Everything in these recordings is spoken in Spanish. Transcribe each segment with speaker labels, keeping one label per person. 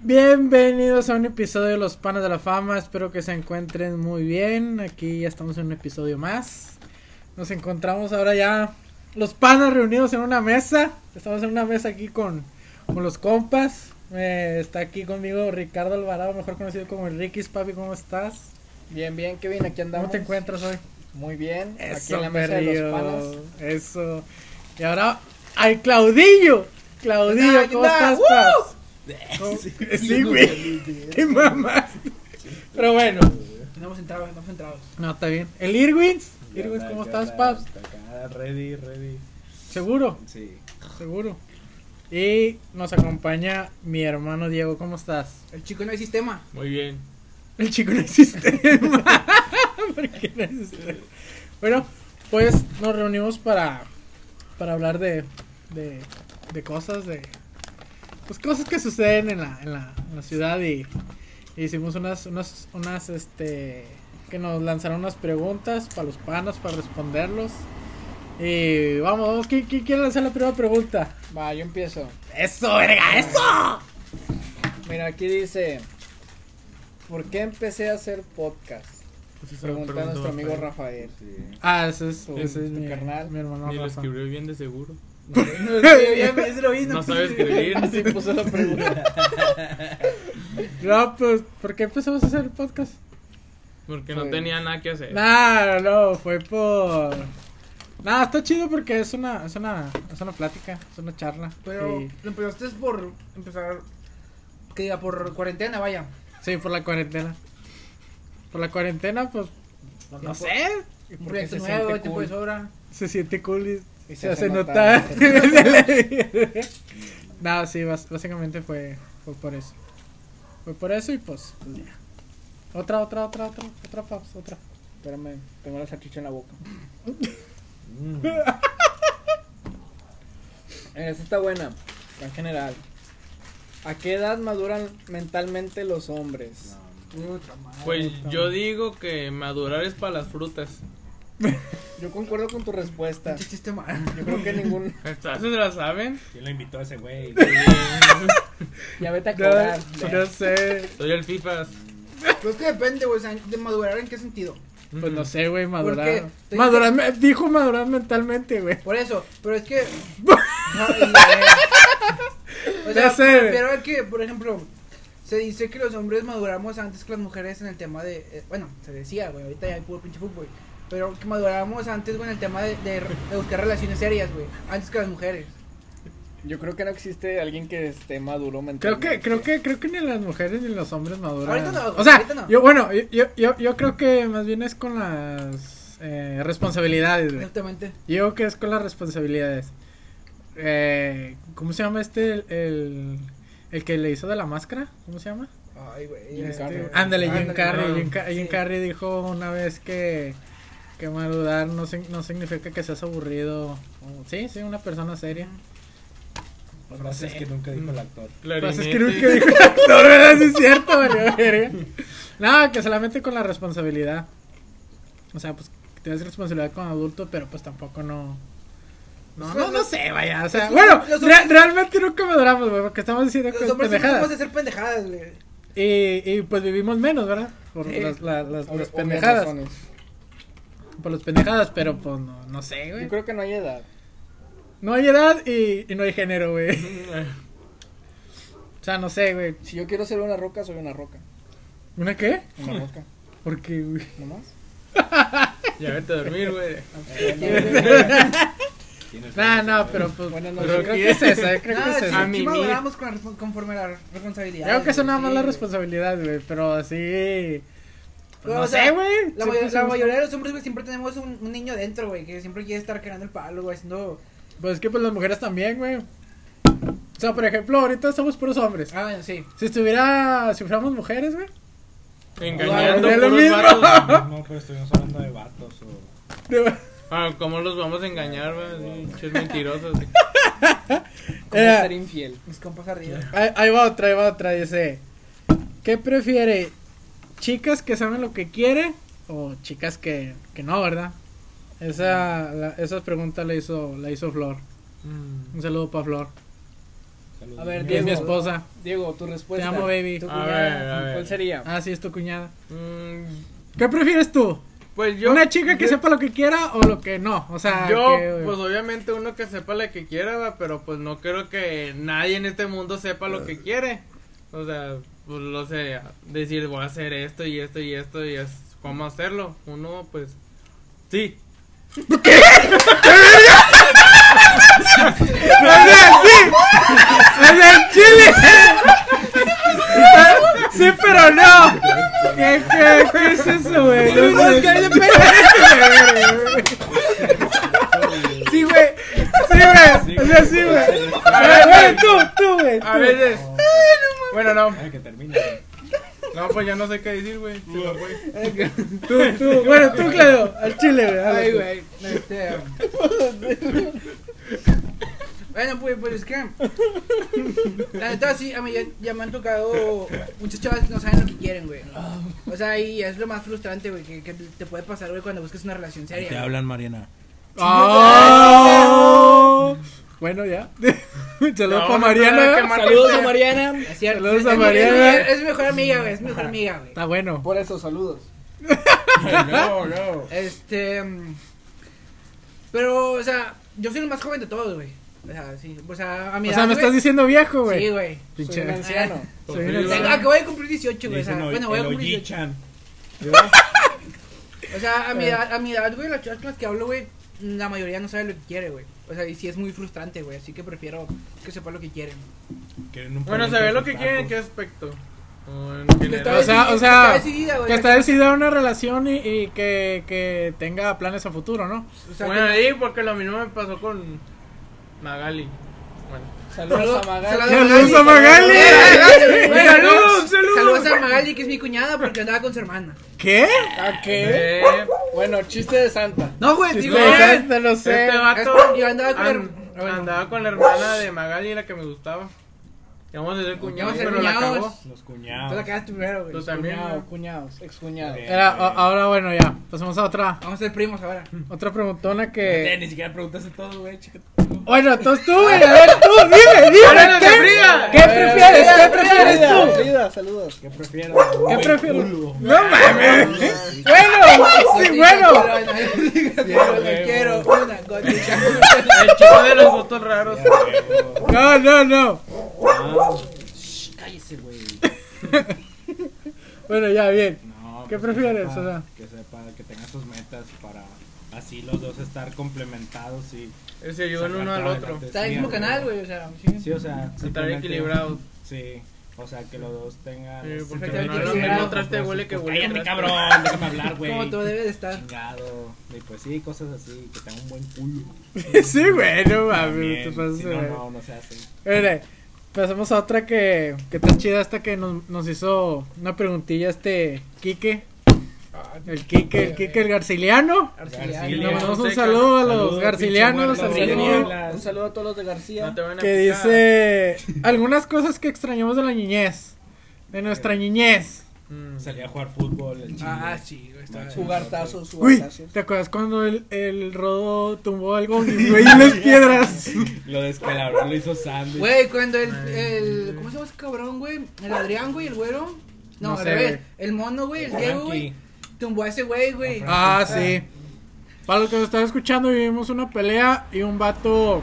Speaker 1: Bienvenidos a un episodio de Los Panas de la Fama. Espero que se encuentren muy bien. Aquí ya estamos en un episodio más. Nos encontramos ahora ya los panas reunidos en una mesa. Estamos en una mesa aquí con, con los compas. Eh, está aquí conmigo Ricardo Alvarado, mejor conocido como el Ricky's Papi. ¿Cómo estás?
Speaker 2: Bien, bien, Kevin, aquí andamos.
Speaker 1: ¿Cómo te encuentras hoy?
Speaker 2: Muy bien, aquí en la mesa de los panas.
Speaker 1: Eso. Y ahora al Claudillo. Claudillo,
Speaker 2: Nah,
Speaker 1: ¿cómo
Speaker 2: nah,
Speaker 1: estás?
Speaker 2: ¡woo!
Speaker 1: paps?
Speaker 3: No,
Speaker 1: Sí, güey. Qué mamás. Pero bueno.
Speaker 2: Andamos entrados, andamos entrados.
Speaker 1: No, está bien. El Irwins.
Speaker 3: ¿Qué
Speaker 1: Irwins,
Speaker 3: onda,
Speaker 1: ¿cómo
Speaker 3: qué
Speaker 1: estás,
Speaker 3: onda?
Speaker 1: Paps?
Speaker 3: Hasta acá, Ready, ready.
Speaker 1: Seguro,
Speaker 3: Sí.
Speaker 1: seguro. Y nos acompaña mi hermano Diego, ¿cómo estás?
Speaker 2: El chico no hay sistema.
Speaker 4: Muy bien.
Speaker 1: El chico no existe. ¿Por qué no existe? Bueno, pues nos reunimos para, para hablar de, de, de cosas, de pues cosas que suceden en la, en la, en la ciudad y, y hicimos unas, unas, unas, este, que nos lanzaron unas preguntas para los panos, para responderlos. Y vamos, vamos, ¿quién, quién quiere lanzar la primera pregunta?
Speaker 2: Va, yo empiezo.
Speaker 1: ¡Eso, verga, eso!
Speaker 2: Mira, aquí dice: ¿Por qué empecé a hacer podcast? Pregunta a nuestro amigo Rafael.
Speaker 3: sí.
Speaker 1: Ah, ese es,
Speaker 4: Sí,
Speaker 1: ese es
Speaker 2: tu
Speaker 1: mi,
Speaker 2: carnal.
Speaker 1: mi hermano
Speaker 4: Ni lo
Speaker 1: Rafa.
Speaker 4: escribió bien de seguro.
Speaker 2: No, no escribió bien, pero sí lo vi,
Speaker 4: No sabe escribir.
Speaker 2: Así puso la pregunta.
Speaker 1: No, pues, ¿por qué empezamos a hacer podcast?
Speaker 4: Porque no
Speaker 2: Fue-
Speaker 4: tenía nada que
Speaker 1: Eh.
Speaker 4: hacer.
Speaker 1: Nah, no, fue por. Nah, está chido porque es una, es una, es una plática, es una charla.
Speaker 5: Pero
Speaker 1: Sí,
Speaker 5: lo empezaste es por empezar. Que diga, por cuarentena, vaya.
Speaker 1: sí, por la cuarentena. Por la cuarentena, pues, no
Speaker 5: Tiempo-
Speaker 1: sé.
Speaker 2: Porque
Speaker 5: Y por proyecto
Speaker 2: se
Speaker 5: nuevo,
Speaker 2: siente
Speaker 5: tiempo
Speaker 2: cool.
Speaker 5: de sobra.
Speaker 1: Se siente cool y
Speaker 2: Y
Speaker 1: se hace
Speaker 2: notar.
Speaker 1: notar. nah, sí, bas- básicamente fue, fue por eso. Fue por eso y pues. ya. Otra, otra, otra, otra, otra, paps, otra.
Speaker 2: Espérame, tengo la salchicha en la boca.
Speaker 3: Mm.
Speaker 2: Eh, Esta está buena, en general. ¿A qué edad maduran mentalmente los hombres?
Speaker 5: Puta madre.
Speaker 4: Pues yo digo que madurar es para las frutas.
Speaker 2: Yo concuerdo con tu respuesta.
Speaker 5: Pinche chiste mal.
Speaker 2: Yo creo que ningún.
Speaker 4: ¿Ustedes se la saben?
Speaker 3: ¿Quién lo invitó a ese güey?
Speaker 2: Ya vete a cobrar.
Speaker 1: No, no sé.
Speaker 4: Soy el FIFAs.
Speaker 5: Pues que depende, güey, o sea, de madurar en qué sentido.
Speaker 1: Pues no sé, güey,
Speaker 5: qué?
Speaker 1: madurar.
Speaker 5: Estoy-
Speaker 1: Madurar, me- dijo madurar mentalmente, güey.
Speaker 5: Por eso, pero es que. Ay, güey. o
Speaker 1: Ya
Speaker 5: sea,
Speaker 1: sé, güey.
Speaker 5: pero es que, por ejemplo, se dice que los hombres maduramos antes que las mujeres en el tema de. eh, bueno, se decía, güey, ahorita ya hay puro pinche fútbol. Pero que maduramos antes, güey, en el tema de, de- de buscar relaciones serias, güey. Antes que las mujeres.
Speaker 2: Yo creo que no existe alguien que esté maduro
Speaker 1: Creo que,
Speaker 2: mentalmente.
Speaker 1: creo que, creo que ni las mujeres ni los hombres maduran.
Speaker 5: Ahorita no,
Speaker 1: o sea,
Speaker 5: ahorita no.
Speaker 1: yo, bueno, yo, yo, yo, yo creo que más bien es con las eh, responsabilidades, güey.
Speaker 5: Exactamente.
Speaker 1: Yo creo que es con las responsabilidades. Eh, ¿Cómo se llama este? El, el, el que le hizo de la máscara, ¿cómo se llama?
Speaker 5: Ay, güey.
Speaker 2: Jim
Speaker 5: este,
Speaker 2: Carrey.
Speaker 1: Ándale, Jim
Speaker 5: ándale,
Speaker 1: Carrey.
Speaker 4: claro.
Speaker 1: Jim, Ca- Jim
Speaker 5: Sí.
Speaker 1: Carrey dijo una vez que, que maludar no, sig- no significa que seas aburrido. o- sí, sí, una persona seria.
Speaker 3: Pues no sé. que nunca dijo el actor.
Speaker 1: Pues
Speaker 4: Clarinete.
Speaker 1: es que nunca dijo el actor, ¿verdad? Sí es cierto, valió verga. No, que solamente con la responsabilidad. O sea, pues tienes responsabilidad como adulto, pero pues tampoco no. No, no, no sé, vaya. O sea, bueno,
Speaker 5: Pues, los-
Speaker 1: re- realmente nunca maduramos, güey, porque estamos diciendo
Speaker 5: Los
Speaker 1: cosas
Speaker 5: hombres sí somos
Speaker 1: pendejadas.
Speaker 5: de hacer pendejadas, güey.
Speaker 1: Y, y pues vivimos menos, ¿verdad? Por
Speaker 5: Sí.
Speaker 1: las, la- las,
Speaker 2: Ob-
Speaker 1: las
Speaker 2: obvias
Speaker 1: pendejadas.
Speaker 2: razones.
Speaker 1: Por las pendejadas, pero pues no, no sé, güey.
Speaker 2: Yo creo que no hay edad.
Speaker 1: No hay edad y, y no hay género, güey. O sea, no sé, güey.
Speaker 2: Si yo quiero ser una roca, soy una roca.
Speaker 1: ¿Una qué?
Speaker 2: Una roca,
Speaker 1: Porque, güey.
Speaker 2: nomás.
Speaker 4: Ya vete a dormir, güey.
Speaker 3: ¿Quién es
Speaker 1: Nah,
Speaker 3: el-
Speaker 1: no, pero pues.
Speaker 2: Buenas
Speaker 1: pero
Speaker 2: noches.
Speaker 1: creo que es esa, eh, creo que
Speaker 5: Ah,
Speaker 1: es
Speaker 5: sí,
Speaker 1: esa.
Speaker 4: A
Speaker 5: sí
Speaker 4: mimir.
Speaker 5: maduramos con la respon- conforme a la responsabilidad.
Speaker 1: Creo que es una
Speaker 5: Sí,
Speaker 1: mala
Speaker 5: güey.
Speaker 1: responsabilidad, güey, pero así.
Speaker 5: Pero,
Speaker 1: no
Speaker 5: Pues, o
Speaker 1: sé,
Speaker 5: sea,
Speaker 1: güey. pues,
Speaker 5: La,
Speaker 1: siempre
Speaker 5: mayo- la
Speaker 1: somos-
Speaker 5: mayoría de los hombres, güey, siempre tenemos un, un niño dentro, güey, que siempre quiere estar cargando el palo, güey, haciendo...
Speaker 1: Pues es que pues las mujeres también, güey. O sea, por ejemplo, ahorita somos puros hombres.
Speaker 5: Ah, bueno, sí.
Speaker 1: Si estuviera, si fuéramos mujeres, güey. No,
Speaker 4: Engañando
Speaker 1: no es lo
Speaker 4: puros
Speaker 1: mismo.
Speaker 4: vatos.
Speaker 3: No, pero estuvimos hablando de vatos o.
Speaker 1: Eh,
Speaker 4: Ah, ¿Cómo los vamos a engañar, güey? Pinches mentirosos.
Speaker 2: ¿Cómo
Speaker 1: Eh.
Speaker 2: ser infiel?
Speaker 5: Mis compas arriba.
Speaker 1: Ahí, ahí va otra, ahí va otra, dice. ¿Qué prefiere? ¿Chicas que saben lo que quiere o chicas que, que no, verdad? Esa, la- esa pregunta la hizo, la hizo Flor.
Speaker 4: Mm.
Speaker 1: Un saludo para Flor.
Speaker 6: Saludos.
Speaker 7: A ver,
Speaker 1: Que es mi
Speaker 7: Diego.
Speaker 1: esposa.
Speaker 7: Diego, tu respuesta.
Speaker 1: Te amo, baby.
Speaker 7: Tu
Speaker 4: A
Speaker 7: cuñada,
Speaker 4: ver, a ver.
Speaker 7: ¿Cuál sería?
Speaker 1: Ah, sí, es tu cuñada.
Speaker 4: Mm,
Speaker 1: ¿Qué prefieres tú?
Speaker 4: pues yo.
Speaker 1: ¿Una chica que
Speaker 4: yo-
Speaker 1: sepa lo que quiera o lo que no? O sea,
Speaker 4: Yo,
Speaker 1: que-
Speaker 4: pues obviamente uno que sepa lo que quiera, va, pero pues no creo que nadie en este mundo sepa lo que quiere. O sea, pues lo sé, decir voy a hacer esto y esto y esto y es cómo hacerlo. Uno, pues, sí.
Speaker 1: O sea, sí. O sea, el chile. Sí, pero no. ¿Qué, qué, qué es eso, güey? No sé. Sí, güey. Sí, güey. O sea, sí, güey. A ver, güey, tú, tú, güey.
Speaker 4: A veces. Bueno, no.
Speaker 6: Ay, que termine.
Speaker 4: No, pues ya no sé qué decir, güey. Se me fue.
Speaker 1: Tú, tú. Bueno, tú, Claudio. Al chile, güey.
Speaker 5: Ay,
Speaker 1: Ay,
Speaker 4: pues,
Speaker 1: güey.
Speaker 5: güey. Este. bueno, pues, pues es que. La neta, sí, a mí ya, ya me han tocado muchas chavas que no saben lo que quieren, güey. O sea, y es lo más frustrante, güey, que, que te puede pasar, güey, cuando busques una relación seria.
Speaker 6: Te hablan, Mariana.
Speaker 1: Oh. Bueno, ya. Saludos
Speaker 4: No,
Speaker 1: para
Speaker 4: no, nada que
Speaker 1: Mariana.
Speaker 4: mar-
Speaker 7: Saludos a Mariana.
Speaker 5: Es cierto,
Speaker 1: Saludos
Speaker 5: es-
Speaker 1: a
Speaker 5: es mi-
Speaker 1: Mariana.
Speaker 5: Es, mi- es mi mejor amiga, güey, es mi mejor amiga, güey.
Speaker 1: Está bueno.
Speaker 7: Por eso, saludos.
Speaker 6: No, no.
Speaker 5: Este. mm, Pero, o sea, yo soy el más joven de todos, güey. O sea, sí. O sea, a mi
Speaker 1: O
Speaker 5: edad,
Speaker 1: sea, me
Speaker 5: güey,
Speaker 1: estás diciendo viejo, güey.
Speaker 5: Sí, güey.
Speaker 7: Soy un
Speaker 1: Pinche.
Speaker 7: anciano.
Speaker 1: Soy
Speaker 4: Pues
Speaker 1: un
Speaker 4: sí,
Speaker 1: anciano.
Speaker 5: Tengo- Acabo de cumplir 18, güey. O sea,
Speaker 6: Dicen,
Speaker 5: bueno,
Speaker 6: bueno,
Speaker 5: voy a
Speaker 6: el
Speaker 5: cumplir 18.
Speaker 6: Oji-chan.
Speaker 5: O sea, a mi edad, a mi edad, güey, las chavas con las que hablo, güey, la mayoría no sabe lo que quiere, güey. O sea, y sí es muy frustrante, güey. Así que prefiero que sepa lo que quieren.
Speaker 6: Quieren un
Speaker 4: Bueno, se
Speaker 6: palito
Speaker 4: ve lo
Speaker 6: de
Speaker 4: que
Speaker 6: tacos.
Speaker 4: quieren, en qué aspecto. O en
Speaker 5: Está
Speaker 1: O
Speaker 4: general.
Speaker 1: sea, o
Speaker 5: decidida-
Speaker 1: sea,
Speaker 5: está decidida, güey.
Speaker 1: Que está decidida una relación y, y que, que tenga planes a futuro, ¿no?
Speaker 5: O sea,
Speaker 4: bueno,
Speaker 5: que-
Speaker 4: ahí porque lo mismo me pasó con Magali. Bueno.
Speaker 7: Saludos a
Speaker 5: Saludos
Speaker 7: Magali.
Speaker 5: Magali.
Speaker 1: ¡Saludos a Magali!
Speaker 5: Magali, güey.
Speaker 4: ¡Saludos, saludos!
Speaker 5: Saludos a Magali, que es mi cuñada, porque andaba con su hermana.
Speaker 1: ¿Qué?
Speaker 7: ¿A qué?
Speaker 4: Eh,
Speaker 7: Ah, Bueno, chiste de Santa.
Speaker 5: No, güey, Ah,
Speaker 1: Sí,
Speaker 5: digo,
Speaker 1: güey,
Speaker 5: güey,
Speaker 1: te lo sé.
Speaker 4: Este vato
Speaker 5: Es- yo andaba con
Speaker 4: an-
Speaker 5: her- bueno.
Speaker 4: andaba con la hermana de Magali, la que me gustaba. Ya Vamos a ser
Speaker 5: vamos
Speaker 4: cuñados,
Speaker 5: a ser
Speaker 4: pero la
Speaker 5: cuñados.
Speaker 4: acabó.
Speaker 6: Los
Speaker 5: Tú la
Speaker 6: cuñados.
Speaker 5: quedaste primero,
Speaker 4: Tú
Speaker 5: güey.
Speaker 4: también.
Speaker 7: Cuñado, cuñados, excuñados.
Speaker 6: Bien.
Speaker 1: ah, Era, a- ahora bueno, ya. Pasemos a otra.
Speaker 5: Vamos a ser primos ahora.
Speaker 1: Otra preguntona que.
Speaker 6: Eh, Ni siquiera preguntaste todo, güey, chica.
Speaker 1: Bueno, entonces tú, güey. A ver, tú, dime, dime.
Speaker 4: Ahora
Speaker 1: ¿Qué,
Speaker 4: de Frida.
Speaker 1: ¿Qué prefieres? ¿Qué prefieres
Speaker 7: Frida,
Speaker 1: tú?
Speaker 7: Frida, saludos.
Speaker 6: ¿Qué prefieres?
Speaker 1: ¿Qué
Speaker 6: Uy,
Speaker 1: prefieres?
Speaker 6: culo.
Speaker 1: No mames. Bueno, sí, bueno.
Speaker 5: Yo quiero una gotita.
Speaker 4: El chico de los gustos raros.
Speaker 6: Ya, huevo.
Speaker 1: No, no, no.
Speaker 6: Ah,
Speaker 7: Cállese, güey.
Speaker 1: Bueno, ya, bien.
Speaker 6: no,
Speaker 1: ¿Qué
Speaker 6: pues
Speaker 1: prefieres?
Speaker 6: Que sepa,
Speaker 1: O sea.
Speaker 6: que sepa, que tenga sus metas para así los dos estar complementados y.
Speaker 4: Se ayudan
Speaker 6: sacar
Speaker 4: uno al
Speaker 6: todo
Speaker 4: otro.
Speaker 6: adelante.
Speaker 5: Está en el
Speaker 6: Sí,
Speaker 5: mismo
Speaker 6: a
Speaker 5: canal,
Speaker 6: huevo.
Speaker 5: güey. O sea,
Speaker 6: Sí, o sea,
Speaker 4: Estar
Speaker 6: simplemente-
Speaker 4: equilibrados.
Speaker 6: Sí, o sea, que los dos tengan.
Speaker 4: Sí,
Speaker 6: este,
Speaker 4: porque
Speaker 5: no
Speaker 6: perfectamente
Speaker 5: es lo
Speaker 6: equilibrado,
Speaker 5: mismo
Speaker 4: traste
Speaker 6: pues,
Speaker 4: huele que
Speaker 6: pues,
Speaker 4: huele
Speaker 6: cállate,
Speaker 4: traste.
Speaker 6: cabrón, déjame hablar, güey.
Speaker 5: como todo debe de estar.
Speaker 6: Chingado. Y pues sí, cosas así, que tenga un buen culo.
Speaker 1: Sí, güey, no mames.
Speaker 6: También,
Speaker 1: Te pasas
Speaker 6: si
Speaker 1: de
Speaker 6: no,
Speaker 1: ver.
Speaker 6: no, no se hace.
Speaker 1: Mire, pasamos a otra que, que está chida esta que nos, nos hizo una preguntilla este Quique.
Speaker 6: Ah,
Speaker 1: El Quique, el Quique, el Garciliano.
Speaker 5: Arceliano.
Speaker 1: Le
Speaker 4: Garciliano.
Speaker 1: mandamos un
Speaker 4: Fonseca.
Speaker 1: saludo a los
Speaker 6: Saludos,
Speaker 1: Garcilianos.
Speaker 6: pinche
Speaker 1: al
Speaker 6: Garciliano.
Speaker 1: grupo,
Speaker 7: García, Un saludo a todos los de García.
Speaker 4: No te van a
Speaker 1: que
Speaker 4: picar.
Speaker 1: dice algunas cosas que extrañamos de la niñez, de
Speaker 6: Eh.
Speaker 1: nuestra niñez.
Speaker 4: Mm.
Speaker 6: Salía a jugar fútbol, el chile.
Speaker 5: Ah, sí, güey. Está
Speaker 6: Macho.
Speaker 7: Jugar tazos,
Speaker 1: Uy,
Speaker 7: jugar tazos.
Speaker 1: ¿te acuerdas cuando el, el rodo tumbó algo y güey, en las piedras?
Speaker 6: Lo descalabró, lo hizo sándwich.
Speaker 5: Güey, cuando el, el. ¿Cómo se llama ese cabrón, güey? El Adrián, güey, el güero. No,
Speaker 1: No
Speaker 5: al
Speaker 1: sé,
Speaker 5: revés.
Speaker 1: güey.
Speaker 5: El mono, güey, el
Speaker 6: Frankie.
Speaker 5: Diego, güey. Tumbó a ese güey, güey.
Speaker 1: Ah, sí. Para los que nos están escuchando, vivimos una pelea y un vato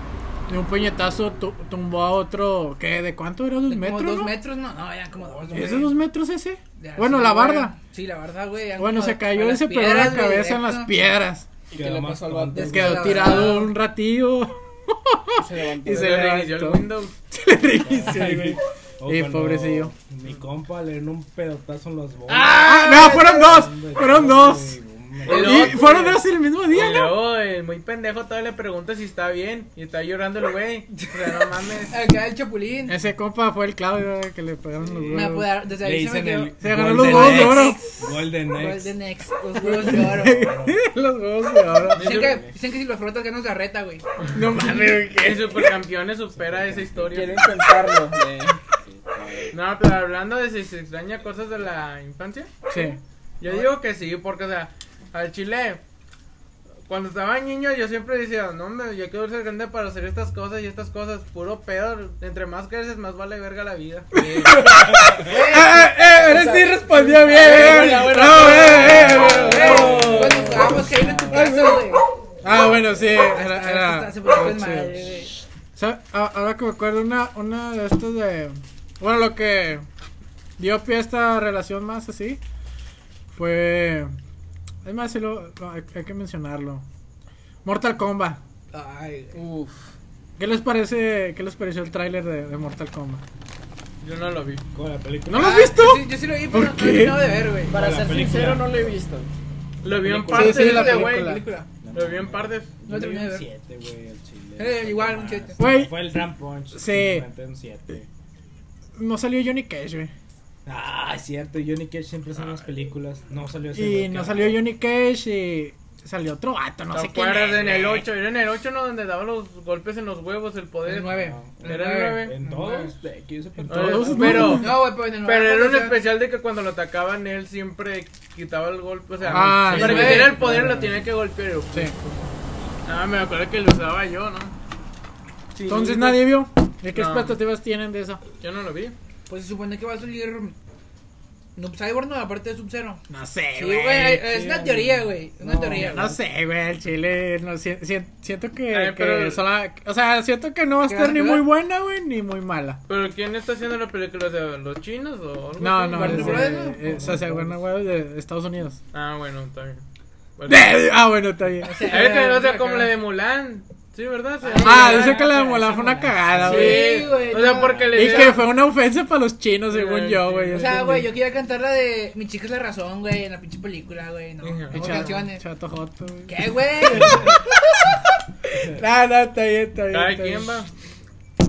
Speaker 1: de un puñetazo tu- tumbó a otro. ¿Qué? ¿De cuánto era? ¿Dos
Speaker 5: Como
Speaker 1: metros?
Speaker 5: dos
Speaker 1: no?
Speaker 5: metros, no, no, eran como dos.
Speaker 1: ¿Es de
Speaker 5: güey.
Speaker 1: dos metros ese?
Speaker 5: Ya,
Speaker 1: bueno,
Speaker 5: sí,
Speaker 1: la
Speaker 5: güey.
Speaker 1: barda.
Speaker 5: Sí, la barda, güey. eran
Speaker 1: Bueno,
Speaker 5: como
Speaker 1: se
Speaker 5: a-
Speaker 1: cayó
Speaker 5: a
Speaker 1: y
Speaker 5: las
Speaker 1: se pegó la
Speaker 5: piedras, güey,
Speaker 1: cabeza en
Speaker 5: directo.
Speaker 1: las piedras.
Speaker 7: ¿Y qué
Speaker 6: Quedó
Speaker 7: le
Speaker 6: más
Speaker 7: pasó al vato?
Speaker 6: tonto.
Speaker 1: Quedó
Speaker 5: la
Speaker 1: tirado
Speaker 5: verdad.
Speaker 1: un ratillo.
Speaker 7: Se levantó.
Speaker 1: Y
Speaker 4: Se
Speaker 1: se
Speaker 4: le reinició el
Speaker 1: levantó.
Speaker 4: Windows.
Speaker 1: Se le reinició,
Speaker 6: Ay,
Speaker 1: güey.
Speaker 6: o
Speaker 1: Eh,
Speaker 6: cuando
Speaker 1: pobrecillo.
Speaker 6: Mi compa le dio un pedotazo en los bolos.
Speaker 1: Ah, no, fueron dos. Fueron dos.
Speaker 4: El
Speaker 1: Y
Speaker 4: otro.
Speaker 1: fueron dos el mismo
Speaker 4: Y
Speaker 1: día, ¿no?
Speaker 4: luego el muy pendejo todavía le pregunta si está bien. Y está llorando el güey. O sea, no mames.
Speaker 5: Acá el Chapulín.
Speaker 1: Ese compa fue el Claudio eh, que le pegaron los
Speaker 5: Me
Speaker 1: huevos.
Speaker 5: apodaron, desde
Speaker 6: Le
Speaker 5: ahí se me
Speaker 6: dicen
Speaker 5: quedó.
Speaker 6: el
Speaker 1: Se ganó los huevos de oro.
Speaker 6: Golden X.
Speaker 5: Golden X, los huevos de oro.
Speaker 1: los huevos de oro.
Speaker 5: Dicen que, dicen que si lo frotas ganas la reta, güey.
Speaker 1: No mames,
Speaker 4: En
Speaker 1: ¿qué?
Speaker 4: Supercampeones supera esa
Speaker 7: Quiero
Speaker 4: historia.
Speaker 7: intentarlo. güey.
Speaker 4: No, pero hablando de si se extraña cosas de la infancia.
Speaker 1: Sí.
Speaker 4: Yo digo que sí, porque, o sea, al chile, Cuando estaba niño yo siempre decía, no, hombre, yo quiero ser grande para hacer estas cosas y estas cosas. Puro pedo, entre más creces, más vale verga la vida.
Speaker 1: ¡Eh, eh, eh! Ahora sí respondió bien.
Speaker 4: buena, buena.
Speaker 1: Bravo, eh, eh, bravo.
Speaker 5: Cuando jugábamos Halo en tu casa, güey.
Speaker 1: Ah, bueno, sí. Era, era-
Speaker 5: Se puso en
Speaker 1: sí.
Speaker 5: madre, güey.
Speaker 1: ¿Sabe? A- Ahora que me acuerdo, una, una de estas de. Bueno, lo que dio pie a esta relación más así fue. Además, hay, hay que mencionarlo: Mortal Kombat.
Speaker 5: Ay, güey.
Speaker 4: Uf,
Speaker 1: ¿Qué les parece? ¿Qué les pareció el tráiler de, de Mortal Kombat?
Speaker 4: yo no lo vi.
Speaker 6: Como la película.
Speaker 1: ¿No lo has visto?
Speaker 5: Sí, yo sí lo vi, pero
Speaker 1: ¿Por
Speaker 5: no lo he
Speaker 1: qué?
Speaker 5: terminado de ver, güey.
Speaker 7: Para
Speaker 6: La
Speaker 7: ser
Speaker 6: película.
Speaker 7: sincero, no lo he visto.
Speaker 4: Lo vi en
Speaker 6: Película.
Speaker 4: partes,
Speaker 1: Sí, sí, la
Speaker 4: de este güey.
Speaker 1: película.
Speaker 5: Película.
Speaker 4: Lo vi en partes.
Speaker 5: No
Speaker 6: Yo le di
Speaker 5: terminé de
Speaker 6: un
Speaker 5: ver.
Speaker 6: 7, güey, al chile.
Speaker 5: Eh, igual, un
Speaker 6: Más.
Speaker 5: siete.
Speaker 1: Güey.
Speaker 6: Fue el Ram Punch.
Speaker 1: Sí.
Speaker 6: simplemente un 7.
Speaker 1: No salió Johnny Cage, güey.
Speaker 6: Ah, es cierto. Johnny Cage siempre son las películas. No salió ese
Speaker 1: Y
Speaker 6: güey,
Speaker 1: no
Speaker 6: cabrón.
Speaker 1: salió Johnny Cage y salió otro vato, no
Speaker 4: ¿Te
Speaker 1: sé quién.
Speaker 4: acuerdas
Speaker 1: es,
Speaker 4: en el
Speaker 1: güey.
Speaker 4: 8? Era en el 8 no donde daban los golpes en los huevos, el poder.
Speaker 5: El 9.
Speaker 4: Era el 9.
Speaker 6: En todos. de que yo sepa,
Speaker 1: En todos,
Speaker 4: Oye,
Speaker 1: ¿no?
Speaker 4: pero-
Speaker 5: No, güey, pero en el
Speaker 1: Ah,
Speaker 4: Pero era un
Speaker 5: especial
Speaker 4: especial de que cuando lo atacaban él siempre quitaba el golpe, o sea,
Speaker 1: Ah,
Speaker 4: para
Speaker 1: sí.
Speaker 4: que tuviera el poder lo tenía que golpear.
Speaker 1: Sí.
Speaker 4: Ah, me acuerdo que lo usaba yo, ¿no?
Speaker 1: Entonces nadie vio. ¿De qué
Speaker 4: No.
Speaker 1: expectativas tienen de eso?
Speaker 4: Yo no lo vi.
Speaker 5: Pues se supone que va a salir. Noob Cyborg, no, aparte de Sub-Zero.
Speaker 1: No sé,
Speaker 5: Sí, güey, es una teoría, güey. Una teoría.
Speaker 1: No sé, güey, el chile, no, si- si- siento que,
Speaker 4: Eh,
Speaker 1: que
Speaker 4: pero-
Speaker 1: sola- o sea, siento que no va a
Speaker 5: ¿Qué
Speaker 1: estar
Speaker 5: vas a
Speaker 1: ni
Speaker 5: jugar?
Speaker 1: muy buena, güey, ni muy mala.
Speaker 4: Pero ¿quién está haciendo la película? O sea, ¿Los chinos o algo
Speaker 1: No,
Speaker 4: así?
Speaker 1: no,
Speaker 5: ¿Warner
Speaker 1: es,
Speaker 5: Brothers?
Speaker 1: eh, es, o sea, Warner Brothers de Estados Unidos.
Speaker 4: Ah, bueno, está bien. Bueno.
Speaker 1: De- ah, bueno, está bien.
Speaker 5: O sea,
Speaker 4: Es que, o sea,
Speaker 5: acá.
Speaker 4: como la de Mulan. Sí, ¿verdad? Sí,
Speaker 1: Ah,
Speaker 4: Mulan.
Speaker 1: dice que la de
Speaker 6: esa
Speaker 1: Mulan fue una
Speaker 6: Mulan.
Speaker 1: cagada,
Speaker 5: Sí,
Speaker 1: güey.
Speaker 5: güey,
Speaker 4: O sea,
Speaker 5: no.
Speaker 4: porque le
Speaker 1: Y que fue una ofensa para los chinos, según
Speaker 4: Sí,
Speaker 1: yo,
Speaker 4: sí.
Speaker 1: güey.
Speaker 5: O sea, güey, yo quería cantar la de Mi chica es la razón, güey, en la pinche película, güey. No,
Speaker 4: Ujú.
Speaker 5: no,
Speaker 1: Y
Speaker 5: no,
Speaker 1: chato-
Speaker 5: canciones.
Speaker 1: Chato joto, güey.
Speaker 5: ¿Qué, güey?
Speaker 1: Ah, No, no, está bien, está bien.
Speaker 4: Cada
Speaker 1: está
Speaker 4: quien
Speaker 1: bien.
Speaker 4: va.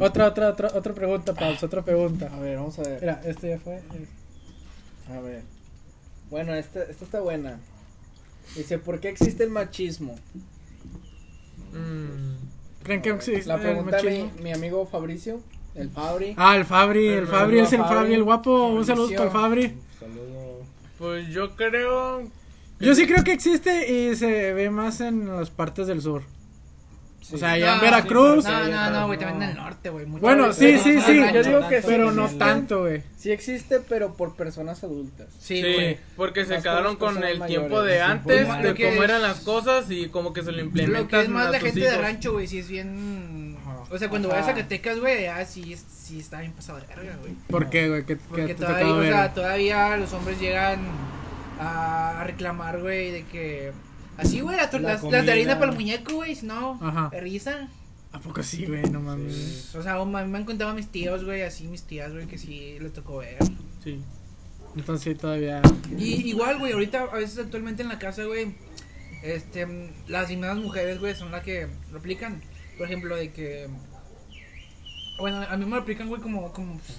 Speaker 1: Otra, otra, otra, otra pregunta, Pabs, otra pregunta.
Speaker 7: A ver, vamos a ver.
Speaker 1: Mira, este ya fue.
Speaker 7: A ver. Bueno, esta, esta está buena. Dice, ¿por qué existe el machismo?
Speaker 4: Mm.
Speaker 1: ¿Creen que existe
Speaker 7: La
Speaker 1: el
Speaker 7: pregunta mi,
Speaker 1: machismo?
Speaker 7: mi amigo Fabricio, el Fabri.
Speaker 1: Ah, el Fabri, el
Speaker 4: El
Speaker 1: Fabri es el
Speaker 7: Fabri.
Speaker 1: Fabri, el guapo. Un saludo para
Speaker 7: Fabricio.
Speaker 1: el Fabri.
Speaker 6: Saludo.
Speaker 4: Pues yo creo.
Speaker 1: Yo sí creo que existe y se ve más en las partes del sur. O sea, allá en
Speaker 5: No,
Speaker 1: Veracruz.
Speaker 5: No, no, no, güey,
Speaker 7: No.
Speaker 5: también en el norte, güey. mucho.
Speaker 1: Bueno, sí, sí,
Speaker 5: no,
Speaker 1: sí.
Speaker 5: no,
Speaker 7: yo digo que sí,
Speaker 1: pero no
Speaker 7: sí.
Speaker 1: tanto, güey.
Speaker 7: Sí existe, pero por personas adultas.
Speaker 5: Sí,
Speaker 4: Sí,
Speaker 5: güey.
Speaker 4: porque se
Speaker 7: Las
Speaker 4: quedaron
Speaker 7: cosas
Speaker 4: con
Speaker 7: son
Speaker 4: el
Speaker 7: mayores,
Speaker 4: tiempo
Speaker 7: es
Speaker 4: de antes,
Speaker 5: importante.
Speaker 4: de
Speaker 5: Lo que
Speaker 4: cómo
Speaker 5: es-
Speaker 4: eran las cosas y como que se lo implementan.
Speaker 5: Lo que es más
Speaker 4: a
Speaker 5: la
Speaker 4: sus
Speaker 5: gente de
Speaker 4: hijos.
Speaker 5: rancho, güey, sí es bien. O sea, cuando
Speaker 7: Ajá.
Speaker 5: vas a Zacatecas, güey, ah, sí, es- sí está bien pasado de verga, güey.
Speaker 1: ¿Por qué, güey? ¿Qué, qué
Speaker 5: Porque
Speaker 1: te
Speaker 5: todavía,
Speaker 1: tocaba
Speaker 5: o
Speaker 1: ver?
Speaker 5: sea, todavía los hombres llegan a, a reclamar, güey, de que. Así, güey, la tor-
Speaker 6: La
Speaker 5: las, las de harina
Speaker 6: comida.
Speaker 5: para el muñeco, güey, si no,
Speaker 1: Ajá.
Speaker 5: risa.
Speaker 1: ¿A poco sí, güey? No mames.
Speaker 6: Sí.
Speaker 5: O sea, a mí me han contado mis tíos, güey, así mis tías, güey, que sí les tocó ver.
Speaker 4: Sí.
Speaker 1: Entonces sí, todavía.
Speaker 5: Y igual, güey, ahorita, a veces actualmente en la casa, güey, este, mm, las mismas mujeres, güey, son las que lo aplican. Por ejemplo, de que. Bueno, a mí me lo aplican, güey, como. como pues,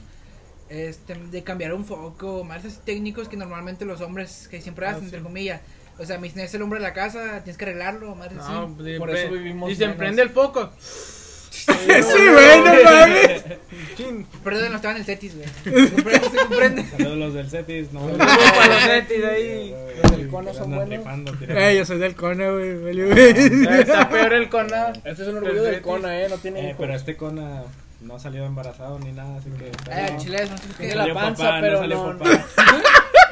Speaker 5: este, de cambiar un foco, más así técnicos que normalmente los hombres que siempre hacen, entre comillas. O sea, me dicen, es el hombre de la casa, tienes que arreglarlo, más así.
Speaker 4: No, pues, de-
Speaker 7: por eso vivimos
Speaker 4: Y se
Speaker 7: menos.
Speaker 4: emprende el foco.
Speaker 1: sí, güey, no mames.
Speaker 4: Chin.
Speaker 5: Perdón, no estaba en el Cetis, güey. Se comprende, se comprende.
Speaker 6: Saludos los del Cetis. No,
Speaker 4: para los Cetis ahí.
Speaker 7: Los del Cono son
Speaker 6: Andan
Speaker 7: buenos.
Speaker 6: rifando, tirando.
Speaker 1: Eh, yo soy del cone, güey. vale, güey.
Speaker 4: Está peor el cona.
Speaker 7: Este es un orgullo
Speaker 4: Perfecto.
Speaker 7: del Cona, eh, no tiene
Speaker 6: Eh,
Speaker 7: hijos.
Speaker 6: pero este Cona no salió embarazado ni nada, así que.
Speaker 5: Ay, al chile, no sé qué.
Speaker 7: Tiene
Speaker 6: No
Speaker 7: la
Speaker 6: salió
Speaker 7: panza,
Speaker 6: papá,
Speaker 7: pero
Speaker 6: no salió
Speaker 7: no-
Speaker 6: papá.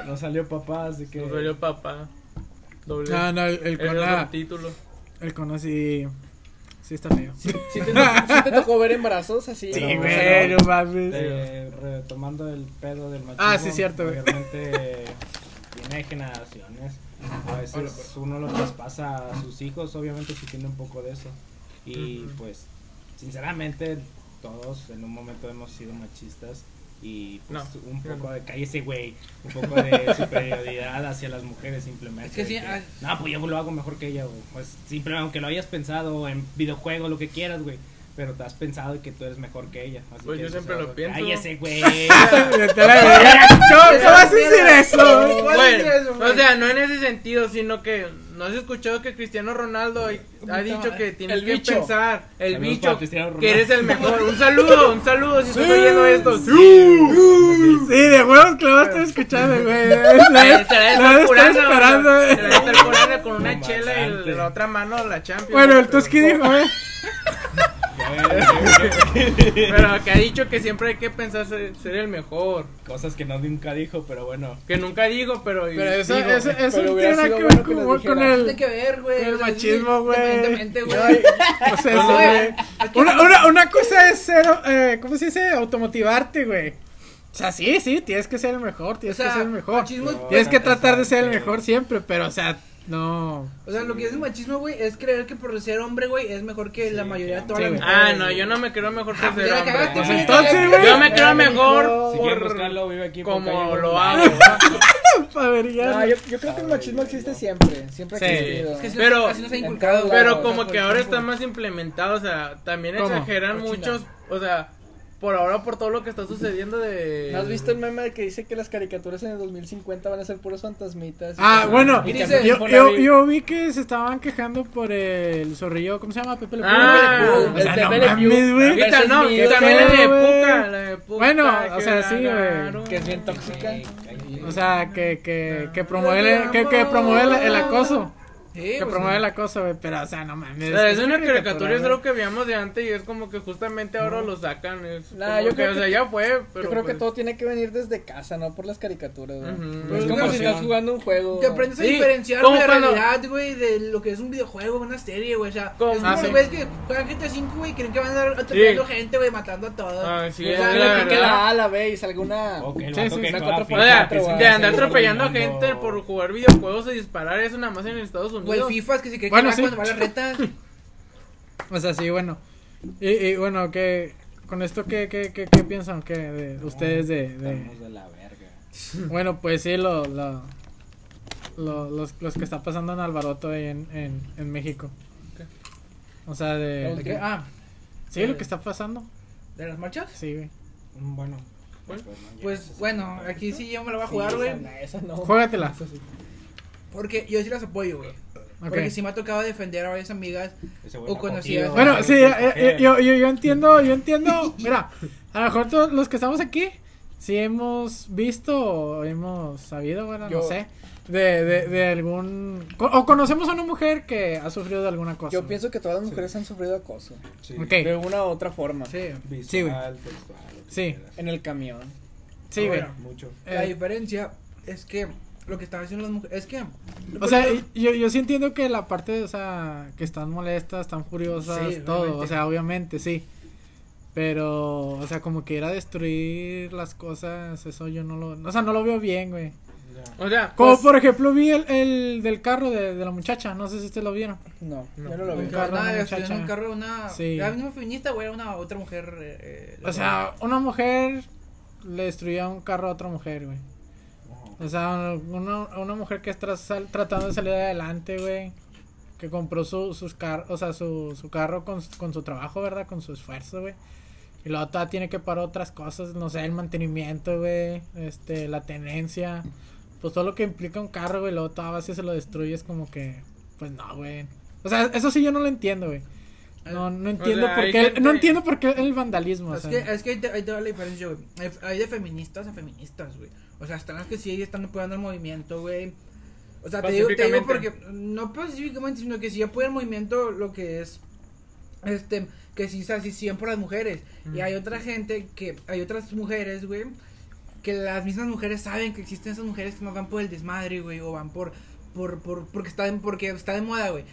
Speaker 6: No salió papá, así que.
Speaker 4: Nos valió papá. Doble.
Speaker 1: No, no, el, el
Speaker 4: Era otro
Speaker 1: cona.
Speaker 4: título.
Speaker 1: El cona sí. Sí está feo. Sí,
Speaker 7: ¿Sí te, sí te tocó ver embarazos así?
Speaker 6: Sí,
Speaker 1: güey,
Speaker 6: güey, pero-
Speaker 1: no mames.
Speaker 6: Eh, retomando el pedo del machismo.
Speaker 1: Ah, sí, cierto, güey.
Speaker 6: Obviamente tiene generaciones. A veces uno lo traspasa a sus hijos, obviamente sí tiene un poco de eso. Y
Speaker 4: Ujú.
Speaker 6: pues, sinceramente, todos en un momento hemos sido machistas. Y pues,
Speaker 4: No,
Speaker 6: un
Speaker 4: yo
Speaker 6: poco de cállese, güey. Un poco de superioridad hacia las mujeres, simplemente.
Speaker 5: Es que
Speaker 6: de
Speaker 5: sí, ah.
Speaker 6: No, pues yo lo hago mejor que ella, güey. Pues, simple, aunque lo hayas pensado en videojuegos, lo que quieras, güey.
Speaker 3: pero te has pensado que tú eres mejor que ella. Así
Speaker 4: Pues
Speaker 3: que
Speaker 4: yo
Speaker 3: eso
Speaker 4: siempre
Speaker 3: se va a-
Speaker 4: lo pienso.
Speaker 3: Cállese, güey.
Speaker 1: Vete a la verga. No, no vas a decir eso.
Speaker 5: ¿Cuál es eso,
Speaker 4: Bueno,
Speaker 5: güey?
Speaker 4: o sea, no en ese sentido, sino que no has escuchado que Cristiano Ronaldo ha dicho que tienes
Speaker 2: El
Speaker 4: que
Speaker 2: bicho.
Speaker 4: pensar,
Speaker 3: Saludos
Speaker 4: el
Speaker 3: para
Speaker 4: bicho,
Speaker 3: Cristiano Ronaldo.
Speaker 4: que eres el mejor. Un saludo, un saludo si estás
Speaker 1: Sí,
Speaker 4: oyendo esto.
Speaker 1: Sí, de huevos que lo vas a estar escuchando, güey. La
Speaker 4: Ahí se la
Speaker 1: la
Speaker 4: debe estar
Speaker 1: estar esperando,
Speaker 4: curando,
Speaker 1: eh.
Speaker 4: güey. Se la
Speaker 1: güey.
Speaker 4: debe estar curando con una
Speaker 3: No,
Speaker 4: chela y
Speaker 3: bastante.
Speaker 4: la otra mano la Champions.
Speaker 1: Bueno, el
Speaker 4: pero-
Speaker 1: Tuski dijo, güey.
Speaker 4: Pero que ha dicho que siempre hay que pensar ser, ser el mejor.
Speaker 3: Cosas que no nunca dijo, pero bueno.
Speaker 4: Que nunca digo, pero.
Speaker 1: Pero eso,
Speaker 4: digo,
Speaker 1: eso,
Speaker 4: güey.
Speaker 1: eso
Speaker 2: pero
Speaker 1: no
Speaker 2: hubiera
Speaker 1: tiene
Speaker 2: sido
Speaker 1: nada que
Speaker 2: bueno
Speaker 1: ver
Speaker 2: que
Speaker 1: con,
Speaker 2: les
Speaker 1: con
Speaker 2: dijera.
Speaker 1: el.
Speaker 5: Tiene que ver, güey.
Speaker 1: El
Speaker 5: o sea,
Speaker 1: machismo, güey.
Speaker 5: Independientemente,
Speaker 1: No,
Speaker 5: güey.
Speaker 1: O sea,
Speaker 5: No,
Speaker 1: eso,
Speaker 5: güey,
Speaker 1: güey. Una, una, una cosa es ser, eh, ¿cómo se dice? Automotivarte, güey. O sea, sí, sí, tienes que ser el mejor,
Speaker 5: O
Speaker 1: tienes que
Speaker 5: sea,
Speaker 1: ser el mejor.
Speaker 5: machismo-
Speaker 3: No.
Speaker 1: Tienes que
Speaker 3: Tanta
Speaker 1: tratar de ser el
Speaker 3: gente.
Speaker 1: mejor siempre, pero, o sea, no.
Speaker 5: O sea, lo que es el machismo, güey, es creer que por ser hombre, güey, es mejor que la mayoría de toda
Speaker 1: Sí,
Speaker 5: la
Speaker 1: güey.
Speaker 4: Ah, no, yo no me creo mejor por
Speaker 5: Ya
Speaker 4: ser
Speaker 5: la
Speaker 4: hombre.
Speaker 5: cagaste,
Speaker 3: Pues
Speaker 5: güey,
Speaker 1: entonces,
Speaker 5: ya la
Speaker 1: güey.
Speaker 4: Yo me creo
Speaker 5: cagaste.
Speaker 4: mejor
Speaker 3: Si
Speaker 4: por-
Speaker 3: quieren buscarlo, vive aquí. por
Speaker 4: como
Speaker 3: calle
Speaker 4: lo
Speaker 3: Guadalupe.
Speaker 4: hago.
Speaker 1: Pa' verguear.
Speaker 2: No, yo, yo creo que el machismo existe siempre. Siempre
Speaker 1: Sí.
Speaker 2: ha existido.
Speaker 5: Es que si no-
Speaker 4: Pero-
Speaker 5: así nos ha inculcado, güey.
Speaker 4: Pero
Speaker 2: Claro,
Speaker 4: como
Speaker 5: por
Speaker 4: que ahora
Speaker 5: ejemplo.
Speaker 4: está más implementado, o sea, también
Speaker 1: ¿Cómo?
Speaker 4: exageran
Speaker 5: Oh, chingada.
Speaker 4: muchos, o sea, por ahora por todo lo que está sucediendo de...
Speaker 2: ¿No has visto el meme de que dice que las caricaturas en el 2050 van a ser puros fantasmitas?
Speaker 1: Ah, bueno,
Speaker 2: Y
Speaker 5: dice-
Speaker 1: yo, yo, yo vi que se estaban quejando por el zorrillo, ¿cómo se llama? Pepe Le Pew.
Speaker 4: Ah,
Speaker 1: Pepe Le Pew. o
Speaker 2: el
Speaker 1: sea,
Speaker 2: Pepe
Speaker 1: no
Speaker 2: Le Pew.
Speaker 1: mames, güey.
Speaker 2: Pepe-
Speaker 4: Ahorita no,
Speaker 2: Versus
Speaker 4: también
Speaker 1: mío,
Speaker 4: la de
Speaker 1: güey.
Speaker 4: Puka, la de Puka.
Speaker 1: Bueno, o
Speaker 4: que
Speaker 1: sea,
Speaker 4: la
Speaker 1: sí, güey.
Speaker 4: agarraron.
Speaker 2: Que es bien tóxica.
Speaker 3: Cállate.
Speaker 1: O sea, que, que, que promueve, que, que promueve el, el acoso.
Speaker 5: Sí,
Speaker 1: Que
Speaker 5: pues,
Speaker 1: promueve el acoso, güey. Pero, o sea, no mames.
Speaker 4: O sea, es una caricatura, es
Speaker 1: güey.
Speaker 4: algo que veíamos de antes y es como que justamente ahora lo sacan. Es
Speaker 2: Nah,
Speaker 4: como
Speaker 2: yo
Speaker 4: que,
Speaker 2: creo
Speaker 4: o sea,
Speaker 2: que-
Speaker 4: ya fue, pero.
Speaker 2: Yo creo que
Speaker 4: pues,
Speaker 2: todo tiene que venir desde casa, no por las caricaturas. güey.
Speaker 4: Ujú.
Speaker 2: Es
Speaker 5: Pues
Speaker 2: como
Speaker 5: una
Speaker 2: si
Speaker 1: opción.
Speaker 2: estás jugando un juego.
Speaker 5: Que aprendes a
Speaker 4: Sí,
Speaker 5: diferenciar
Speaker 4: como
Speaker 5: la
Speaker 4: cuando-
Speaker 5: realidad, güey, de lo que es un videojuego, una serie, güey. O sea,
Speaker 4: Como-
Speaker 5: es como
Speaker 1: Ah,
Speaker 5: los
Speaker 1: sí.
Speaker 5: güeyes que juegan GTA 5, güey, y creen que van a andar atropellando
Speaker 4: Sí.
Speaker 5: gente, güey, matando a todos.
Speaker 4: Ah, sí,
Speaker 5: O
Speaker 2: O
Speaker 4: es
Speaker 5: sea,
Speaker 2: sea,
Speaker 4: la
Speaker 2: que le pique
Speaker 4: verdad.
Speaker 2: la A, la B y salga una.
Speaker 3: Ok, el
Speaker 1: Sí,
Speaker 3: vato
Speaker 1: sí,
Speaker 3: que
Speaker 1: sí.
Speaker 3: juega
Speaker 2: Una
Speaker 3: FIFA,
Speaker 4: O sea,
Speaker 3: que se
Speaker 4: de
Speaker 3: la
Speaker 4: andar
Speaker 3: hace
Speaker 4: atropellando a
Speaker 3: caminando.
Speaker 4: gente por jugar videojuegos y disparar, eso nada más en Estados
Speaker 5: O el
Speaker 4: Unidos.
Speaker 5: FIFA es que se cree
Speaker 1: Bueno,
Speaker 5: que va
Speaker 1: sí.
Speaker 5: cuando va a las retas.
Speaker 1: O sea, sí, bueno. Y, y bueno, que con esto, ¿qué, qué, qué, qué piensan que de ustedes de, de-
Speaker 3: Estamos de la verga.
Speaker 1: Bueno, pues sí, lo, lo, lo- los, los que está pasando en Alvaroto ahí en, en, en México. O sea, de...
Speaker 2: ¿De qué?
Speaker 1: Ah, sí, lo que está pasando.
Speaker 5: ¿De las marchas?
Speaker 1: Sí, güey.
Speaker 3: Mm, Bueno.
Speaker 4: Bueno,
Speaker 3: no llegas a
Speaker 5: Pues
Speaker 3: ese
Speaker 5: bueno,
Speaker 3: punto.
Speaker 5: aquí sí yo me la voy a
Speaker 2: Sí,
Speaker 5: jugar,
Speaker 2: esa
Speaker 5: güey.
Speaker 2: no, esa no.
Speaker 1: Juégatela.
Speaker 5: Porque yo sí las apoyo, güey.
Speaker 1: Ok.
Speaker 5: Porque sí me ha tocado defender a varias amigas.
Speaker 3: Ese güey
Speaker 5: o
Speaker 3: no ha
Speaker 5: conocidas.
Speaker 3: cogido,
Speaker 1: Bueno,
Speaker 3: güey,
Speaker 1: sí,
Speaker 3: no
Speaker 1: eh,
Speaker 3: quiere
Speaker 1: eh,
Speaker 3: coger.
Speaker 1: yo, yo, yo entiendo, yo entiendo. Mira, a lo mejor todos los que estamos aquí, sí hemos visto o hemos sabido, bueno,
Speaker 2: Yo-
Speaker 1: no sé, de, de, de algún... co- O conocemos a una mujer que ha sufrido de alguna cosa.
Speaker 2: Yo pienso que todas las mujeres han sufrido acoso.
Speaker 3: Sí.
Speaker 1: Ok.
Speaker 2: De una u otra forma.
Speaker 5: Sí.
Speaker 3: Visual,
Speaker 1: Sí, güey.
Speaker 3: textual, lo que
Speaker 1: Sí.
Speaker 3: quieras.
Speaker 2: En el camión.
Speaker 1: Sí, güey.
Speaker 5: Bueno.
Speaker 3: Mucho.
Speaker 5: La
Speaker 1: Eh,
Speaker 5: diferencia es que lo que están haciendo las mujeres. Es que.
Speaker 1: o sea, y- yo, yo sí entiendo que la parte, o sea, que están molestas, están furiosas,
Speaker 5: Sí,
Speaker 1: todo,
Speaker 5: obviamente.
Speaker 1: o sea, obviamente, sí. Pero, o sea, como que ir a destruir las cosas, eso yo no lo... O sea, no lo veo bien, güey.
Speaker 4: O sea,
Speaker 1: Como
Speaker 4: pues,
Speaker 1: por ejemplo vi el, el del carro de, de la muchacha, no sé si ustedes lo vieron.
Speaker 2: No,
Speaker 4: No.
Speaker 2: yo no lo
Speaker 1: Un
Speaker 2: veo.
Speaker 1: carro,
Speaker 5: nada,
Speaker 1: una
Speaker 5: la estudió en
Speaker 1: muchacha.
Speaker 5: un carro de una.
Speaker 1: Sí.
Speaker 5: La misma feminista, güey, era una otra mujer. eh, eh,
Speaker 1: O sea, una mujer le destruyó un carro a otra mujer, güey. O sea, una, una mujer que está sal- tratando de salir adelante, güey. Que compró su, sus car o sea, su, su carro con, su- con su trabajo, ¿verdad? Con su esfuerzo, güey. Y luego todavía tiene que pagar otras cosas, no sé, el mantenimiento, güey. Este, la tenencia. Pues todo lo que implica un carro, güey. Luego todavía si se lo destruyes como que... Pues no, güey. O sea, eso sí yo no lo entiendo, güey. No, no entiendo
Speaker 4: sea,
Speaker 1: por
Speaker 4: hay
Speaker 1: qué... el-
Speaker 4: gente-
Speaker 1: No entiendo por qué el vandalismo, o
Speaker 5: Es
Speaker 1: sea.
Speaker 5: que, es que ahí te, ahí te va la diferencia, güey. Hay, hay de feministas a feministas, güey. O sea, están las que sí están apoyando el movimiento, güey. O sea, te digo, te digo porque,
Speaker 4: Pacíficamente.
Speaker 5: no pacíficamente, sino que sí apoyan el movimiento lo que es, este, que sí, o sea, sí, siguen por las mujeres. Y hay otra gente que, hay otras mujeres, güey, que las mismas mujeres saben que existen esas mujeres que no van por el desmadre, güey, o van por, por, por, porque está de, porque está de moda, güey.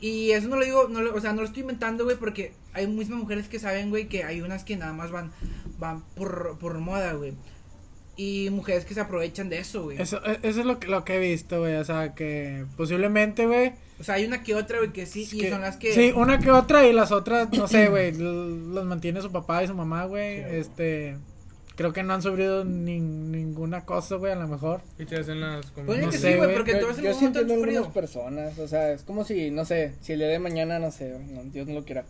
Speaker 5: Y eso no lo digo, no lo- o sea, no lo estoy inventando, güey, porque hay muchas mujeres que saben, güey, que hay unas que nada más van, van por, por moda, güey. Y mujeres que se aprovechan de eso, güey.
Speaker 1: Eso, e- eso es lo que, lo que he visto, güey. O sea, que posiblemente, güey.
Speaker 5: O sea, hay una que otra, güey, que sí,
Speaker 1: es
Speaker 5: y
Speaker 1: que-
Speaker 5: son las que...
Speaker 1: Sí, una que otra y las otras, no sé, güey. l- Las mantiene su papá y su mamá, güey.
Speaker 3: Sí, güey.
Speaker 1: este. Creo que no han sufrido nin- ninguna cosa, güey, a lo mejor.
Speaker 4: y te hacen las como-
Speaker 5: Ponle
Speaker 1: No
Speaker 5: que
Speaker 1: sé,
Speaker 5: sí, güey,
Speaker 1: güey.
Speaker 5: porque
Speaker 2: yo,
Speaker 5: tú vas en
Speaker 2: yo
Speaker 5: un
Speaker 2: sí
Speaker 5: momento
Speaker 2: entiendo
Speaker 5: de
Speaker 2: algunas
Speaker 5: frío.
Speaker 2: personas, o sea, es como si, no sé, si el día de mañana, no sé, no, Dios no lo quiera,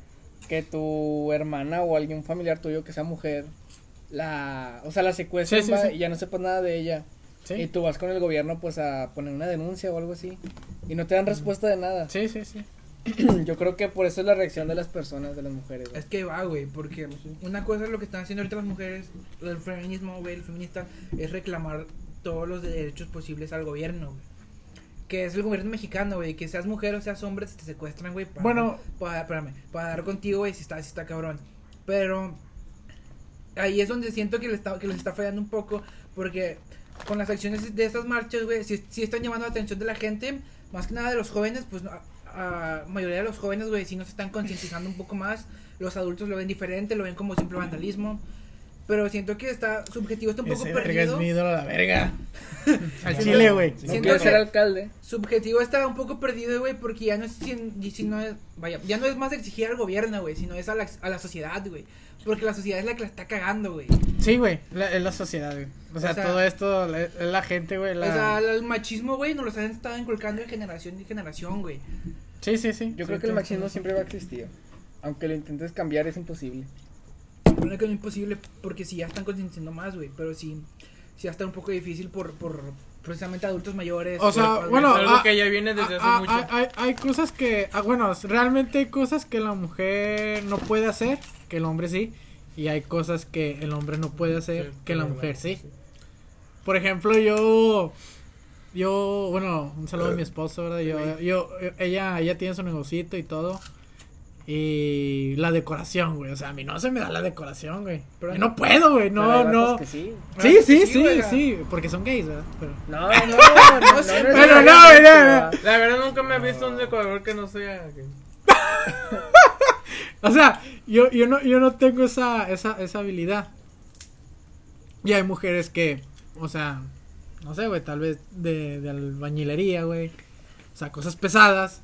Speaker 7: que tu hermana o alguien familiar tuyo que sea mujer, la, o sea, la secuestren
Speaker 1: Sí, sí,
Speaker 7: va,
Speaker 1: sí.
Speaker 7: y ya no sepas nada de ella. Y
Speaker 1: Sí,
Speaker 7: tú vas con el gobierno pues a poner una denuncia o algo así. Y no te dan respuesta de nada.
Speaker 1: sí, sí. sí.
Speaker 7: Yo creo que por eso es la reacción de las personas, de las mujeres. güey.
Speaker 5: Es que va, güey, porque una cosa es lo que están haciendo ahorita las mujeres, el feminismo, güey, el feminista, es reclamar todos los derechos posibles al gobierno, güey. Que es el gobierno mexicano, güey, que seas mujer o seas hombre, se te secuestran, güey, para,
Speaker 1: Bueno.
Speaker 5: para, espérame, para dar contigo, güey, si está, si está cabrón. Pero ahí es donde siento que, le está, que les está fallando un poco, porque con las acciones de estas marchas, güey, sí, sí están llamando la atención de la gente, más que nada de los jóvenes, pues a, a mayoría de los jóvenes, güey, sí nos están concientizando un poco más, los adultos lo ven diferente, lo ven como simple vandalismo, pero siento que está subjetivo está un poco
Speaker 1: Ese verga es
Speaker 5: perdido.
Speaker 1: mi ídolo a la verga. Al chile, güey.
Speaker 7: No
Speaker 5: siento
Speaker 7: quiero
Speaker 5: que-
Speaker 7: ser alcalde.
Speaker 5: Subjetivo está un poco perdido, güey, porque ya no es, si- y si no es- vaya, ya no es más exigir al gobierno, güey, sino es a la, a la sociedad, güey, porque la sociedad es la que la está cagando, güey.
Speaker 1: Sí, güey. la- es la sociedad, güey. O sea,
Speaker 5: O sea,
Speaker 1: todo esto la- es la gente, güey. La...
Speaker 5: O sea, el machismo, güey, nos los han estado inculcando de generación en generación, güey.
Speaker 1: Sí, sí, sí.
Speaker 7: Yo
Speaker 1: Sí,
Speaker 7: creo que el
Speaker 1: tienes
Speaker 7: machismo
Speaker 1: razón.
Speaker 7: siempre va a existir. Aunque lo intentes cambiar es imposible.
Speaker 5: supone que no es imposible porque si ya están conscientizando más, güey, pero sí, sí ya está un poco difícil por, por precisamente adultos mayores.
Speaker 1: O sea,
Speaker 5: cuerpos,
Speaker 1: bueno,
Speaker 5: güey.
Speaker 4: es algo
Speaker 1: ah,
Speaker 4: que ya viene desde hace
Speaker 1: Ah, ah,
Speaker 4: mucho.
Speaker 1: ah, Hay, hay cosas que, ah, bueno, realmente hay cosas que la mujer no puede hacer, que el hombre sí, y hay cosas que el hombre no puede hacer,
Speaker 4: Sí,
Speaker 1: que la
Speaker 4: verdad,
Speaker 1: mujer sí. Por ejemplo, yo, yo, bueno, un saludo a mi esposo, ¿verdad? Yo, yo, ella, ella tiene su negocito y todo. Y la decoración, güey. O sea, a mí no se me da la decoración, güey.
Speaker 7: Pero-
Speaker 1: Yo no puedo, güey.
Speaker 7: Pero hay
Speaker 1: No,
Speaker 7: vatos
Speaker 1: no.
Speaker 7: que sí.
Speaker 1: Sí, sí,
Speaker 5: Sí,
Speaker 1: sí,
Speaker 5: güey.
Speaker 1: sí. Porque son gays, ¿verdad? Pero-
Speaker 7: No, no, no. no, no, no,
Speaker 5: Pero
Speaker 7: no,
Speaker 1: no,
Speaker 7: no,
Speaker 1: no,
Speaker 7: no.
Speaker 4: La verdad nunca me he visto un decorador que no sea... que-
Speaker 1: O sea, yo, yo, no, yo no tengo esa, esa, esa habilidad. Y hay mujeres que, o sea, no sé, güey, tal vez de, de albañilería, güey. O sea, cosas pesadas.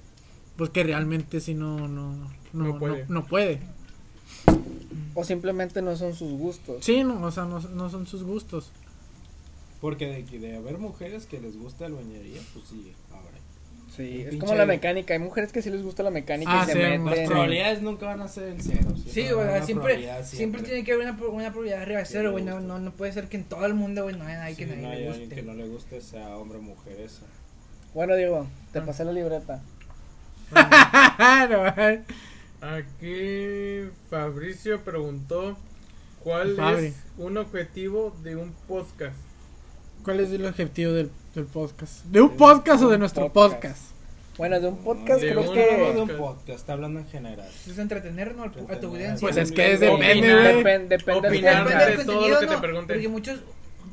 Speaker 1: Pues que realmente si no, no, no,
Speaker 4: No
Speaker 1: no-
Speaker 4: puede.
Speaker 1: no puede.
Speaker 7: O simplemente no son sus gustos.
Speaker 1: Sí, no, o sea, no, no son sus gustos.
Speaker 6: Porque de, que- de haber mujeres que les gusta la bañería, pues sí, ahora.
Speaker 7: Sí, es
Speaker 6: Pinche-
Speaker 7: como la mecánica. Hay mujeres que sí les gusta la mecánica
Speaker 1: Ah,
Speaker 7: y se
Speaker 1: sí,
Speaker 7: meten.
Speaker 1: más
Speaker 6: Las probabilidades nunca van a ser el cero.
Speaker 5: Sí,
Speaker 6: va a
Speaker 5: güey,
Speaker 6: haber una
Speaker 5: siempre,
Speaker 6: probabilidad
Speaker 5: siempre, tiene que haber una, pro- una probabilidad arriba de
Speaker 6: Sí,
Speaker 5: cero, güey.
Speaker 6: me
Speaker 5: No,
Speaker 6: gusta.
Speaker 5: no, no puede ser que en todo el mundo, güey, no haya nadie
Speaker 6: Sí,
Speaker 5: que nadie
Speaker 6: no hay
Speaker 5: le
Speaker 6: alguien que
Speaker 5: guste.
Speaker 6: no le guste, sea hombre o mujer, eso.
Speaker 7: Bueno, Diego, te pasé la libreta.
Speaker 1: no, eh.
Speaker 4: Aquí Fabricio preguntó cuál
Speaker 1: Fabri.
Speaker 4: es un objetivo de un podcast.
Speaker 1: ¿Cuál es el objetivo del, del podcast? ¿De un podcast o de
Speaker 7: un
Speaker 1: nuestro
Speaker 7: podcast.
Speaker 1: podcast?
Speaker 7: Bueno, de un podcast
Speaker 4: De
Speaker 7: creo
Speaker 4: un-
Speaker 6: No de
Speaker 7: que
Speaker 6: un podcast, está hablando en general.
Speaker 5: Es entretenernos al pu- a tu
Speaker 6: Entretener.
Speaker 5: audiencia.
Speaker 1: Pues
Speaker 5: güey.
Speaker 1: es que es de
Speaker 4: Opinar.
Speaker 1: meme, güey.
Speaker 7: depende, depende del
Speaker 4: Opinar
Speaker 7: podcast.
Speaker 5: Depende
Speaker 4: de
Speaker 5: del
Speaker 4: todo lo
Speaker 5: contenido,
Speaker 4: que te
Speaker 5: no,
Speaker 4: pregunten.
Speaker 5: Porque muchos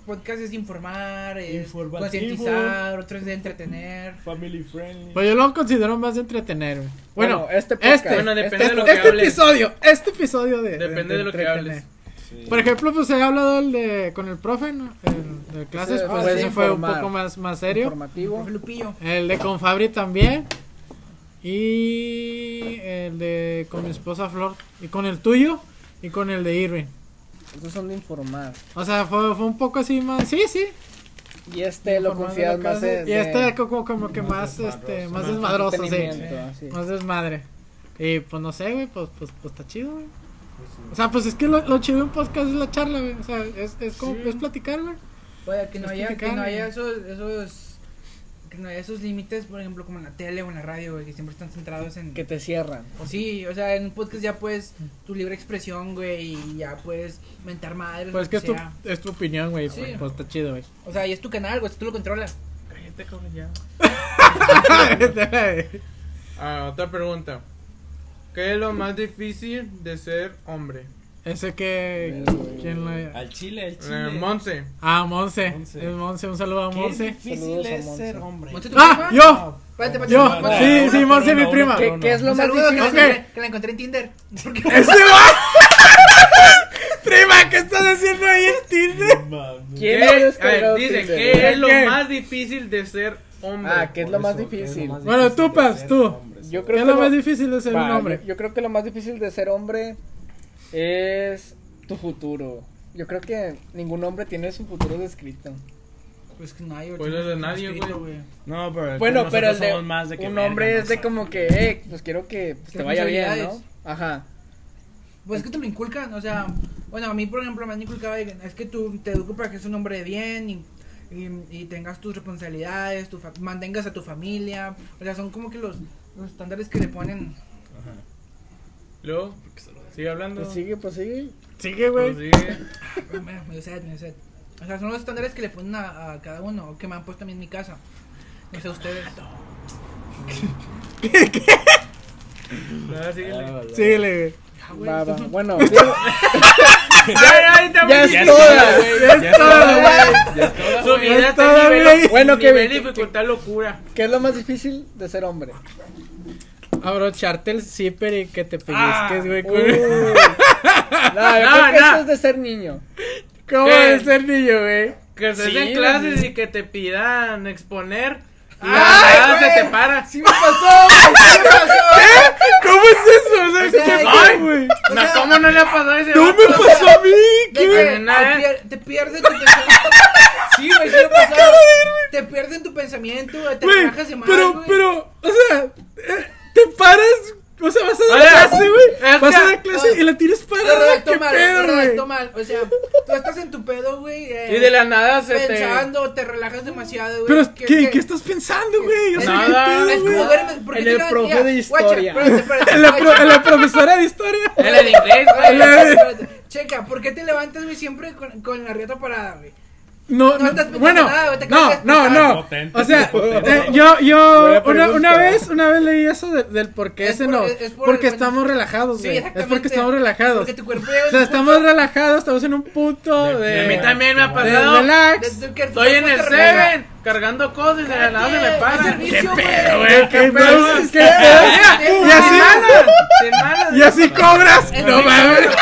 Speaker 5: podcasts es informar, es
Speaker 6: Informativo.
Speaker 5: concientizar, otros es de entretener.
Speaker 6: Family friendly.
Speaker 1: Pues yo lo considero más de entretener, güey. Bueno,
Speaker 7: Bueno, este podcast.
Speaker 1: este,
Speaker 4: Bueno, depende
Speaker 1: este,
Speaker 4: de lo que
Speaker 1: este
Speaker 4: hables.
Speaker 1: episodio, este episodio de...
Speaker 4: Depende de lo que
Speaker 1: entretener.
Speaker 4: hables.
Speaker 6: Sí.
Speaker 1: Por ejemplo, pues he hablado el de, con el profe, ¿no? El de clases,
Speaker 7: Ese
Speaker 1: pues
Speaker 7: fue de
Speaker 1: ese fue un
Speaker 7: informar.
Speaker 1: poco más, más serio.
Speaker 7: Informativo.
Speaker 5: Profe Lupillo.
Speaker 1: El de con Fabri también. Y el de con mi esposa Flor. Y con el tuyo y con el de Irving.
Speaker 7: Estos son de informar.
Speaker 1: O sea, fue, fue un poco así más... Sí, sí.
Speaker 7: Y este lo
Speaker 1: Informar de
Speaker 7: confías
Speaker 1: la
Speaker 7: más
Speaker 1: clase.
Speaker 7: en.
Speaker 1: Y este como, como que más, este, más desmadroso, sí. Más desmadre. Y pues no sé, güey, pues, pues, pues está chido, güey. O sea, pues es que lo, lo chido de un podcast es la charla, güey. O sea, es, es como, es platicar, güey.
Speaker 5: Vaya, que no
Speaker 1: Es
Speaker 5: haya, que
Speaker 1: complicado,
Speaker 5: no haya
Speaker 1: güey.
Speaker 5: esos, esos, que no haya esos límites, por ejemplo, como en la tele o en la radio, güey, que siempre están centrados en...
Speaker 7: Que te cierran.
Speaker 5: o sí, o sea, en un podcast ya puedes tu libre expresión, güey, y ya puedes mentar madres,
Speaker 1: Pues
Speaker 5: lo
Speaker 1: que es tu,
Speaker 5: sea.
Speaker 1: es tu opinión, güey.
Speaker 5: ah. Sí.
Speaker 1: Pues, pues, está chido, güey.
Speaker 5: O sea, y es tu canal, güey, si tú lo controlas.
Speaker 4: Cállate, cabrón, ya. Ah, otra pregunta. ¿Qué es lo más difícil de ser hombre?
Speaker 1: Ese que...
Speaker 7: Güey.
Speaker 1: ¿Quién lo...
Speaker 6: Al chile, al chile.
Speaker 4: Eh, Monse.
Speaker 1: Ah, Monse.
Speaker 6: Monse.
Speaker 1: Es Monse, un saludo a
Speaker 6: Qué
Speaker 1: Monse.
Speaker 6: difícil
Speaker 7: Saludos a
Speaker 6: es
Speaker 7: Monse.
Speaker 6: ser hombre.
Speaker 5: Monse, ¿tu
Speaker 1: ¡Ah!
Speaker 5: prima?
Speaker 1: ¡Yo!
Speaker 5: Espérate, espérate,
Speaker 1: Yo,
Speaker 5: espérate,
Speaker 1: sí,
Speaker 5: espérate.
Speaker 1: sí, Monse, mi prima.
Speaker 7: ¿Qué, qué es lo
Speaker 5: Un
Speaker 7: más
Speaker 5: saludo que la,
Speaker 1: Ok.
Speaker 7: difícil?
Speaker 5: encontré, que la encontré en Tinder.
Speaker 1: ¡Ese va! Prima, ¿qué estás haciendo ahí en Tinder?
Speaker 6: Mames.
Speaker 7: ¿Quién
Speaker 4: ¿Qué-
Speaker 7: ha
Speaker 4: a ver,
Speaker 7: descargado
Speaker 4: dice,
Speaker 7: Tinder?
Speaker 4: ¿qué es lo
Speaker 1: ¿Qué?
Speaker 4: más difícil de ser hombre?
Speaker 7: Ah, ¿qué es
Speaker 6: Por
Speaker 7: lo más
Speaker 6: eso, ¿qué es lo
Speaker 7: difícil?
Speaker 6: más
Speaker 1: Bueno,
Speaker 6: difícil
Speaker 1: tú,
Speaker 6: de
Speaker 1: Paz,
Speaker 6: ser
Speaker 1: tú.
Speaker 6: hombre?
Speaker 7: Yo
Speaker 1: ¿Qué
Speaker 7: creo
Speaker 1: es
Speaker 7: que
Speaker 1: lo más difícil de ser
Speaker 7: Va,
Speaker 1: un
Speaker 7: yo-
Speaker 1: hombre?
Speaker 7: Yo, creo que lo más difícil de ser hombre es tu futuro. Yo creo que ningún hombre tiene su futuro descrito.
Speaker 5: Pues que no hay,
Speaker 4: Pues no es de nadie, güey.
Speaker 6: No, pero
Speaker 7: Bueno, pero el de
Speaker 6: somos más de que
Speaker 7: un
Speaker 6: verga,
Speaker 7: hombre
Speaker 6: no
Speaker 7: es de
Speaker 6: sé.
Speaker 7: como que, eh, pues quiero que pues, te vaya bien, ¿no?
Speaker 5: Responsabilidades.
Speaker 7: Ajá.
Speaker 5: Pues es que te lo inculcan, o sea, bueno, a mí, por ejemplo, me han inculcado, de que es que tú te educas para que seas un hombre de bien y, y, y tengas tus responsabilidades, tu fa- mantengas a tu familia, o sea, son como que los, los estándares que le ponen.
Speaker 4: Luego, sigue hablando.
Speaker 7: Pues sigue, pues sigue.
Speaker 1: Sigue,
Speaker 4: Luego
Speaker 1: güey.
Speaker 4: sigue.
Speaker 5: Bueno, medio sad, medio sad. O sea, son los estándares que le ponen a, a cada uno, o que me han puesto a mí en mi casa. No sé ustedes.
Speaker 4: Nada, síguele.
Speaker 1: Síguele, güey.
Speaker 5: Ah, güey,
Speaker 7: Va, va.
Speaker 5: esto-
Speaker 7: Bueno, digo,
Speaker 4: Ya, ya,
Speaker 1: Ya
Speaker 4: ya,
Speaker 1: es
Speaker 4: ya,
Speaker 1: toda,
Speaker 4: güey.
Speaker 1: ya es toda,
Speaker 4: Su vida está
Speaker 1: toda,
Speaker 4: en
Speaker 1: güey.
Speaker 4: nivel,
Speaker 7: Bueno,
Speaker 4: bueno,
Speaker 7: que-
Speaker 4: que nivel
Speaker 7: que-
Speaker 4: de dificultad locura.
Speaker 7: ¿qué es lo más difícil de ser hombre?
Speaker 1: Abrocharte el zipper y que te
Speaker 4: Ah.
Speaker 1: pellizques, güey.
Speaker 7: Uh,
Speaker 1: con-
Speaker 7: no, yo creo que
Speaker 4: no.
Speaker 7: eso es de ser niño.
Speaker 1: ¿Cómo
Speaker 4: ¿Qué?
Speaker 1: es el niño, güey?
Speaker 4: Que estés
Speaker 1: Sí,
Speaker 4: en clases
Speaker 1: güey.
Speaker 4: y que te pidan exponer. Y
Speaker 5: ¡Ay,
Speaker 4: la
Speaker 5: güey!
Speaker 4: se te para.
Speaker 5: ¡Sí me pasó, güey! ¡Sí me pasó!
Speaker 1: ¿Cómo es eso? O sea,
Speaker 5: O sea,
Speaker 1: ¿qué
Speaker 5: que-
Speaker 1: pedo, güey?
Speaker 5: O
Speaker 4: No,
Speaker 5: sea,
Speaker 4: ¿Cómo no le ha pasado ese
Speaker 1: ¡No me
Speaker 4: vato?
Speaker 1: pasó a mí!
Speaker 5: De que
Speaker 1: ¿Qué?
Speaker 5: te,
Speaker 4: Nada.
Speaker 5: pier- te pierdes tu pensamiento. Sí, güey, sí me pasó. Te pierden tu pensamiento, te
Speaker 1: Güey,
Speaker 5: relajas de más,
Speaker 1: pero,
Speaker 5: güey.
Speaker 1: pero, o sea, eh, te paras, o sea, vas a dar
Speaker 4: Oye,
Speaker 1: clase, güey.
Speaker 4: es
Speaker 1: Vas
Speaker 4: que-
Speaker 1: a dar clase y la tienes para
Speaker 5: Ah. Lo redactó
Speaker 1: ¿Qué
Speaker 5: mal,
Speaker 1: pedo,
Speaker 5: lo redactó
Speaker 1: güey?
Speaker 5: mal. O sea, tú estás en tu pedo, güey. eh,
Speaker 4: Y de la nada se te.
Speaker 5: Pensando, te relajas demasiado, güey.
Speaker 1: Pero, ¿qué,
Speaker 5: que-
Speaker 1: ¿qué estás pensando, güey? O sea, ¿qué
Speaker 4: Nada.
Speaker 1: pedo,
Speaker 5: Es
Speaker 1: güey?
Speaker 5: como duermes. ¿por qué
Speaker 7: En
Speaker 5: te
Speaker 7: el
Speaker 5: levantas?
Speaker 7: profe
Speaker 5: Mira,
Speaker 7: de
Speaker 5: guacha,
Speaker 7: historia.
Speaker 5: espérate, espérate,
Speaker 1: En la,
Speaker 5: guacha,
Speaker 1: pro- en la profesora de historia.
Speaker 4: En el inglés, güey.
Speaker 5: espérate, espérate. Checa, ¿por qué te levantas, güey, siempre con, con la riata parada, güey?
Speaker 1: No,
Speaker 5: No
Speaker 1: no,
Speaker 5: estás pensando
Speaker 1: bueno,
Speaker 5: nada, güey, te acabas de
Speaker 1: no, no,
Speaker 5: despertar.
Speaker 1: no.
Speaker 6: Potente,
Speaker 1: O sea,
Speaker 6: potente.
Speaker 1: eh, yo, yo,
Speaker 7: Buena
Speaker 1: una, una
Speaker 7: pregunta.
Speaker 1: vez, una vez leí eso de- del por qué
Speaker 5: Es
Speaker 1: ese
Speaker 5: por-
Speaker 1: no.
Speaker 5: es- es por
Speaker 1: porque
Speaker 5: el-
Speaker 1: estamos relajados,
Speaker 5: Sí,
Speaker 1: Pues, güey. es porque
Speaker 5: exactamente.
Speaker 1: estamos relajados.
Speaker 5: Porque tu cuerpo
Speaker 1: O sea, estamos relajados, estamos en un punto de.
Speaker 6: de-
Speaker 4: A mí también me ha
Speaker 6: De-
Speaker 4: pasado.
Speaker 1: relax.
Speaker 4: Estoy en
Speaker 5: Pues,
Speaker 4: el
Speaker 5: seven
Speaker 4: 7 cargando cosas y de la nada se me para.
Speaker 5: servicio, güey.
Speaker 1: ¿Qué
Speaker 4: ¿Qué
Speaker 1: pedo?
Speaker 4: pedo?
Speaker 1: ¿Qué pedo?
Speaker 5: pedo?
Speaker 1: Y así,
Speaker 4: Sin malas.
Speaker 1: y así cobras.
Speaker 5: Es
Speaker 1: No
Speaker 5: rico.
Speaker 1: mames.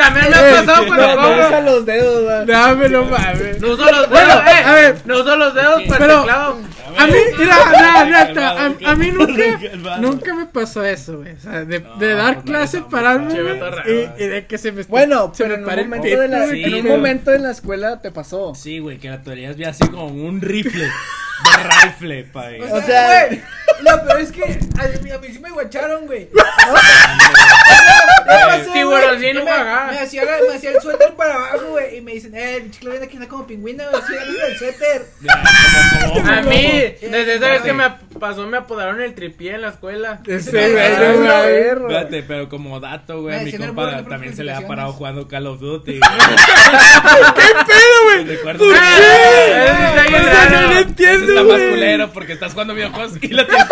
Speaker 4: También me ha pasado
Speaker 7: No,
Speaker 4: cuando
Speaker 7: no
Speaker 4: cobro.
Speaker 7: usa los dedos, va.
Speaker 1: Dame, no mames.
Speaker 4: No uso los dedos,
Speaker 1: Bueno,
Speaker 4: eh.
Speaker 1: a ver.
Speaker 4: No uso los dedos para
Speaker 1: Pero-
Speaker 4: el teclado.
Speaker 1: A mí, mira, la neta,
Speaker 6: Calmado,
Speaker 1: a, a mí
Speaker 6: calmado,
Speaker 1: nunca,
Speaker 6: calmado.
Speaker 1: nunca me pasó eso, güey. O sea, de, de
Speaker 6: No,
Speaker 1: dar
Speaker 6: pues,
Speaker 1: clase,
Speaker 6: no, no,
Speaker 1: pararme
Speaker 4: che,
Speaker 1: güey,
Speaker 4: vato raro,
Speaker 1: y-
Speaker 6: eh.
Speaker 1: y, de que se me
Speaker 7: Bueno,
Speaker 1: se
Speaker 7: pero en
Speaker 1: me
Speaker 7: un,
Speaker 1: pare el
Speaker 7: momento,
Speaker 1: pito,
Speaker 7: de la,
Speaker 1: güey,
Speaker 7: en
Speaker 1: no
Speaker 7: un
Speaker 1: me-
Speaker 7: momento en la escuela te pasó.
Speaker 6: Sí, güey, que la teoría es bien así como un rifle. Un rifle, pa. ahí.
Speaker 5: O
Speaker 7: O
Speaker 5: sea,
Speaker 7: sea-
Speaker 5: güey, lo peor es que a mí, a mí sí me guacharon, güey.
Speaker 4: Sí, güey,
Speaker 5: güey,
Speaker 4: así no
Speaker 5: me,
Speaker 4: paga.
Speaker 5: me hacía la- me hacía el suéter para abajo, güey, y me dicen, eh, el chicle viene aquí anda como pingüino, güey, así agarra el suéter.
Speaker 6: Ya, como- como-
Speaker 4: A
Speaker 6: como-
Speaker 4: mí,
Speaker 5: como-
Speaker 4: desde esa vez
Speaker 5: Sí.
Speaker 4: que me ap- pasó, me apodaron el tripié en la escuela.
Speaker 1: Ese
Speaker 5: Ay,
Speaker 1: güey,
Speaker 5: ay,
Speaker 1: no
Speaker 5: ay,
Speaker 1: mames.
Speaker 7: perro.
Speaker 6: Espérate, pero como dato,
Speaker 5: Me
Speaker 6: güey, a mi
Speaker 5: decían el burro de
Speaker 6: compa también se le ha
Speaker 5: presentaciones.
Speaker 6: parado jugando Call of Duty.
Speaker 1: Pero, güey,
Speaker 6: Recuerdo.
Speaker 1: ¿por qué?
Speaker 4: Ah, ese está bien
Speaker 1: O sea, no
Speaker 4: raro.
Speaker 1: lo
Speaker 4: Ese
Speaker 6: Eso está
Speaker 1: entiendo,
Speaker 6: más
Speaker 1: güey.
Speaker 6: culero porque estás jugando videojuegos y la tienes,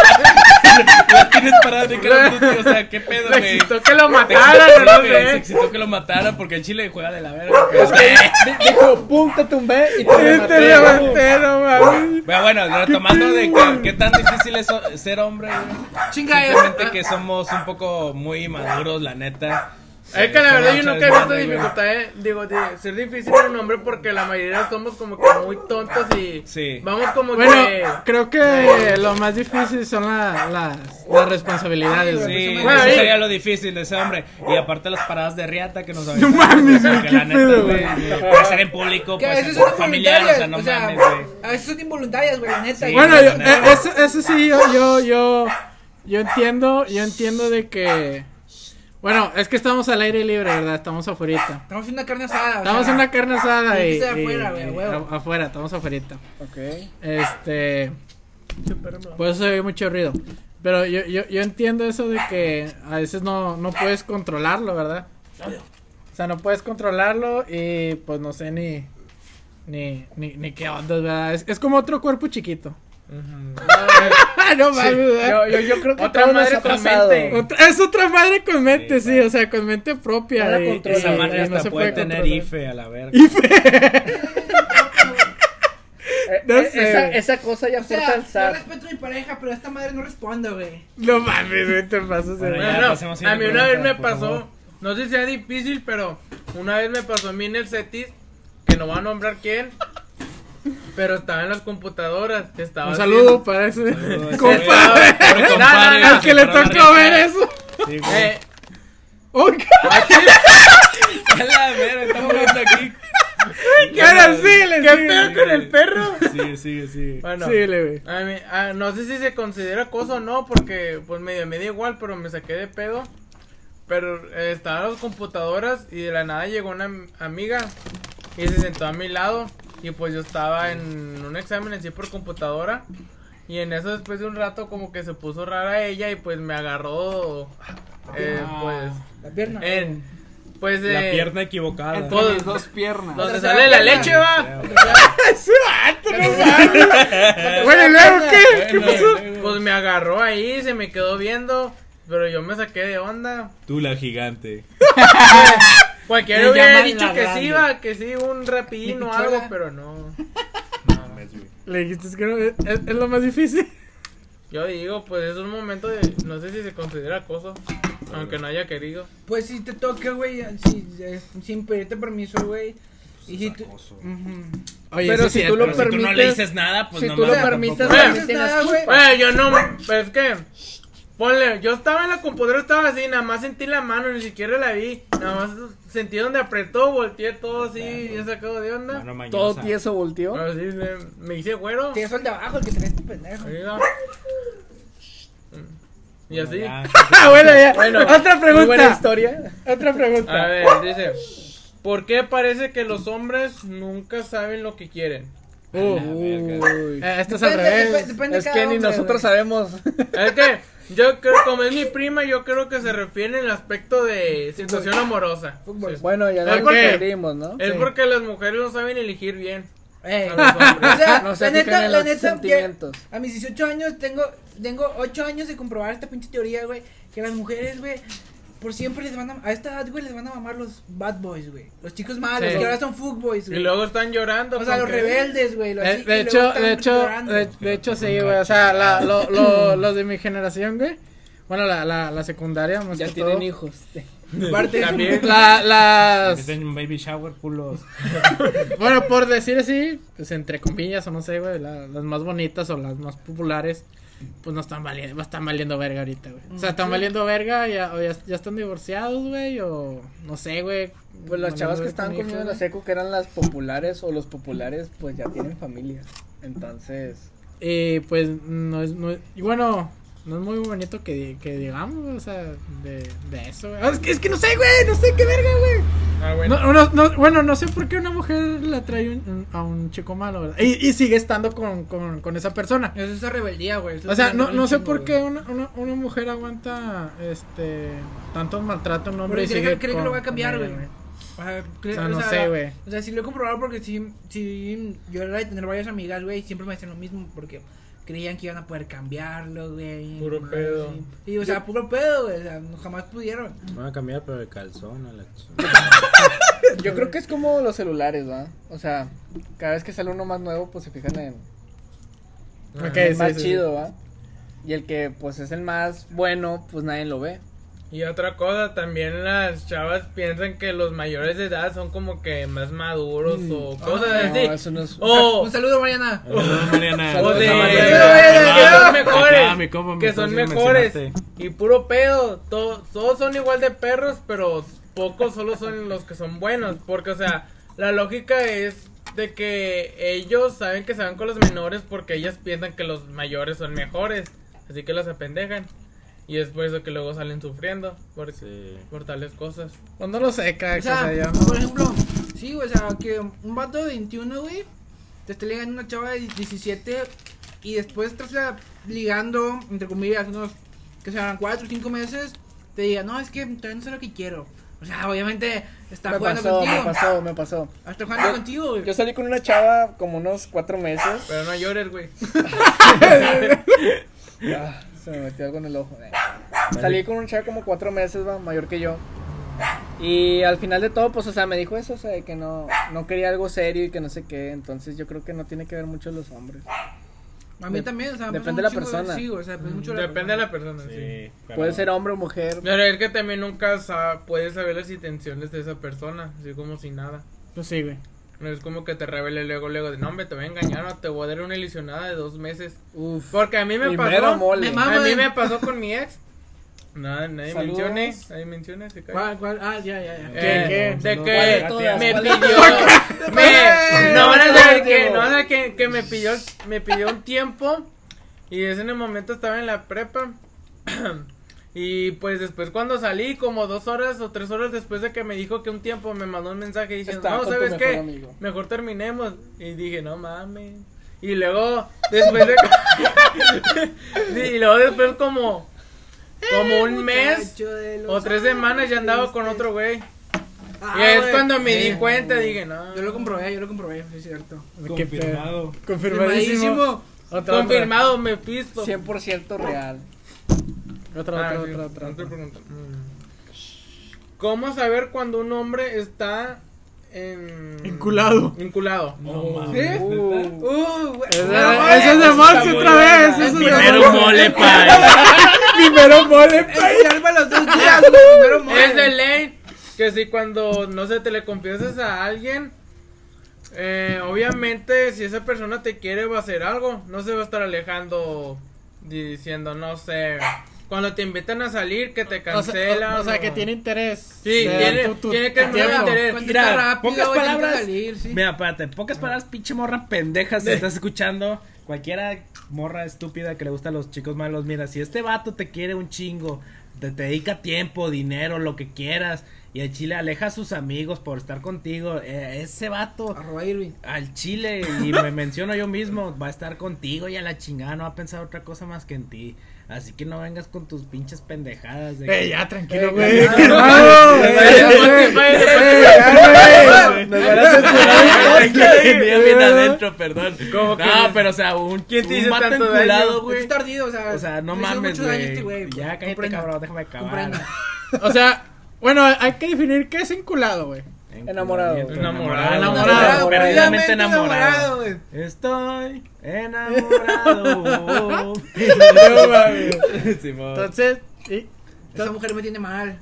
Speaker 6: la tienes parada de Call of Duty. O sea, qué pedo,
Speaker 4: Me
Speaker 6: güey.
Speaker 4: excitó que lo
Speaker 6: Sí,
Speaker 4: mataran, no
Speaker 6: güey, Se
Speaker 4: sé.
Speaker 6: excitó que lo mataran porque el chile juega de la verga. güey.
Speaker 7: Di- Dijo, pum, te tumbé y te
Speaker 1: Sí, Te
Speaker 7: rematé,
Speaker 1: levanté, no mames.
Speaker 6: Pero
Speaker 4: Ah,
Speaker 6: bueno, retomando de que, qué tan difícil es so- ser hombre, güey.
Speaker 5: Chinga,
Speaker 6: Simplemente que
Speaker 5: eh,
Speaker 6: somos un poco muy maduros, la neta.
Speaker 4: Es que la verdad yo nunca he visto
Speaker 6: Güey.
Speaker 4: dificultad, eh, digo, de ser difícil en un hombre porque la mayoría somos como que muy tontos y
Speaker 6: Sí.
Speaker 4: vamos como que...
Speaker 1: Bueno, eh, creo que lo más difícil son la- las, las responsabilidades, güey.
Speaker 6: Sí,
Speaker 4: Bueno,
Speaker 6: eso
Speaker 4: ahí-
Speaker 6: sería lo difícil de ese hombre. Y aparte las paradas de riata que nos
Speaker 1: No mames, güey,
Speaker 6: que
Speaker 1: qué
Speaker 6: la neta,
Speaker 1: pedo,
Speaker 6: güey.
Speaker 1: güey.
Speaker 6: Puede ser en público,
Speaker 5: que a
Speaker 6: puede
Speaker 5: veces
Speaker 6: ser
Speaker 5: son
Speaker 6: familiar, o sea,
Speaker 5: involuntarias,
Speaker 6: no
Speaker 5: o sea,
Speaker 6: mames, güey.
Speaker 5: a veces son involuntarias, güey, la neta.
Speaker 6: Sí.
Speaker 5: güey.
Speaker 1: Bueno, yo-
Speaker 6: no.
Speaker 1: eh, eso, eso sí, yo, yo, yo, yo entiendo, yo entiendo de que, bueno, es que estamos al aire libre, ¿verdad? Estamos afuera.
Speaker 5: Estamos en una carne asada, o
Speaker 1: Estamos
Speaker 5: sea,
Speaker 1: en una carne asada
Speaker 5: tiene que
Speaker 1: y,
Speaker 5: ser
Speaker 1: y-
Speaker 5: afuera, güey,
Speaker 1: y-
Speaker 5: a huevo.
Speaker 1: a- afuera, estamos afuera.
Speaker 7: Ok.
Speaker 1: Este, por eso se oye mucho ruido. Pero yo, yo, yo entiendo eso de que a veces no, no puedes controlarlo, ¿verdad? O sea, no puedes controlarlo y pues no sé ni, ni, ni, ni qué onda, ¿verdad? Es, es como otro cuerpo chiquito. Ah, no mames, ¿verdad?
Speaker 7: Yo, yo, yo creo que
Speaker 4: Otra
Speaker 7: todo nos
Speaker 4: madre
Speaker 7: ha
Speaker 4: con
Speaker 7: pasado.
Speaker 4: mente.
Speaker 1: Otra- es otra madre con mente, sí,
Speaker 6: claro.
Speaker 1: o sea, con mente propia.
Speaker 7: No la
Speaker 1: y-
Speaker 7: controla.
Speaker 1: y-
Speaker 6: Esa
Speaker 7: Sí,
Speaker 1: y
Speaker 4: eh,
Speaker 6: madre
Speaker 1: no se
Speaker 6: hasta puede tener
Speaker 1: controlar.
Speaker 6: IFE a la verga.
Speaker 7: Eh,
Speaker 1: No
Speaker 7: eh,
Speaker 1: sé,
Speaker 7: esa,
Speaker 1: güey.
Speaker 7: esa cosa ya
Speaker 5: O
Speaker 7: aporta
Speaker 5: sea,
Speaker 7: al
Speaker 5: yo
Speaker 7: SAT.
Speaker 5: respeto a mi pareja, pero esta madre no responde, güey.
Speaker 1: No mames, güey, te pasas de
Speaker 6: Bueno,
Speaker 1: ver.
Speaker 6: ya,
Speaker 4: Bueno,
Speaker 6: pasemos a
Speaker 4: a mí
Speaker 6: la
Speaker 4: una vez me
Speaker 6: pregunta, por favor.
Speaker 4: pasó, no sé si sea difícil, pero una vez me pasó a mí en el CETIS, que no va a nombrar quién, pero estaba en las computadoras. Estaba
Speaker 1: Un
Speaker 4: haciendo-
Speaker 1: saludo para ese
Speaker 6: Saludo,
Speaker 1: compadre.
Speaker 4: saludo.
Speaker 6: Pobre
Speaker 4: No, no,
Speaker 6: compadre,
Speaker 4: no,
Speaker 1: Al que le
Speaker 6: se paró la
Speaker 1: tocó ver
Speaker 6: riata.
Speaker 1: eso.
Speaker 6: Sí, güey.
Speaker 4: Eh,
Speaker 1: Oh,
Speaker 6: A la verga, estamos hablando aquí.
Speaker 1: ¿Qué era? Síguele,
Speaker 6: ¿Qué
Speaker 1: síguele.
Speaker 6: pedo con el
Speaker 1: perro?
Speaker 6: Sigue, sigue, sigue.
Speaker 4: bueno,
Speaker 1: Síguele, güey.
Speaker 4: a mí- ah, a- no sé si se considera cosa o no, porque pues medio me da igual, pero me saqué de pedo. Pero eh, estaban las computadoras y de la nada llegó una am- amiga y se sentó a mi lado. Y pues yo estaba en un examen así por computadora. Y en eso después de un rato como que se puso rara ella y pues me agarró. eh, pues.
Speaker 5: La pierna.
Speaker 4: En, pues
Speaker 3: Ah. La
Speaker 4: eh,
Speaker 3: pierna equivocada.
Speaker 4: todo-
Speaker 7: Entre mis dos piernas.
Speaker 4: donde
Speaker 5: tercera
Speaker 4: sale la
Speaker 5: pierna.
Speaker 4: leche va.
Speaker 3: Creo.
Speaker 1: Bueno, ¿y luego qué?
Speaker 4: Bueno, Pues me agarró ahí, se me quedó viendo. Pero yo me saqué de onda.
Speaker 3: Tú la gigante.
Speaker 4: Cualquiera
Speaker 7: Le
Speaker 4: hubiera
Speaker 7: llaman
Speaker 4: dicho
Speaker 7: la
Speaker 4: que
Speaker 7: grande.
Speaker 4: sí, va, que sí, un rapidín o algo, pero no.
Speaker 3: Mames, güey.
Speaker 1: Le dijiste que no, es, es lo más difícil.
Speaker 4: Yo digo, pues es un momento de. No sé si se considera acoso, aunque no haya querido.
Speaker 5: Pues si te toca, güey, si, eh, sin pedirte permiso, güey. y si tú, Ujú.
Speaker 1: pero si tú lo
Speaker 5: pero
Speaker 1: permites.
Speaker 3: nada,
Speaker 6: pues
Speaker 1: si tú lo
Speaker 5: mames,
Speaker 7: Pues,
Speaker 1: permites,
Speaker 4: tampoco.
Speaker 1: a mí
Speaker 4: Eh,
Speaker 1: te
Speaker 5: nada,
Speaker 1: das
Speaker 5: güey.
Speaker 1: culpa.
Speaker 4: Eh, yo no. Es que. Ponle, yo estaba en la computadora, estaba así, nada más sentí la mano, ni siquiera la vi. Nada más sentí donde apretó, volteé todo así, bien sacado de onda.
Speaker 3: Mano mañosa.
Speaker 1: Todo tieso volteó.
Speaker 4: Así me, me hice güero.
Speaker 5: Te son de abajo el que tenés tu pendejo.
Speaker 4: Ahí va. Y
Speaker 3: Bueno,
Speaker 4: así.
Speaker 3: ya,
Speaker 1: Ah, bueno, ya.
Speaker 4: Bueno,
Speaker 1: Otra
Speaker 4: muy buena
Speaker 1: pregunta. historia. Otra pregunta.
Speaker 4: A ver, dice. ¿Por qué parece que los hombres nunca saben lo que quieren?
Speaker 3: la verga.
Speaker 1: Uy. Eh, esto es al
Speaker 5: Depende-
Speaker 1: revés.
Speaker 5: depe- depende de
Speaker 1: es
Speaker 5: cada
Speaker 1: que ni
Speaker 5: hombre,
Speaker 1: nosotros
Speaker 5: güey.
Speaker 1: sabemos.
Speaker 4: Es que yo creo, como es mi prima, yo creo que se refiere en el aspecto de situación amorosa.
Speaker 5: Fútbol.
Speaker 4: Sí.
Speaker 1: Bueno, ya
Speaker 4: ¿Es
Speaker 1: lo
Speaker 4: por qué?
Speaker 1: entendimos, ¿no?
Speaker 4: Es
Speaker 1: Sí.
Speaker 4: porque las mujeres no saben elegir bien.
Speaker 5: Ey.
Speaker 4: a los hombres.
Speaker 5: O sea,
Speaker 1: No se
Speaker 5: la
Speaker 1: fijan
Speaker 5: neta,
Speaker 1: en
Speaker 5: la
Speaker 1: los
Speaker 5: neta, ya-
Speaker 1: sentimientos.
Speaker 5: a mis 18 años tengo, tengo 8 años de comprobar esta pinche teoría, güey, que las mujeres, güey, por siempre les van a, a esta edad, güey, les van a mamar los bad boys, güey, los chicos malos,
Speaker 4: Sí.
Speaker 5: que ahora son fuckboys,
Speaker 4: Y
Speaker 5: güey,
Speaker 4: luego están llorando.
Speaker 5: o sea, los
Speaker 4: porque-
Speaker 5: rebeldes, güey, los así,
Speaker 1: Eh, De,
Speaker 5: y
Speaker 1: de
Speaker 5: luego
Speaker 1: hecho,
Speaker 5: están
Speaker 1: de hecho,
Speaker 5: llorando.
Speaker 1: de, de hecho sí, güey. O sea, la- lo- lo- los de mi generación, güey. Bueno, la, la, la secundaria, más
Speaker 7: Ya
Speaker 1: que
Speaker 7: tienen
Speaker 1: todo.
Speaker 7: hijos.
Speaker 5: Aparte, es un-
Speaker 4: También.
Speaker 1: La- las.
Speaker 3: Meten un baby shower, culos.
Speaker 1: Bueno, por decir así, pues entre comillas, o no sé, güey, la- las más bonitas o las más populares, pues no están valiendo, no están valiendo verga ahorita, güey. O sea, están valiendo verga, ya, o ya, ya están divorciados, güey, o no sé, güey.
Speaker 7: Pues las
Speaker 1: valiendo
Speaker 7: chavas que
Speaker 1: verga
Speaker 7: estaban
Speaker 1: con hijos,
Speaker 7: comiendo en la
Speaker 1: güey.
Speaker 7: seco, que eran las populares o los populares, pues ya tienen familia. Entonces,
Speaker 1: Y pues no es, no es- y bueno, no es muy bonito que, di- que digamos, güey, o sea, de, de eso, güey. Ah, Es que, es que no sé, güey, no sé qué verga, güey.
Speaker 4: Ah,
Speaker 1: No,
Speaker 4: bueno.
Speaker 1: no, no, bueno, no sé por qué una mujer la trae un- a un chico malo, ¿verdad? Y, y sigue estando con, con, con esa persona.
Speaker 5: Eso es esa rebeldía, güey. eso
Speaker 1: O
Speaker 5: es
Speaker 1: sea,
Speaker 5: una
Speaker 1: no,
Speaker 5: rebeldía
Speaker 1: no sé
Speaker 5: chingo,
Speaker 1: por
Speaker 5: güey.
Speaker 1: qué una, una, una mujer aguanta este tanto maltrato a un hombre
Speaker 5: Porque
Speaker 1: y
Speaker 5: cree que-
Speaker 1: sigue
Speaker 5: cree que
Speaker 1: con-
Speaker 5: lo va a cambiar,
Speaker 1: con ella,
Speaker 5: güey. Ajá,
Speaker 1: O
Speaker 5: cre-
Speaker 1: sea, no
Speaker 5: o sea,
Speaker 1: sé, güey.
Speaker 5: O sea, sí lo he comprobado porque sí, sí, yo era de tener varias amigas, güey, y siempre me decían lo mismo porque creían que iban a poder cambiarlo, güey.
Speaker 4: Puro
Speaker 5: más,
Speaker 4: pedo.
Speaker 5: Y, y, o sea, puro pedo, güey, o sea, no- jamás pudieron.
Speaker 3: Van a cambiar, pero el calzón a la
Speaker 7: yo creo que es como los celulares, ¿va? O sea, cada vez que sale uno más nuevo, pues se fijan en
Speaker 1: Ok,
Speaker 7: el
Speaker 1: sí,
Speaker 7: más
Speaker 1: sí, sí.
Speaker 7: chido, ¿va? Y el que, pues, es el más bueno, pues nadie lo ve.
Speaker 4: Y otra cosa, también las chavas piensan que los mayores de edad son como que más maduros o
Speaker 1: Oh,
Speaker 4: cosas
Speaker 7: Ah, No,
Speaker 4: así.
Speaker 7: eso no es...
Speaker 4: O,
Speaker 5: Un saludo, Mariana.
Speaker 4: o de- Pues que son
Speaker 3: Mariana. Acá, mi
Speaker 4: mejores.
Speaker 3: compa, me
Speaker 4: Que son
Speaker 3: consiguió
Speaker 4: mejores.
Speaker 3: mencionarte.
Speaker 4: Y puro pedo. to- todos son igual de perros, pero pocos solo son los que son buenos. Porque, o sea, la lógica es de que ellos saben que se van con los menores porque ellas piensan que los mayores son mejores. Así que las apendejan. Y es por eso que luego salen sufriendo por,
Speaker 3: Sí.
Speaker 4: por tales cosas.
Speaker 1: Pues no lo sé, cada
Speaker 5: O sea,
Speaker 1: cosa, yo no-
Speaker 5: por ejemplo, sí, güey, o sea, que un vato de 21, güey, te esté ligando una chava de 17 y después estás la- ligando, entre comillas, unos, que serán 4 o 5 meses, te diga, no, es que todavía no sé lo que quiero. O sea, obviamente está
Speaker 7: Me
Speaker 5: jugando
Speaker 7: pasó, me
Speaker 5: contigo.
Speaker 7: pasó, me pasó.
Speaker 5: Está jugando contigo, güey.
Speaker 7: Yo salí con una chava como unos cuatro meses.
Speaker 4: Pero no llores, güey.
Speaker 7: Ah, se me metió algo en el ojo. eh. Salí con un chavo como cuatro meses va, mayor que yo. Y al final de todo, pues, o sea, me dijo eso, o sea, de que no, no quería algo serio y que no sé qué. Entonces yo creo que no tiene que ver mucho los hombres.
Speaker 5: A mí
Speaker 7: Dep-
Speaker 5: también, o sea,
Speaker 7: depende
Speaker 5: pasa un
Speaker 7: de la
Speaker 5: chingo
Speaker 7: persona.
Speaker 5: sí, güey, o sea, depende mucho
Speaker 4: Depende de la persona, sí.
Speaker 3: Sí, pero-
Speaker 7: Puede ser hombre o mujer.
Speaker 4: Pero es que también nunca sa- puedes saber las intenciones de esa persona, así como si nada.
Speaker 1: Pues sí, güey.
Speaker 4: No es como que te revele luego, luego de, no, hombre, te voy a engañar o te voy a dar una ilusionada de dos meses.
Speaker 7: Uf.
Speaker 4: Porque a mí me
Speaker 7: Primero
Speaker 4: pasó.
Speaker 7: mole.
Speaker 5: Me mama.
Speaker 4: A mí me pasó con mi ex. Nada, nadie
Speaker 7: Saludos.
Speaker 4: mencione. Nadie mencione, se cae.
Speaker 5: ¿Cuál, cuál? Ah, ya, ya, ya.
Speaker 4: Eh,
Speaker 1: ¿Qué,
Speaker 4: De
Speaker 7: ¿Cuál de
Speaker 4: que
Speaker 7: todas?
Speaker 4: me
Speaker 7: ¿Cuál de
Speaker 4: pidió. me- no van a saber que, no van a saber que, que me pidió, me pidió un tiempo. Y en ese momento estaba en la prepa. Y pues después cuando salí, como dos horas o tres horas después de que me dijo que un tiempo me mandó un mensaje diciendo,
Speaker 7: Está
Speaker 4: no,
Speaker 7: con tu
Speaker 4: ¿sabes
Speaker 7: mejor
Speaker 4: qué?
Speaker 7: amigo".
Speaker 4: Mejor terminemos. Y dije, no mames. Y luego, después de... Sí, y luego después como... Como un mes o tres semanas ya andaba con otro güey.
Speaker 1: Ah,
Speaker 4: y es cuando me di cuenta, dije, no.
Speaker 5: Yo lo comprobé, yo lo comprobé, sí es cierto.
Speaker 1: Qué pedo.
Speaker 3: Confirmado.
Speaker 1: Confirmadísimo. Otra, otra.
Speaker 4: Confirmado, me pisto.
Speaker 7: 100% real.
Speaker 1: Otra,
Speaker 4: Ah,
Speaker 1: otra,
Speaker 4: sí,
Speaker 1: otra, otra,
Speaker 4: otra
Speaker 1: otra.
Speaker 4: pregunta. Mm. ¿Cómo saber cuando un hombre está en...
Speaker 1: Enculado.
Speaker 4: Enculado.
Speaker 3: No mames.
Speaker 7: Uh,
Speaker 5: Uh, güey.
Speaker 1: Esa-
Speaker 5: No,
Speaker 1: Esa,
Speaker 5: güey,
Speaker 1: es de
Speaker 5: eso
Speaker 1: Marx
Speaker 5: está
Speaker 1: otra
Speaker 5: muy
Speaker 1: vez. Esa
Speaker 5: buena.
Speaker 1: es de
Speaker 6: Primero
Speaker 1: Marx.
Speaker 6: mole, pa.
Speaker 1: Primero mole.
Speaker 5: Escucharme los dos días, güey, primero mole.
Speaker 4: Es de ley que si cuando, no sé, te le confiesas a alguien, eh, obviamente si esa persona te quiere va a hacer algo, no se va a estar alejando diciendo, no sé, cuando te invitan a salir que te
Speaker 1: O sea,
Speaker 4: cancelan.
Speaker 1: o- o sea, que
Speaker 4: o-
Speaker 1: tiene interés.
Speaker 4: Sí,
Speaker 1: de
Speaker 4: tiene-
Speaker 1: tu- tu-
Speaker 4: tiene que
Speaker 1: tu
Speaker 4: tener
Speaker 1: tiempo.
Speaker 4: interés.
Speaker 5: Contesta
Speaker 6: Mira,
Speaker 5: rápido,
Speaker 6: pocas
Speaker 5: güey, tiene que
Speaker 6: palabras.
Speaker 5: salir, sí.
Speaker 6: Mira, espérate, pocas palabras, pinche morra pendeja, si estás escuchando. Cualquiera morra estúpida que le gusta a los chicos malos, mira, si este vato te quiere un chingo, te, te dedica tiempo, dinero, lo que quieras, y al chile aleja a sus amigos por estar contigo, eh, ese vato
Speaker 5: Arroba Irving.
Speaker 6: al chile y me menciono yo mismo, va a estar contigo y a la chingada no va a pensar otra cosa más que en ti. Así que no vengas con tus pinches pendejadas de que-
Speaker 1: Eh, ya, tranquilo, güey. calmado, güey,
Speaker 4: Pero
Speaker 1: ya,
Speaker 4: Spotify,
Speaker 1: güey.
Speaker 4: güey,
Speaker 7: nos van a
Speaker 6: Ay, que tenía bien adentro, perdón.
Speaker 4: ¿Cómo
Speaker 6: No,
Speaker 4: que no?
Speaker 6: pero o sea, un,
Speaker 4: ¿Quién te
Speaker 6: un
Speaker 4: hizo
Speaker 6: vato
Speaker 4: tanto
Speaker 6: enculado,
Speaker 4: daño?
Speaker 6: güey.
Speaker 5: Es tardío, o sea.
Speaker 6: O sea, no
Speaker 5: le hizo
Speaker 6: mames,
Speaker 5: mucho daño a este
Speaker 6: güey.
Speaker 5: pues,
Speaker 6: ya cállate,
Speaker 5: comprendo.
Speaker 6: cabrón, déjame acabar.
Speaker 5: Comprendo.
Speaker 1: O sea, bueno, hay que definir qué es enculado, güey.
Speaker 7: Enamorado.
Speaker 6: Enamorado.
Speaker 1: Enamorado,
Speaker 6: Perdidamente
Speaker 5: perdidamente enamorado,
Speaker 6: enamorado.
Speaker 5: güey.
Speaker 6: Estoy enamorado. Simón.
Speaker 1: Entonces, y-
Speaker 5: Esa mujer me tiene mal.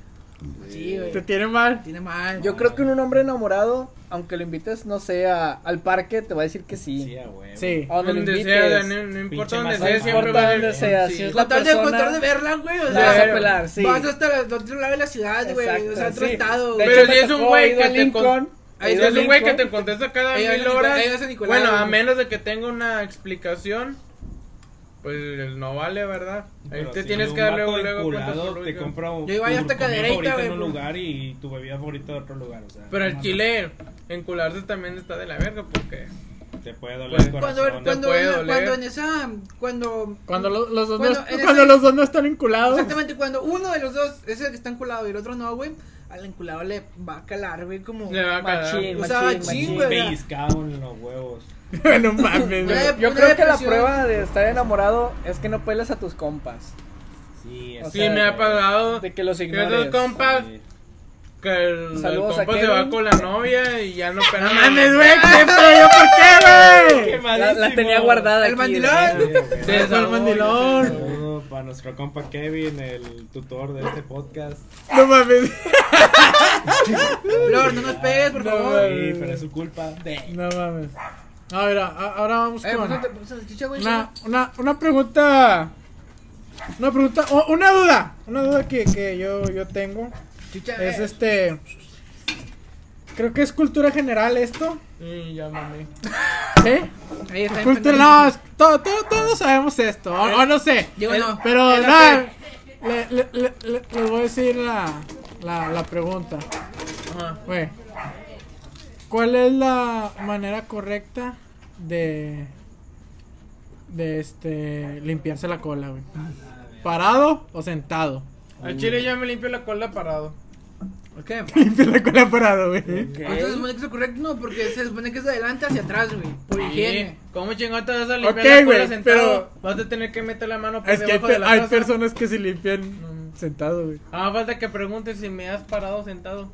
Speaker 5: Sí, güey.
Speaker 1: te tiene mal.
Speaker 5: Tiene mal.
Speaker 7: Yo creo que un hombre enamorado, aunque lo invites, no sé, a- al parque, te va a decir que sí.
Speaker 6: Sí, a huevo.
Speaker 1: Sí.
Speaker 7: A donde lo
Speaker 4: Donde
Speaker 7: invites.
Speaker 4: sea, no, no importa
Speaker 6: Pinche
Speaker 4: donde
Speaker 6: más
Speaker 4: sea,
Speaker 6: alto.
Speaker 4: siempre
Speaker 7: Importa
Speaker 4: va a
Speaker 7: donde
Speaker 4: haber-
Speaker 7: sea,
Speaker 4: sí.
Speaker 7: si es la
Speaker 5: Con tal de, con
Speaker 7: persona,
Speaker 5: tal de verla, güey. O
Speaker 7: la vas a
Speaker 5: sea,
Speaker 7: pelar, sí.
Speaker 5: vas hasta el otro lado de la ciudad, güey. O sea,
Speaker 7: Exacto,
Speaker 5: otro
Speaker 7: sí.
Speaker 5: estado,
Speaker 7: De
Speaker 5: güey.
Speaker 4: Pero
Speaker 7: hecho,
Speaker 4: si
Speaker 7: me
Speaker 4: es un
Speaker 7: tocó
Speaker 4: güey
Speaker 7: ir
Speaker 4: que
Speaker 7: a
Speaker 4: te con-
Speaker 7: Lincoln,
Speaker 5: Ahí
Speaker 4: Es
Speaker 5: está
Speaker 4: un güey que
Speaker 7: Lincoln.
Speaker 4: te contesta cada
Speaker 5: Ahí va
Speaker 4: mil
Speaker 5: Nicolás,
Speaker 4: horas.
Speaker 5: ahí va ese Nicolás,
Speaker 4: Bueno, a
Speaker 5: güey.
Speaker 4: menos de que tenga una explicación, pues no vale, ¿verdad? Ahí
Speaker 3: Pero
Speaker 4: te
Speaker 3: sí,
Speaker 4: tienes
Speaker 3: un
Speaker 4: que dar luego,
Speaker 3: vato
Speaker 4: luego
Speaker 3: enculado
Speaker 4: cuentas por
Speaker 3: te
Speaker 4: luego.
Speaker 3: compra un,
Speaker 5: Yo iba ya
Speaker 3: tu
Speaker 5: hasta
Speaker 3: comida
Speaker 5: caderita,
Speaker 3: favorita
Speaker 5: güey,
Speaker 3: en un
Speaker 6: pues.
Speaker 5: por-
Speaker 3: lugar y tu bebida favorita de otro lugar, o sea.
Speaker 4: Pero
Speaker 3: Ah, no
Speaker 4: el chile, encularse también está de la verga porque...
Speaker 3: mames, Te puede doler
Speaker 4: Pues,
Speaker 3: el corazón.
Speaker 5: Cuando, cuando,
Speaker 4: puede
Speaker 5: cuando,
Speaker 4: doler.
Speaker 5: en esa. Cuando.
Speaker 1: Cuando lo- los dos
Speaker 5: Cuando
Speaker 1: no,
Speaker 5: en
Speaker 1: cuando
Speaker 5: ese-
Speaker 1: los dos no están enculados.
Speaker 5: Exactamente, cuando uno de los dos es el que está enculado y el otro no, güey. Al enculado le va a calar, güey, como.
Speaker 4: Le va a cagar.
Speaker 7: machín,
Speaker 5: O sea,
Speaker 7: machín,
Speaker 5: machín,
Speaker 7: machín.
Speaker 5: güey.
Speaker 3: Un pellizcado en los huevos.
Speaker 1: no mames, güey.
Speaker 5: Una-
Speaker 7: Yo
Speaker 5: una
Speaker 7: creo que la
Speaker 5: depresión.
Speaker 7: prueba de estar enamorado es que no pelas a tus compas.
Speaker 3: Sí,
Speaker 7: O
Speaker 3: es-
Speaker 4: Sí,
Speaker 7: sea,
Speaker 4: me ha pagado.
Speaker 7: De que los
Speaker 4: Y otros
Speaker 7: ignores.
Speaker 4: compas,
Speaker 3: Sí.
Speaker 4: que el, el
Speaker 7: Saludos a
Speaker 4: compa se
Speaker 7: Kevin.
Speaker 4: va con la novia y ya no pena
Speaker 1: Mames, güey, ¿qué pedo? ¿Por qué, güey?
Speaker 7: La, la tenía guardada
Speaker 5: El
Speaker 7: aquí.
Speaker 5: mandilón.
Speaker 7: güey.
Speaker 4: Se
Speaker 1: Se fue el
Speaker 4: desahogó,
Speaker 1: mandilón.
Speaker 3: Saludo para nuestro compa Kevin, el tutor de este podcast.
Speaker 1: No mames.
Speaker 5: Flor, no nos pegues, por
Speaker 1: No,
Speaker 5: favor. Eh,
Speaker 1: güey.
Speaker 3: Sí, pero es su culpa.
Speaker 1: No mames. A ver, a- ahora vamos
Speaker 5: Eh,
Speaker 1: con
Speaker 5: ponte- ponte salchicha, güey,
Speaker 1: una, una, una pregunta. Una pregunta, o una duda. Una duda que, que yo, yo tengo.
Speaker 5: chicha,
Speaker 1: Es
Speaker 5: eh.
Speaker 1: este. Creo que es cultura general esto.
Speaker 4: Y ya mami.
Speaker 1: ¿Sí?
Speaker 5: Ahí está.
Speaker 1: Cultura, no, es- todo, todo- todos sabemos esto. O, o no sé.
Speaker 5: Yo no.
Speaker 1: Pero
Speaker 5: Es la
Speaker 1: nada, le, le- le- le- les voy a decir la, la, la pregunta.
Speaker 4: Ajá.
Speaker 1: Güey, ¿cuál es la manera correcta de. de este. limpiarse la cola, güey? ¿Parado o sentado?
Speaker 4: Al chile ya me limpio la cola parado.
Speaker 5: ¿Por qué?
Speaker 1: Limpiar la cola parado, güey.
Speaker 5: Entonces se supone que es correcto, no, porque se supone que es de adelante hacia atrás, güey. Por
Speaker 4: Sí,
Speaker 5: higiene.
Speaker 4: ¿Cómo chingón te vas a limpiar
Speaker 1: Ok,
Speaker 4: la cola
Speaker 1: güey,
Speaker 4: sentado? Vas a tener que meter la mano por
Speaker 1: Es que hay,
Speaker 4: debajo
Speaker 1: pe-
Speaker 4: de la
Speaker 1: hay
Speaker 4: taza.
Speaker 1: personas que se limpian sentado, güey.
Speaker 4: Ah, falta que preguntes si me has parado o sentado.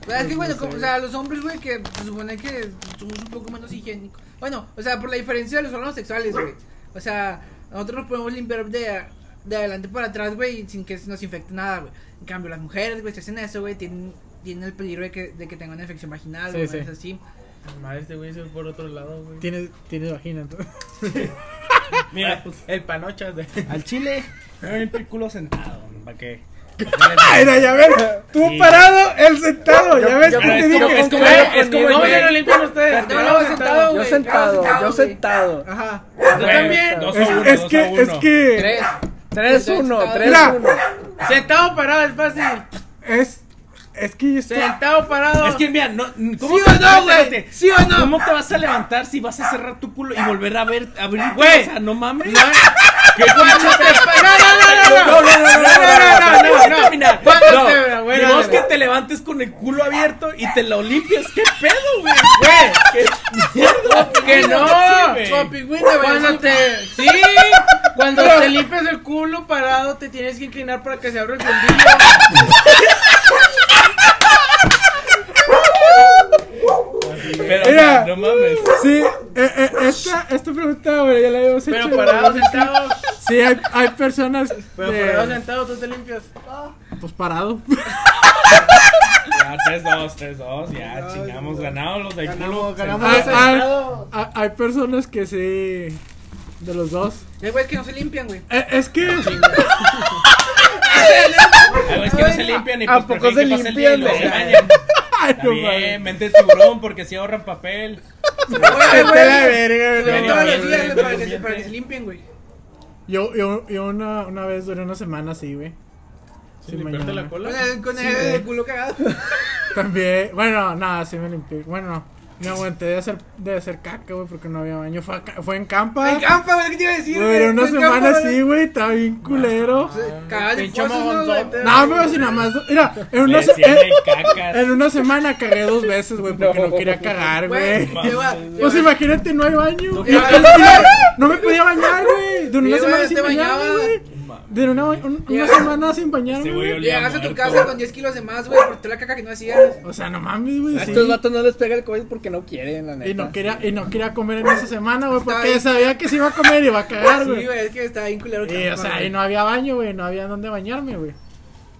Speaker 5: Pero
Speaker 1: Pues,
Speaker 5: es que, bueno, como- o sea, los hombres, güey, que se supone que somos un poco menos higiénicos. Bueno, o sea, por la diferencia de los órganos sexuales, güey. O sea, nosotros nos podemos limpiar de, de adelante para atrás, güey, sin que se nos infecte nada, güey. En cambio, las mujeres, güey, si hacen eso, güey, tienen, tienen el peligro de que, de que tengan una infección vaginal,
Speaker 1: Sí,
Speaker 5: güey,
Speaker 1: sí.
Speaker 5: es así.
Speaker 4: Madre, este güey se fue por otro lado, güey.
Speaker 1: Tienes, tienes vagina, entonces.
Speaker 6: Mira, pues,
Speaker 4: El panochas de...
Speaker 6: al chile, el culo sentado. ¿Para qué?
Speaker 1: Mira, ya ves, tú
Speaker 6: Sí.
Speaker 1: parado, él sentado, ya ves
Speaker 7: yo-
Speaker 1: que te
Speaker 7: es como-
Speaker 1: dije.
Speaker 7: es como-
Speaker 4: Es como
Speaker 7: ¿Cómo
Speaker 4: ¿Cómo
Speaker 7: se
Speaker 4: se
Speaker 7: lo
Speaker 4: lo limpian ustedes?
Speaker 5: Yo lo sentado,
Speaker 7: Yo
Speaker 5: güey.
Speaker 7: sentado, yo
Speaker 5: güey.
Speaker 7: sentado.
Speaker 5: Ajá.
Speaker 6: Güey,
Speaker 4: también.
Speaker 6: Dos a
Speaker 1: Es,
Speaker 6: uno,
Speaker 1: es
Speaker 6: dos a
Speaker 1: que, es
Speaker 6: uno.
Speaker 1: que.
Speaker 5: Tres.
Speaker 7: 3-1,
Speaker 5: Mira.
Speaker 7: 3-1.
Speaker 4: Sentado parado es fácil.
Speaker 1: Es, es que yo estoy.
Speaker 4: Sentado parado.
Speaker 6: Es que mira, no, ¿cómo
Speaker 4: ¿Sí
Speaker 6: te-
Speaker 4: o no, güey?
Speaker 6: espérate,
Speaker 4: ¿Sí o no?
Speaker 6: ¿Cómo te vas a levantar si vas a cerrar tu culo y volver a ver, abrir?
Speaker 4: Güey.
Speaker 6: O sea, no mames.
Speaker 4: ¿Qué cuando te pa- No, no, no, no, no, no, no, no, no, no, no,
Speaker 6: terminar.
Speaker 4: ¿Cuándo
Speaker 6: No,
Speaker 4: te- bueno,
Speaker 6: ni modo
Speaker 4: bueno.
Speaker 6: que te levantes con el culo abierto y te lo limpias. ¿Qué pedo, güey? ¿Qué mierda?
Speaker 4: Que no.
Speaker 6: Sí, güey.
Speaker 4: Con pingüino, Cuando te. Sí. Cuando te limpias el culo parado, te tienes que inclinar para que se abra el fundillo.
Speaker 6: Pero,
Speaker 1: Mira.
Speaker 6: no mames.
Speaker 1: Sí, eh, eh, esta, esta pregunta, güey, ya la habíamos hecho.
Speaker 4: Pero parado, sentado.
Speaker 1: Sí, hay, hay personas.
Speaker 4: Pero
Speaker 1: de-
Speaker 4: parado, sentado, tú te limpias.
Speaker 1: pues parado.
Speaker 6: Ya, 3-2, 3-2. Ya, chingamos. Ganamos los de culo.
Speaker 4: Ah,
Speaker 5: ganamos.
Speaker 1: Hay, hay-
Speaker 5: sentado.
Speaker 1: hay- hay personas que sí. De los dos.
Speaker 5: Hay güeyes que no se limpian, güey.
Speaker 1: Eh, es que.
Speaker 6: Ay, güey, Es que no se limpian ni
Speaker 7: ¿A poco se limpian, güey?
Speaker 1: Ay,
Speaker 6: Está
Speaker 1: no mames.
Speaker 6: bien, mente tiburón porque si ahorran papel.
Speaker 1: Vete a la verga,
Speaker 5: Se
Speaker 1: güey.
Speaker 5: ven todos
Speaker 6: bien,
Speaker 5: los días
Speaker 6: bien,
Speaker 5: güey, para
Speaker 6: bien,
Speaker 5: que se-
Speaker 6: bien.
Speaker 5: para que se limpien, güey.
Speaker 1: Yo, yo, yo una, una vez duré una semana así, güey. Sí,
Speaker 4: ¿Limpiarte la
Speaker 5: Con
Speaker 4: cola?
Speaker 5: el, con el culo cagado.
Speaker 1: También, bueno, nada, sí me limpié. Bueno, no, me aguanté de hacer, de hacer caca, güey, porque no había baño. Fue, a ca- fue en campa.
Speaker 5: En campa, güey, ¿qué te iba a decir?
Speaker 1: Duré
Speaker 5: güey?
Speaker 1: una
Speaker 5: En campa,
Speaker 1: semana
Speaker 5: güey.
Speaker 1: así, güey, estaba bien culero.
Speaker 5: Cagadas de
Speaker 4: Pinche
Speaker 5: pozos, ¿no, güey?
Speaker 4: mamonzote.
Speaker 1: No, me si nada más. Mira, en una, se-
Speaker 6: Decían
Speaker 1: en,
Speaker 6: el cacas.
Speaker 1: en una semana cagué dos veces, güey, porque no, quería cagar,
Speaker 5: Güey,
Speaker 1: güey.
Speaker 5: lleva-
Speaker 1: Pues imagínate, no hay baño. No,
Speaker 5: llevas-
Speaker 1: no me podía bañar, güey. Duré una
Speaker 5: Llevas-
Speaker 1: semana sin
Speaker 5: te
Speaker 1: bañarme,
Speaker 5: bañabas.
Speaker 1: güey. Duré una, un- una
Speaker 5: Llevas-
Speaker 1: semana sin bañarme,
Speaker 6: Ese Este güey
Speaker 1: güey.
Speaker 6: olía
Speaker 5: Llegaste a tu
Speaker 6: muerto.
Speaker 5: casa con 10 kilos de más, güey, por toda la caca que no hacías.
Speaker 1: O sea, no mames, güey.
Speaker 7: A
Speaker 1: sí.
Speaker 7: estos vatos no les pega el COVID porque no quieren, la neta.
Speaker 1: Y no quería, y no quería comer en esa semana, güey,
Speaker 5: Estaba
Speaker 1: porque
Speaker 5: ahí.
Speaker 1: sabía que se iba a comer y iba a cagar,
Speaker 5: Sí,
Speaker 1: güey.
Speaker 5: güey, es que estaba bien
Speaker 1: y
Speaker 5: culero.
Speaker 1: o
Speaker 5: Campa,
Speaker 1: sea,
Speaker 5: güey.
Speaker 1: y no había baño, güey, no había dónde bañarme, güey.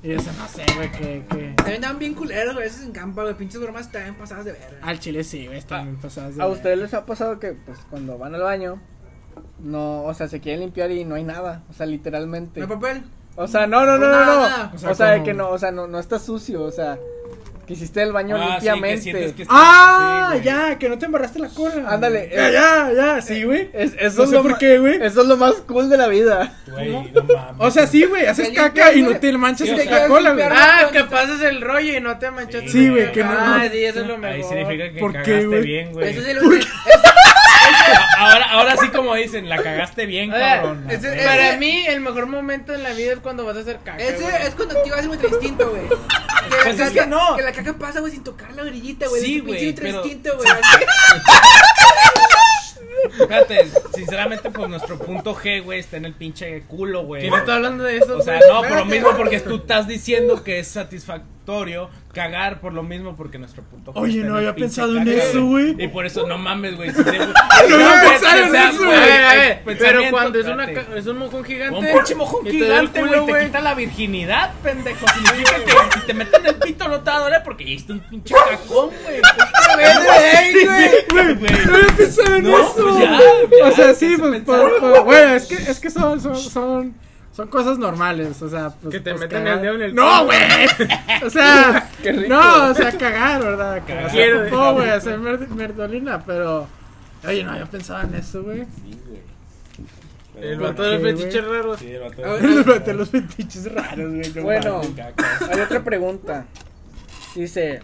Speaker 1: Y eso no sé, güey, que, que
Speaker 5: También andaban bien culeros, güey, esos en campa, güey. Pinches bromas también pasadas de verga.
Speaker 1: al chile Ah, sí, güey, están bien pasadas. de
Speaker 7: Ah, A
Speaker 1: ver.
Speaker 7: ustedes les ha pasado que, pues, cuando van al baño, no, o sea, se quieren limpiar y no hay nada, o sea, literalmente.
Speaker 5: ¿No hay papel?
Speaker 7: O sea, no, no, no, no,
Speaker 5: Nada,
Speaker 7: no.
Speaker 5: nada.
Speaker 1: O
Speaker 7: O
Speaker 1: sea,
Speaker 7: sea,
Speaker 1: ¿cómo?
Speaker 7: que no, o sea, no, no está sucio, o sea, que hiciste el baño
Speaker 6: Ah, sí, que
Speaker 7: limpiamente.
Speaker 6: sientes que estás-
Speaker 1: Ah,
Speaker 6: Sí, güey.
Speaker 1: ya, que no te embarraste la cola.
Speaker 7: Ándale,
Speaker 1: Ya,
Speaker 7: eh.
Speaker 1: ya, ya, sí, güey.
Speaker 7: Es- eso
Speaker 1: No
Speaker 7: es
Speaker 1: sé
Speaker 7: lo
Speaker 1: por
Speaker 7: ma-
Speaker 1: qué, güey.
Speaker 7: Eso es lo más cool de la vida.
Speaker 6: Güey, no mames.
Speaker 1: O sea, sí, güey, haces
Speaker 5: Te
Speaker 1: caca
Speaker 5: limpias,
Speaker 1: y
Speaker 5: güey.
Speaker 1: no te manchas
Speaker 6: Sí, o
Speaker 1: en
Speaker 6: sea,
Speaker 1: la cola, güey.
Speaker 5: limpiar-
Speaker 4: Ah, que pasas el rollo y no te manchaste.
Speaker 1: Sí, güey, que no-
Speaker 4: Ah,
Speaker 1: no-
Speaker 4: sí, eso es lo
Speaker 6: Ahí
Speaker 4: mejor.
Speaker 6: significa que
Speaker 1: ¿Por qué,
Speaker 6: cagaste
Speaker 1: güey?
Speaker 6: bien, güey.
Speaker 5: Eso es el único.
Speaker 6: Ahora, ahora sí como dicen, la cagaste bien,
Speaker 4: O sea,
Speaker 6: cabrón.
Speaker 5: ese-
Speaker 6: Güey.
Speaker 5: ese-
Speaker 4: Para mí, el mejor momento en la vida es cuando vas a hacer caca. güey.
Speaker 5: Ese es cuando activas el nuestro instinto, güey. Que la
Speaker 6: Pues es
Speaker 5: caca-
Speaker 6: que no.
Speaker 5: Que la caca pasa, güey, sin tocar la orillita, güey.
Speaker 6: Sí,
Speaker 5: Ese pinche
Speaker 6: güey,
Speaker 5: nuestro
Speaker 6: pero-
Speaker 5: instinto, güey.
Speaker 6: Fíjate, sinceramente, pues nuestro punto G, güey, está en el pinche culo, güey.
Speaker 4: ¿Quién está hablando de eso?
Speaker 6: O sea,
Speaker 4: güey?
Speaker 6: no, por lo
Speaker 5: Espérate.
Speaker 6: mismo porque tú estás diciendo que es satisfactorio cagar por lo mismo porque nuestro punto G
Speaker 1: Oye,
Speaker 6: está
Speaker 1: no
Speaker 6: el
Speaker 1: había
Speaker 6: pinche
Speaker 1: pensado en
Speaker 6: caca,
Speaker 1: eso, güey.
Speaker 6: Y por eso, no mames, güey. si te-
Speaker 1: No había pensado en
Speaker 6: O sea,
Speaker 1: eso,
Speaker 4: A ver, a
Speaker 6: el
Speaker 4: ver, pero
Speaker 6: pensamiento,
Speaker 4: cuando es, una,
Speaker 6: espérate.
Speaker 4: ca- es un mojón gigante.
Speaker 6: Un pinche mojón
Speaker 4: y te da el
Speaker 6: gigante,
Speaker 4: culo,
Speaker 6: güey, te quita la virginidad, pendejo. Significa que si te meten el pito no te va a doler porque ya hiciste un pinche cacón, güey.
Speaker 1: Güey,
Speaker 6: güey.
Speaker 1: no había pensado en
Speaker 6: No,
Speaker 1: eso.
Speaker 6: pues ya,
Speaker 1: güey.
Speaker 6: ya,
Speaker 1: o sea,
Speaker 6: ya
Speaker 1: sí,
Speaker 6: se
Speaker 1: pues,
Speaker 6: pensaba.
Speaker 1: por- por- güey, es que, es que son, son, son, son cosas normales, o sea, pues,
Speaker 4: Que te
Speaker 1: pues,
Speaker 4: metan
Speaker 1: cagar.
Speaker 4: el dedo en el
Speaker 1: No, güey. O sea,
Speaker 7: rico.
Speaker 1: no, o sea, cagar, ¿verdad? Cagar.
Speaker 4: Quiero-
Speaker 1: No, güey, hacer mer- merdolina, pero oye, no había pensado en eso, güey.
Speaker 4: El vato de los
Speaker 1: Sí,
Speaker 4: fetiches raros.
Speaker 1: Durante los fetiches raros, güey. no
Speaker 7: Bueno,
Speaker 1: mames.
Speaker 7: hay otra pregunta. Dice,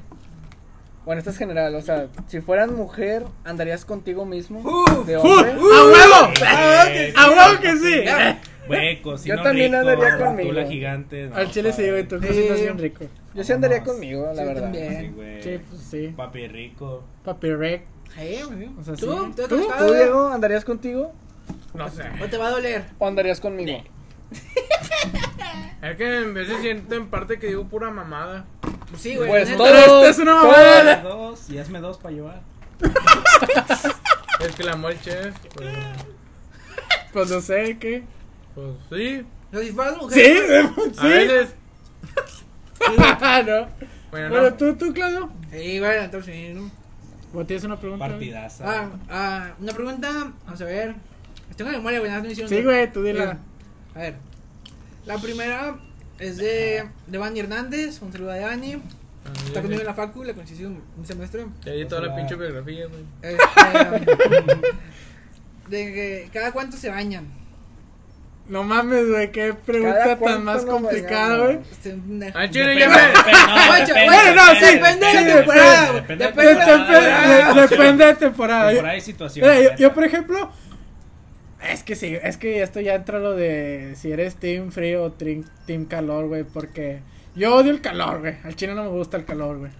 Speaker 7: bueno, esta es general, o sea, si fueras mujer, ¿andarías contigo mismo? de
Speaker 1: ¡Uh!
Speaker 7: hombre?
Speaker 1: ¡A huevo!
Speaker 6: Eh,
Speaker 1: ¡A huevo que Ah, sí! Eh.
Speaker 6: Hueco, si
Speaker 7: Yo
Speaker 6: no
Speaker 7: también
Speaker 6: rico,
Speaker 7: andaría
Speaker 6: la
Speaker 7: conmigo.
Speaker 6: tula gigante. no,
Speaker 1: Al chile sí, güey, tú
Speaker 5: Sí.
Speaker 1: cocinas bien rico.
Speaker 7: Yo sí andaría conmigo, la
Speaker 5: Sí,
Speaker 7: verdad.
Speaker 5: también.
Speaker 6: Sí, güey.
Speaker 1: Sí, pues sí.
Speaker 6: Papi rico.
Speaker 1: Papi rec.
Speaker 5: Eh, güey.
Speaker 1: O sea, sí.
Speaker 5: ¿Tú? ¿Tú?
Speaker 1: ¿Tú?
Speaker 5: ¿Tú?
Speaker 7: ¿Tú, Diego, andarías contigo
Speaker 4: No sé.
Speaker 5: ¿O te va a doler?
Speaker 7: o andarías conmigo?
Speaker 4: Es que en veces siento en parte que digo pura mamada.
Speaker 5: Pues sí, güey.
Speaker 7: Pues
Speaker 5: neta.
Speaker 7: todo-
Speaker 1: Esta es una mamada.
Speaker 6: Hazme dos y hazme dos para llevar.
Speaker 4: Es que la amó el chef. Pues,
Speaker 1: Pues no sé, ¿qué?
Speaker 4: pues sí.
Speaker 5: No, si fueras mujer.
Speaker 1: Sí, Ah,
Speaker 4: A veces.
Speaker 1: no.
Speaker 4: Bueno, no.
Speaker 1: Bueno, tú, tú, Claudio.
Speaker 5: Sí, güey, entonces sí, ¿no?
Speaker 1: ¿O tienes una pregunta? güey?
Speaker 6: Partidaza.
Speaker 5: Ah, ah, una pregunta. Vamos a ver. Tengo la memoria, güey, nada más me hicieron.
Speaker 1: Sí, güey, tú dila.
Speaker 5: A ver. La primera es de, de Vani Hernández. Un saludo a Dani. Está conmigo en la facu, la conocí hace un, un semestre.
Speaker 4: Ya di toda la pinche biografía, güey.
Speaker 5: Este, de que cada cuánto se bañan.
Speaker 1: No mames, güey, qué pregunta tan más complicada, güey.
Speaker 5: Este,
Speaker 4: Al Ah, chile ya me.
Speaker 5: Bueno, no, sí, depende de
Speaker 1: Ah,
Speaker 5: la temporada. güey.
Speaker 6: depende
Speaker 5: Depende
Speaker 6: de
Speaker 5: de la
Speaker 6: Ah,
Speaker 5: temporada.
Speaker 1: Dep- Depende de temporada. ¿eh? Yo-
Speaker 6: Por ahí ¿eh? situación.
Speaker 1: Mira, yo, yo, por ejemplo, es que sí, es que esto ya entra lo de si eres team frío o team, team calor, güey, porque yo odio el calor, güey. Al chino no me gusta el calor, güey.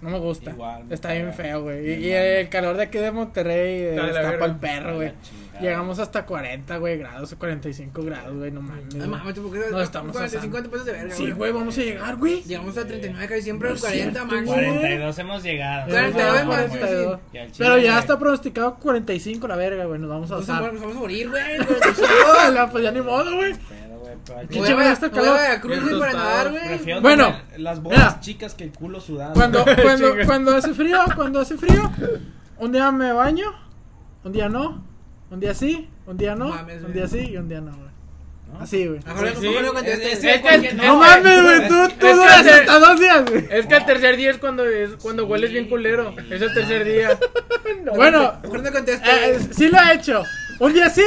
Speaker 1: No me gusta.
Speaker 6: Igual, me
Speaker 1: Está bien
Speaker 6: caga.
Speaker 1: feo, güey. Y,
Speaker 6: Bien
Speaker 1: y
Speaker 6: mal.
Speaker 1: el calor de aquí de Monterrey eh,
Speaker 4: Está de la
Speaker 1: está
Speaker 4: verga.
Speaker 1: pa'l perro, güey.
Speaker 6: chingada.
Speaker 1: Llegamos hasta 40, güey, grados, 45 grados, güey, no mames.
Speaker 5: No
Speaker 1: güey.
Speaker 5: mames, ¿por qué?
Speaker 1: No, estamos
Speaker 5: 45
Speaker 1: asando.
Speaker 5: pesos de verga,
Speaker 1: Sí, güey, vamos a llegar, güey.
Speaker 5: Llegamos a 39 casi siempre,
Speaker 1: No es
Speaker 5: 40
Speaker 1: cierto,
Speaker 5: máximo.
Speaker 1: güey.
Speaker 6: 42 hemos llegado.
Speaker 5: Cuarenta y dos,
Speaker 6: Vamos,
Speaker 5: cuarenta y
Speaker 6: güey.
Speaker 5: dos.
Speaker 6: Y al chile,
Speaker 1: Pero ya
Speaker 6: güey,
Speaker 1: está pronosticado 45 la verga, güey, nos vamos a
Speaker 5: Nos vamos a-
Speaker 1: asar.
Speaker 5: nos vamos a morir, güey.
Speaker 1: Hola, pues ya ni modo, güey.
Speaker 6: pedo, güey, pero al
Speaker 1: Qué
Speaker 6: chile,
Speaker 1: chido, ya está el
Speaker 5: Voy a
Speaker 1: calor.
Speaker 5: Veracruz güey, para
Speaker 4: Bien
Speaker 5: nadar, güey.
Speaker 6: prefiero
Speaker 1: Bueno,
Speaker 6: tener las bolas
Speaker 1: mira.
Speaker 6: chicas que el culo sudado.
Speaker 1: Cuando,
Speaker 6: güey.
Speaker 1: cuando,
Speaker 4: Chinga.
Speaker 1: cuando hace frío, cuando hace frío, un día me baño, un día no, un día sí, un día no,
Speaker 5: Mames,
Speaker 1: un
Speaker 5: güey.
Speaker 1: día sí y un día no, güey.
Speaker 6: ¿No?
Speaker 1: Así, güey.
Speaker 5: Mejor
Speaker 4: Sí,
Speaker 5: no-
Speaker 4: sí.
Speaker 5: mejor no
Speaker 4: Es-
Speaker 6: Este
Speaker 5: contestes. güey,
Speaker 4: es-
Speaker 5: porque Pues,
Speaker 4: es-
Speaker 5: no,
Speaker 1: No
Speaker 5: güey.
Speaker 1: mames, güey, tú, tú
Speaker 4: es-
Speaker 1: duras
Speaker 4: es-
Speaker 1: hasta dos días, güey.
Speaker 4: Es que el tercer día es cuando, es cuando hueles bien culero. Es el tercer día.
Speaker 1: Bueno,
Speaker 5: Mejor no contestes.
Speaker 1: eh, sí lo he hecho. Un día sí,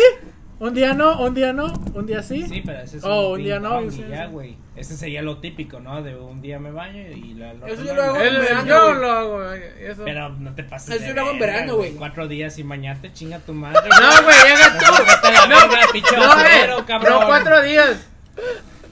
Speaker 1: un día no, un día no, un día sí.
Speaker 6: Sí, pero ese es
Speaker 1: Oh, un
Speaker 6: pin
Speaker 1: día no,
Speaker 6: pong
Speaker 1: sí,
Speaker 6: y ya,
Speaker 1: sí.
Speaker 6: güey. Ese sería lo típico, ¿no? De un día me baño y la la-
Speaker 5: Eso
Speaker 6: la-
Speaker 5: yo lo hago.
Speaker 4: El-
Speaker 5: verano,
Speaker 4: yo
Speaker 5: güey.
Speaker 4: lo hago, güey, eso.
Speaker 6: Pero no te pases
Speaker 5: Eso
Speaker 6: de
Speaker 5: yo lo hago en
Speaker 6: verga,
Speaker 5: verano, güey.
Speaker 6: Cuatro días sin bañarte, chinga tu madre.
Speaker 4: No, güey, llega tú.
Speaker 6: Vete a la verga, pinche
Speaker 4: No,
Speaker 6: basurero,
Speaker 4: eh,
Speaker 6: cabrón.
Speaker 4: no, cuatro días.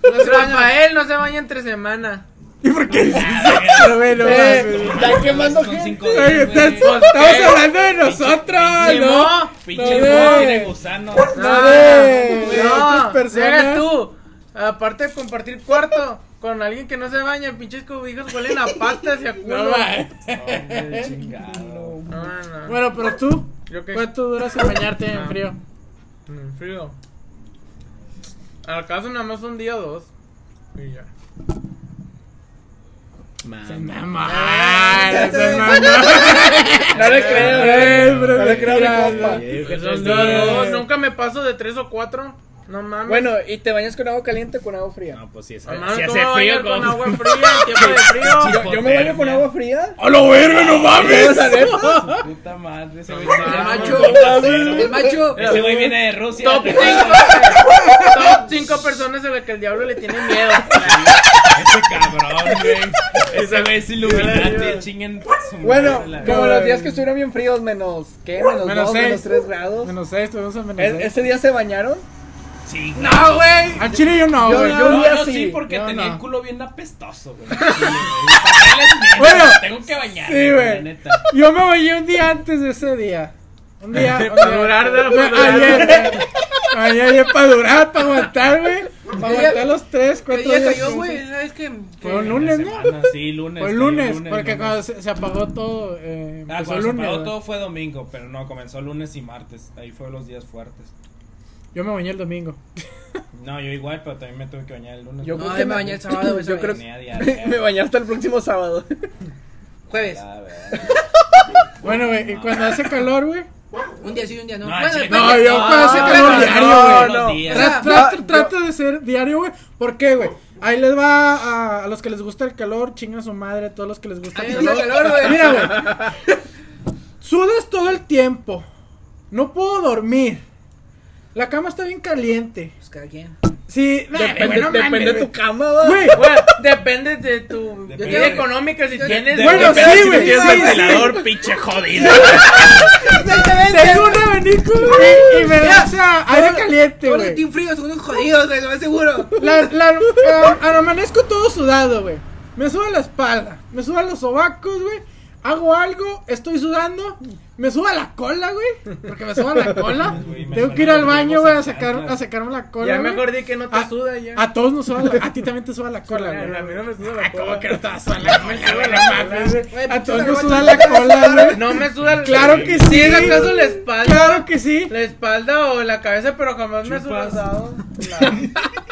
Speaker 4: Rafael no se baña entre semana.
Speaker 1: ¿Y por qué dices
Speaker 6: Ah,
Speaker 1: eso, güey? No mames,
Speaker 6: No
Speaker 1: güey.
Speaker 6: mames,
Speaker 7: Está quemando
Speaker 6: son
Speaker 7: gente.
Speaker 6: cinco días,
Speaker 1: Oye,
Speaker 6: güey.
Speaker 1: estás- Estamos hablando de nosotros,
Speaker 6: pinche
Speaker 1: ¿no?
Speaker 6: Pinche
Speaker 1: No,
Speaker 6: mono
Speaker 1: güey.
Speaker 6: de gusano.
Speaker 1: No,
Speaker 4: Ah,
Speaker 1: de- de otras
Speaker 4: no,
Speaker 1: personas.
Speaker 4: llega tú. Aparte de compartir cuarto con alguien que no se baña, pinches cobijas huelen a patas y a culo.
Speaker 1: No, mames.
Speaker 6: Hombre, chingado.
Speaker 4: No, no, no.
Speaker 1: Bueno, pero tú,
Speaker 4: ¿Yo qué?
Speaker 1: ¿cuánto duras en bañarte en
Speaker 4: Ah.
Speaker 1: frío?
Speaker 4: En frío. Al caso nada más un día o dos. Y ya.
Speaker 1: Se
Speaker 6: Man.
Speaker 1: mamá,
Speaker 5: ya te
Speaker 1: se
Speaker 5: vi.
Speaker 1: mamá.
Speaker 7: No le creo,
Speaker 1: Ey,
Speaker 7: güey.
Speaker 1: bro,
Speaker 7: No le creo a mi
Speaker 1: mira,
Speaker 7: compa.
Speaker 6: Yo digo que
Speaker 4: Esos
Speaker 6: tres
Speaker 4: dos,
Speaker 6: días.
Speaker 4: no, nunca me paso de tres o cuatro. No mames.
Speaker 7: Bueno, ¿y te bañas con agua caliente o con agua fría?
Speaker 6: No, pues si es-
Speaker 4: No mames,
Speaker 6: si
Speaker 4: ¿cómo
Speaker 6: hace
Speaker 4: me voy a
Speaker 6: frío,
Speaker 4: bañar con
Speaker 6: ¿cómo?
Speaker 4: agua fría en tiempo de frío.
Speaker 7: Yo me baño con agua fría.
Speaker 1: ¡A la verga, no mames!
Speaker 6: Su puta madre, ese güey tiene
Speaker 4: mames.
Speaker 6: macho.
Speaker 5: El macho.
Speaker 6: Ese ¿Ah? güey viene de Rusia.
Speaker 4: Top
Speaker 6: Ese
Speaker 4: 5 Top cinco personas a las que el diablo le tiene miedo.
Speaker 6: cabrón, güey. Ese güey es Illuminati, chinguen. su madre,
Speaker 7: Bueno,
Speaker 6: la-
Speaker 7: como los días que estuvieron bien fríos, menos, ¿qué? Menos,
Speaker 1: Menos
Speaker 7: 2,
Speaker 1: seis.
Speaker 7: menos 3 grados.
Speaker 1: Menos seis, estuvimos en menos
Speaker 7: ¿E-
Speaker 1: seis.
Speaker 7: ¿Ese día se bañaron?
Speaker 6: Sí,
Speaker 4: No, güey.
Speaker 1: Al chile yo no,
Speaker 7: Yo-
Speaker 1: güey.
Speaker 7: yo-
Speaker 6: No,
Speaker 7: día
Speaker 6: yo
Speaker 7: sí,
Speaker 6: sí, porque
Speaker 1: yo
Speaker 6: tenía
Speaker 1: no.
Speaker 6: el culo bien apestoso, güey. Sí, güey. Para las nenas,
Speaker 1: Bueno,
Speaker 6: tengo que bañar,
Speaker 1: sí,
Speaker 6: la
Speaker 1: güey.
Speaker 6: neta.
Speaker 1: Yo me bañé un día antes de ese día. Un día. un
Speaker 4: Para
Speaker 1: día-
Speaker 4: durar, de
Speaker 1: Me- Ayer, güey. ayer, ayer, para durar, para aguantar, güey. Para aguantar los tres,
Speaker 5: ¿Qué
Speaker 1: cuatro
Speaker 5: día
Speaker 1: días.
Speaker 5: cayó, güey? ¿Sabes qué?
Speaker 1: Fue un lunes, ¿no?
Speaker 6: Semana, Sí, lunes.
Speaker 1: Fue el
Speaker 6: cayó
Speaker 1: lunes, porque
Speaker 6: lunes.
Speaker 1: cuando se, se apagó todo, eh,
Speaker 6: Ah,
Speaker 1: empezó
Speaker 6: cuando
Speaker 1: el
Speaker 6: se
Speaker 1: lunes.
Speaker 6: apagó
Speaker 1: güey.
Speaker 6: todo fue domingo, pero no, comenzó lunes y martes. Ahí fue los días fuertes.
Speaker 1: Yo me bañé el domingo.
Speaker 6: No, yo igual, pero también me tuve que bañar el lunes.
Speaker 7: Yo
Speaker 5: No,
Speaker 7: creo
Speaker 5: yo
Speaker 7: que
Speaker 5: me bañé el sábado, güey,
Speaker 7: Yo
Speaker 5: esa
Speaker 7: creo
Speaker 6: Tenía diarrea.
Speaker 7: me bañé hasta el próximo sábado.
Speaker 5: Jueves.
Speaker 6: La verdad.
Speaker 1: Bueno, güey, y cuando hace calor, güey.
Speaker 5: Un día sí, un día no.
Speaker 6: No,
Speaker 5: Bueno,
Speaker 6: chico,
Speaker 5: depende.
Speaker 1: No, yo cuando hace
Speaker 7: no,
Speaker 1: calor
Speaker 7: no,
Speaker 1: diario,
Speaker 7: no,
Speaker 1: güey.
Speaker 6: Todos los
Speaker 7: no.
Speaker 6: días.
Speaker 1: Tra-
Speaker 5: sea,
Speaker 1: tra-
Speaker 7: yo-
Speaker 1: tra- Trata de ser diario, güey. ¿Por qué, güey? Ahí les va a, a los que les gusta el calor, chinga su madre, todos los que les gusta
Speaker 5: A mí
Speaker 1: el
Speaker 5: me gusta
Speaker 1: calor.
Speaker 5: el calor, güey.
Speaker 1: Mira, güey. Sudas todo el tiempo. No puedo dormir. La cama está bien caliente.
Speaker 5: Pues cada quien.
Speaker 1: Este, Sí, nah,
Speaker 7: Depende,
Speaker 1: güey, no mames,
Speaker 7: depende de tu
Speaker 1: güey.
Speaker 7: cama, va.
Speaker 1: Güey,
Speaker 4: Güey, depende de tu
Speaker 6: Depende.
Speaker 4: vida económica si
Speaker 5: Yo-
Speaker 4: tienes.
Speaker 6: De-
Speaker 1: Bueno,
Speaker 6: de- pero
Speaker 1: sí,
Speaker 6: si
Speaker 1: güey,
Speaker 6: tienes
Speaker 1: sí,
Speaker 6: ventilador, pinche jodido.
Speaker 1: tengo un abanico, güey. Y me da o sea, aire caliente,
Speaker 5: Todos los
Speaker 1: güey.
Speaker 5: team fríos son unos jodidos, güey, lo más seguro.
Speaker 1: La, la, a- a- amanezco todo sudado, güey. Me suda la espalda, me sudan los sobacos, güey. Hago algo, estoy sudando, me suba la cola, güey. Porque me suba la cola.
Speaker 6: Güey, me
Speaker 1: Tengo que ir
Speaker 6: suena
Speaker 1: al
Speaker 6: que
Speaker 1: baño,
Speaker 6: tenemos
Speaker 1: güey, a
Speaker 6: acá,
Speaker 1: sacar,
Speaker 6: claro.
Speaker 1: a sacarme la cola.
Speaker 4: Ya
Speaker 1: güey.
Speaker 4: mejor di que no te
Speaker 1: Ah,
Speaker 4: suda ya.
Speaker 1: A todos nos suda la, a ti también te suda la cola,
Speaker 4: A mí
Speaker 1: güey.
Speaker 4: no me suda
Speaker 1: Ah,
Speaker 4: la
Speaker 1: ¿Cómo
Speaker 4: cola.
Speaker 1: que no te va a sudar la cola, güey? No mames, güey. A
Speaker 5: pinche
Speaker 1: todos nos
Speaker 5: vergüenza.
Speaker 1: suda la cola, güey.
Speaker 4: No me suda la
Speaker 1: Claro que sí.
Speaker 4: ¿Es acaso la espalda?
Speaker 1: Claro que sí.
Speaker 4: La espalda o la cabeza, pero jamás me ha
Speaker 6: Chupas.
Speaker 4: sudado.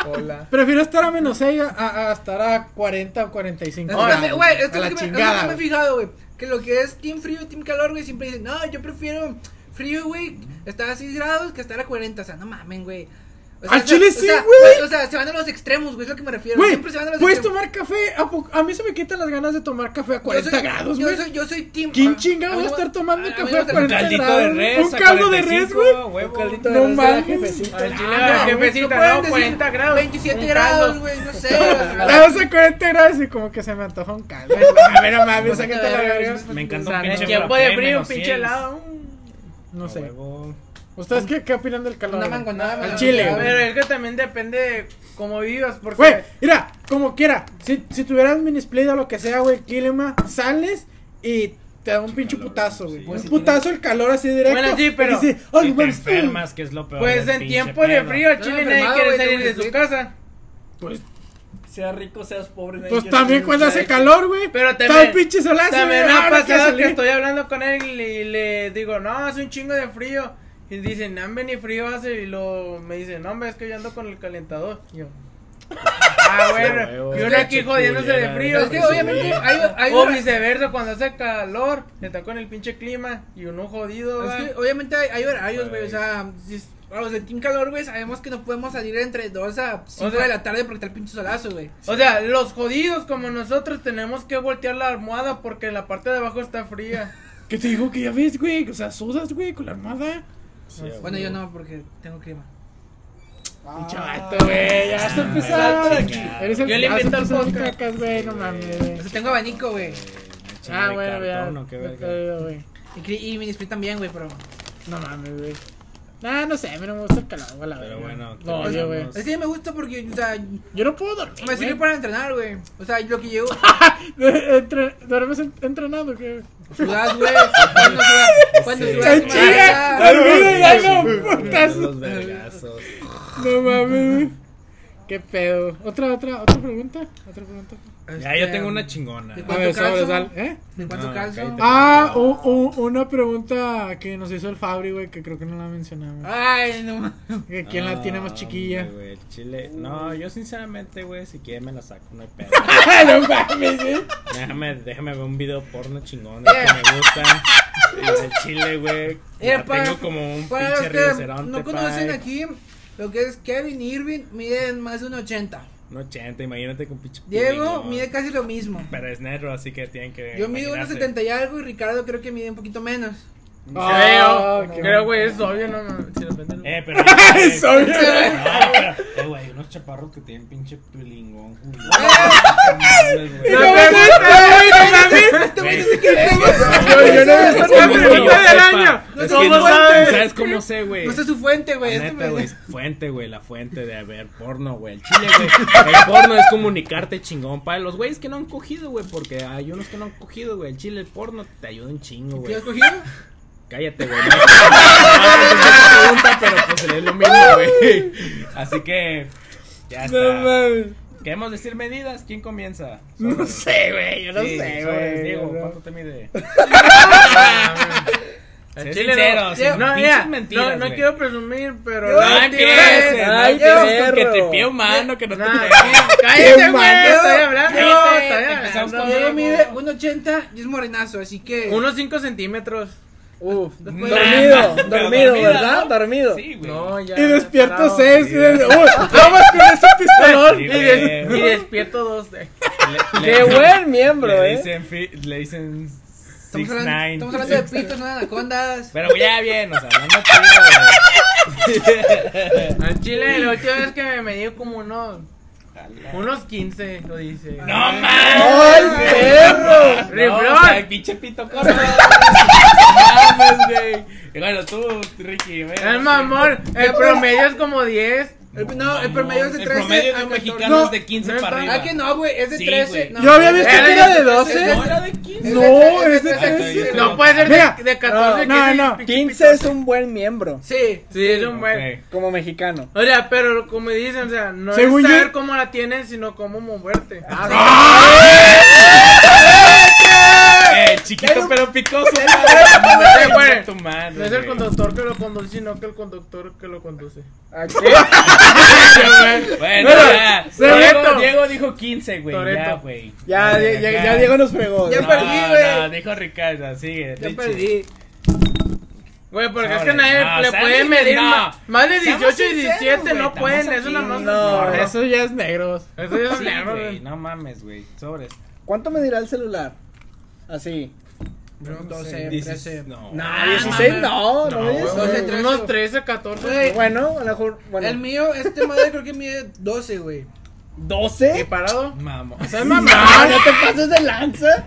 Speaker 4: Hola.
Speaker 1: Prefiero estar a menos 6 a, a estar a 40 o 45.
Speaker 5: Ahora,
Speaker 1: grados,
Speaker 5: güey, esto
Speaker 1: a
Speaker 5: es
Speaker 1: la
Speaker 5: lo que me, es lo
Speaker 1: chingada.
Speaker 5: que me he fijado, güey. Que lo que es team frío y team calor, güey, siempre dicen, no, yo prefiero frío, güey, estar a 6 grados que estar a 40. O sea, no mamen, güey. O
Speaker 1: Al chile
Speaker 5: o
Speaker 1: sí,
Speaker 5: sea,
Speaker 1: güey.
Speaker 5: O sea, se van a los extremos, güey, es lo que me refiero.
Speaker 1: Güey,
Speaker 5: Siempre se van a los
Speaker 1: puedes
Speaker 5: extremos.
Speaker 1: tomar café. A, po- a mí se me quitan las ganas de tomar café a 40
Speaker 5: yo soy,
Speaker 1: grados,
Speaker 5: yo
Speaker 1: güey.
Speaker 5: soy, yo soy team.
Speaker 1: ¿Quién
Speaker 5: ah,
Speaker 1: chingado
Speaker 5: a
Speaker 1: va a
Speaker 5: mí-
Speaker 1: estar tomando
Speaker 5: mí
Speaker 1: café
Speaker 5: no
Speaker 1: a
Speaker 5: se-
Speaker 1: 40
Speaker 6: caldito
Speaker 1: grados?
Speaker 6: de res
Speaker 1: un
Speaker 6: a
Speaker 1: caldo de res,
Speaker 6: 45,
Speaker 1: güey.
Speaker 6: huevo.
Speaker 1: Un
Speaker 6: caldito
Speaker 1: no mames.
Speaker 4: Al chile,
Speaker 5: Ah, no,
Speaker 4: jefecita,
Speaker 5: no pueden
Speaker 4: no,
Speaker 5: decir
Speaker 4: 40 grados.
Speaker 5: 27
Speaker 4: un
Speaker 5: grados,
Speaker 4: caldo.
Speaker 5: güey, no sé.
Speaker 1: Ah, o sea, 40 grados y como que se me antoja un caldo. A ver, no mames, sácate la verga.
Speaker 6: Me encanta
Speaker 4: O sea,
Speaker 6: un pinche
Speaker 4: en tiempo de
Speaker 6: frappé,
Speaker 4: frío, un
Speaker 6: menos
Speaker 4: pinche
Speaker 6: cien.
Speaker 4: helado.
Speaker 1: No
Speaker 6: A
Speaker 1: sé.
Speaker 6: huevo.
Speaker 1: ¿Ustedes qué, qué opinan del calor?
Speaker 5: Una
Speaker 1: güey?
Speaker 5: mangonada,
Speaker 1: Al
Speaker 5: güey.
Speaker 1: chile,
Speaker 5: A
Speaker 1: güey.
Speaker 4: Pero es que también depende de cómo vivas, porque...
Speaker 1: Güey, mira, como quiera, si, si tuvieras minisplit o lo que sea, güey, Kilema, sales y te da un pinche putazo, güey. un putazo el calor así directo.
Speaker 4: Bueno, sí, pero
Speaker 1: y dices, "Ay, no
Speaker 6: Si te
Speaker 1: mames, uh".
Speaker 6: enfermas, que es lo peor.
Speaker 4: Pues
Speaker 6: del
Speaker 4: en
Speaker 6: pinche
Speaker 4: tiempo de
Speaker 6: pedo.
Speaker 4: frío, al
Speaker 5: No,
Speaker 4: chile nadie
Speaker 5: enfermado,
Speaker 4: quiere
Speaker 5: güey,
Speaker 4: salir
Speaker 5: tengo
Speaker 4: de su
Speaker 5: que
Speaker 4: casa.
Speaker 1: Pues,
Speaker 7: Seas rico, seas pobre. nadie
Speaker 1: pues
Speaker 7: quiere
Speaker 1: también
Speaker 7: vivir.
Speaker 1: cuando hace calor, güey.
Speaker 4: Pero
Speaker 1: está
Speaker 4: también-
Speaker 1: el pinche solazo,
Speaker 4: También
Speaker 1: güey,
Speaker 4: ha
Speaker 1: ah, no quiero
Speaker 4: pasado que
Speaker 1: salir.
Speaker 4: estoy hablando con él y le, y le digo, no, hace un chingo de frío. Y dicen, no, hombre, ni frío hace. Y lo, me dicen, no, hombre, es que yo ando con el calentador. Y yo, ah, bueno.
Speaker 6: huevo,
Speaker 4: Y uno aquí
Speaker 6: pinche
Speaker 4: jodiéndose de
Speaker 6: culera,
Speaker 4: frío.
Speaker 5: Pero es que obviamente hay, hay
Speaker 4: o
Speaker 5: una-
Speaker 4: viceversa, cuando hace calor, está con el pinche clima y uno jodido.
Speaker 5: Es
Speaker 4: va.
Speaker 5: que obviamente hay, hay horarios, güey. O sea, si es- a los de Team Calor, güey, sabemos que no podemos salir entre 2 a 5
Speaker 4: sea-
Speaker 5: de la tarde porque está el pinche solazo, güey.
Speaker 4: O sea, los jodidos como nosotros tenemos que voltear la almohada porque la parte de abajo está fría.
Speaker 1: ¿Qué te digo que ya ves, güey? O sea, sudas, güey, con la armada.
Speaker 5: Bueno, yo no, porque tengo clima.
Speaker 1: Pinche vato, güey,
Speaker 6: Ah,
Speaker 1: ya vas a empezar. Eres el
Speaker 4: Yo le
Speaker 1: ya vas a
Speaker 4: invento al
Speaker 1: empezar con
Speaker 4: podcast.
Speaker 1: cacas, güey, no mames. güey.
Speaker 5: O sea, tengo abanico, güey.
Speaker 1: Ah,
Speaker 6: de
Speaker 1: bueno,
Speaker 6: Eh, cartón,
Speaker 1: ya.
Speaker 6: ¿o qué
Speaker 1: ya
Speaker 6: verga?
Speaker 1: te digo, güey.
Speaker 5: Y, cri- y mini split también, güey, pero.
Speaker 1: No mames, güey. Nah, no sé, a mí no me gusta el calor, güey, la
Speaker 6: Pero
Speaker 1: verga.
Speaker 6: bueno,
Speaker 1: no, odio, güey.
Speaker 6: terminamos.
Speaker 5: Es que me gusta porque, o sea, me
Speaker 1: Yo no puedo dormir.
Speaker 5: sirve
Speaker 1: güey.
Speaker 5: para entrenar, güey. O sea, lo que llevo.
Speaker 1: Entre, ¿Duermes en- entrenando? ¿Qué?
Speaker 5: Sudas, güey. Cuando sudas. Cuando
Speaker 6: Sí.
Speaker 5: sudas.
Speaker 1: En Chile,
Speaker 5: marca.
Speaker 1: dormido y ya no,
Speaker 6: Putas.
Speaker 1: putas. No mames, güey. ¿Qué pedo? ¿Otra, otra, otra pregunta? ¿Otra pregunta?
Speaker 6: Ya, yo tengo una chingona.
Speaker 5: Este,
Speaker 1: A
Speaker 5: ¿De cuánto
Speaker 1: ver,
Speaker 5: calzo?
Speaker 1: sobre sal. ¿Eh?
Speaker 5: ¿De
Speaker 6: No,
Speaker 5: cuánto calzo?
Speaker 6: cállate.
Speaker 1: Ah, u- u- una pregunta que nos hizo el Fabri, güey, que creo que no la
Speaker 5: Ah.
Speaker 1: mencionamos.
Speaker 5: Ay, no mames.
Speaker 1: Que ¿Quién la tiene más
Speaker 6: Ah,
Speaker 1: chiquilla?
Speaker 6: hombre, güey, el chile. No, yo sinceramente, güey, si quiere me la saco, no hay pedo.
Speaker 1: Ah, no mames, güey.
Speaker 6: déjame, déjame ver un video porno chingón de que me gusta. El chile, güey.
Speaker 5: Eh,
Speaker 6: la
Speaker 5: para-
Speaker 6: tengo como un
Speaker 5: Para los
Speaker 6: pinche
Speaker 5: que
Speaker 6: rinoceronte.
Speaker 5: no conocen
Speaker 6: pai.
Speaker 5: aquí, lo que es Kevin Irving mide más de un 80.
Speaker 6: Un 80, imagínate con pinche.
Speaker 5: Diego
Speaker 6: pingüino.
Speaker 5: mide casi lo mismo.
Speaker 6: Pero es negro, así que tienen que.
Speaker 5: Yo mido unos
Speaker 6: imaginarse.
Speaker 5: 70 y algo y Ricardo creo que mide un poquito menos.
Speaker 1: Ah,
Speaker 4: creo,
Speaker 1: qué
Speaker 4: creo, güey, es obvio, no mames. Si lo pendejo-
Speaker 6: Eh, pero. eh,
Speaker 1: Eso, güey.
Speaker 6: pero- eh, güey, unos chaparros que tienen pinche pilingón. culo.
Speaker 1: No
Speaker 6: No,
Speaker 1: me gusta, güey, no mames. Yo- yo no me gusta
Speaker 6: ¿Cómo
Speaker 1: la pregunta
Speaker 6: yo
Speaker 1: del
Speaker 6: sepa?
Speaker 1: año.
Speaker 6: Es que
Speaker 1: ¿Cómo
Speaker 6: no
Speaker 1: sabes?
Speaker 6: ¿Sabes cómo sé, güey?
Speaker 5: No sé su fuente, güey.
Speaker 6: La
Speaker 5: este
Speaker 6: neta,
Speaker 5: me-
Speaker 6: güey, fuente, güey, la fuente de haber porno, güey. El chile, güey. El porno es comunicarte chingón, para los güeyes que no han cogido, güey, porque hay unos que no han cogido, güey. El chile, el porno te ayuda un chingo,
Speaker 5: ¿Qué
Speaker 6: güey.
Speaker 5: has cogido?
Speaker 6: Cállate, güey. No, no, no, no, no, no, pregunta, pero pues es lo mismo, güey. Así que ya
Speaker 1: No
Speaker 6: está.
Speaker 1: mames.
Speaker 6: Queremos decir medidas, ¿quién comienza?
Speaker 1: No
Speaker 6: Sobres.
Speaker 1: sé, güey, yo no
Speaker 6: Sí,
Speaker 1: sé,
Speaker 6: sobres,
Speaker 1: güey.
Speaker 6: Diego,
Speaker 1: yo no-
Speaker 6: ¿cuánto te mide?
Speaker 4: Al
Speaker 6: Sé
Speaker 4: chile,
Speaker 6: sincero,
Speaker 4: no,
Speaker 6: sin
Speaker 4: no,
Speaker 6: pinches
Speaker 4: mira,
Speaker 6: mentiras,
Speaker 4: no, no
Speaker 6: güey.
Speaker 4: quiero presumir, pero.
Speaker 6: No
Speaker 4: la última
Speaker 6: empieces,
Speaker 4: vez-
Speaker 6: no
Speaker 7: Ay,
Speaker 6: empieces con que
Speaker 7: perro.
Speaker 6: te pío mano, que no te
Speaker 4: Nah,
Speaker 1: Qué
Speaker 4: Cállate, güey,
Speaker 1: malo.
Speaker 4: estoy hablando. estoy
Speaker 6: empezamos
Speaker 4: hablando.
Speaker 6: con
Speaker 5: Diego
Speaker 6: Diego.
Speaker 5: mide un 80 y es morenazo, así que.
Speaker 4: Unos 5 centímetros.
Speaker 7: Uf,
Speaker 5: Después-
Speaker 7: dormido,
Speaker 6: Pero
Speaker 7: dormido,
Speaker 6: dormida,
Speaker 7: ¿verdad?
Speaker 6: ¿no?
Speaker 7: Dormido.
Speaker 6: Sí, güey.
Speaker 4: No, ya.
Speaker 1: Y despierto
Speaker 4: parado.
Speaker 1: seis.
Speaker 6: Sí.
Speaker 1: y de- ¡Uy! ¡Vamos con ese pistolón!
Speaker 6: Sí,
Speaker 4: Y,
Speaker 6: güey.
Speaker 4: des- y despierto dos. de-
Speaker 6: Le-
Speaker 7: Qué
Speaker 6: le-
Speaker 7: buen miembro,
Speaker 6: le
Speaker 7: eh.
Speaker 6: dicen fi- le dicen
Speaker 5: estamos,
Speaker 6: six
Speaker 5: hablando,
Speaker 6: nine.
Speaker 5: estamos hablando de pitos, no de anacondas.
Speaker 6: Pero ya bien, o sea, hablando chido,
Speaker 4: Al chile, la última vez que me medí como unos. Unos 15, lo dice.
Speaker 6: güey. No mames.
Speaker 7: ¡Ay, perro!
Speaker 6: No,
Speaker 4: Riflón.
Speaker 6: o sea, el pinche pito corto. No mames, güey. Y bueno, tú, Ricky, güey.
Speaker 4: El mamón, el promedio es como 10.
Speaker 5: El- no, el promedio es de 13.
Speaker 6: El promedio de
Speaker 5: a
Speaker 6: un
Speaker 5: 14.
Speaker 6: mexicano
Speaker 1: No,
Speaker 6: es de 15
Speaker 4: no
Speaker 6: para
Speaker 4: está-
Speaker 6: arriba.
Speaker 5: Ah, que no, güey, es de
Speaker 6: Sí,
Speaker 5: 13.
Speaker 6: güey.
Speaker 5: No,
Speaker 1: Yo
Speaker 7: Eh,
Speaker 1: había visto
Speaker 4: Era
Speaker 1: que
Speaker 4: de-
Speaker 1: era de
Speaker 6: No,
Speaker 1: 12.
Speaker 6: era de 15.
Speaker 1: No, es de
Speaker 5: Ah, está bien.
Speaker 1: 13.
Speaker 4: No puede ser de, de 14.
Speaker 1: No,
Speaker 4: que es
Speaker 1: no,
Speaker 4: el
Speaker 1: no.
Speaker 4: pinche
Speaker 7: 15 es un buen miembro,
Speaker 5: Sí.
Speaker 4: Sí, es un buen.
Speaker 6: Ok.
Speaker 7: como mexicano.
Speaker 4: O sea, pero como dicen, o sea, no
Speaker 1: Según
Speaker 4: es
Speaker 1: yo- Ah,
Speaker 4: saber cómo la tienes, sino cómo moverte.
Speaker 6: Eh, chiquito pero picoso.
Speaker 4: Sí,
Speaker 6: No
Speaker 4: güey.
Speaker 6: tu madre,
Speaker 4: No es el
Speaker 6: güey.
Speaker 4: conductor que lo conduce, sino que el conductor que lo conduce.
Speaker 7: Aquí.
Speaker 6: Bueno,
Speaker 1: Pero,
Speaker 6: ya.
Speaker 1: se
Speaker 6: Diego,
Speaker 4: reto.
Speaker 6: Diego dijo 15, güey. Ya,
Speaker 4: Toreto.
Speaker 6: güey.
Speaker 7: Ya, ya, ya, ya Diego nos fregó.
Speaker 5: Ya
Speaker 6: No,
Speaker 5: perdí, güey.
Speaker 6: No, dijo Ricardo, sigue.
Speaker 5: Ya
Speaker 6: Richie.
Speaker 5: perdí.
Speaker 4: Güey, porque es
Speaker 6: Sobre,
Speaker 4: que nadie
Speaker 6: no,
Speaker 4: le
Speaker 6: sean
Speaker 4: pueden
Speaker 6: libres,
Speaker 4: medir
Speaker 6: no.
Speaker 4: ma- más de
Speaker 6: Seamos
Speaker 4: 18 y
Speaker 6: sinceros,
Speaker 4: 17,
Speaker 6: güey,
Speaker 4: no
Speaker 6: estamos
Speaker 4: pueden, es
Speaker 6: aquí,
Speaker 4: una más.
Speaker 7: no,
Speaker 4: No, eso
Speaker 1: Eso ya es negros.
Speaker 4: eso ya es
Speaker 6: Sí,
Speaker 4: negro,
Speaker 6: güey,
Speaker 4: güey.
Speaker 6: no mames, güey. Sobres.
Speaker 7: ¿Cuánto me dirá el celular? Así.
Speaker 5: 12,
Speaker 6: Dices,
Speaker 5: 13.
Speaker 6: No.
Speaker 7: Ah, 16, no, no,
Speaker 6: No,
Speaker 7: me digas.
Speaker 4: Güey,
Speaker 5: doce, trece.
Speaker 4: Unos 13, 14.
Speaker 5: Güey,
Speaker 7: Bueno, a lo mejor, bueno.
Speaker 5: El mío, este madre creo que mide 12, güey.
Speaker 4: ¿Y
Speaker 7: ¿12?
Speaker 4: parado?
Speaker 6: Mamo.
Speaker 4: ¿Estás
Speaker 7: No,
Speaker 4: mamado?
Speaker 7: no te pases de lanza.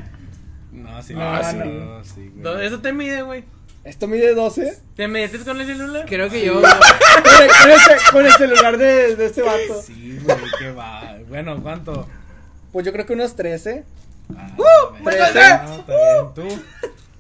Speaker 6: No, sí,
Speaker 4: No,
Speaker 6: no, sí,
Speaker 4: no.
Speaker 6: no, sí, güey.
Speaker 4: No, Eso te mide, güey.
Speaker 7: ¿Esto mide 12?
Speaker 4: ¿Te metes con el celular?
Speaker 5: Creo que yo.
Speaker 7: Con el, con el ce- con el celular de, de este vato.
Speaker 6: Sí, güey, qué va. Bueno, ¿cuánto?
Speaker 7: Pues yo creo que unos 13.
Speaker 6: Ah, no,
Speaker 7: me
Speaker 6: está
Speaker 7: colgué.
Speaker 6: bien, no, está bien. Tú.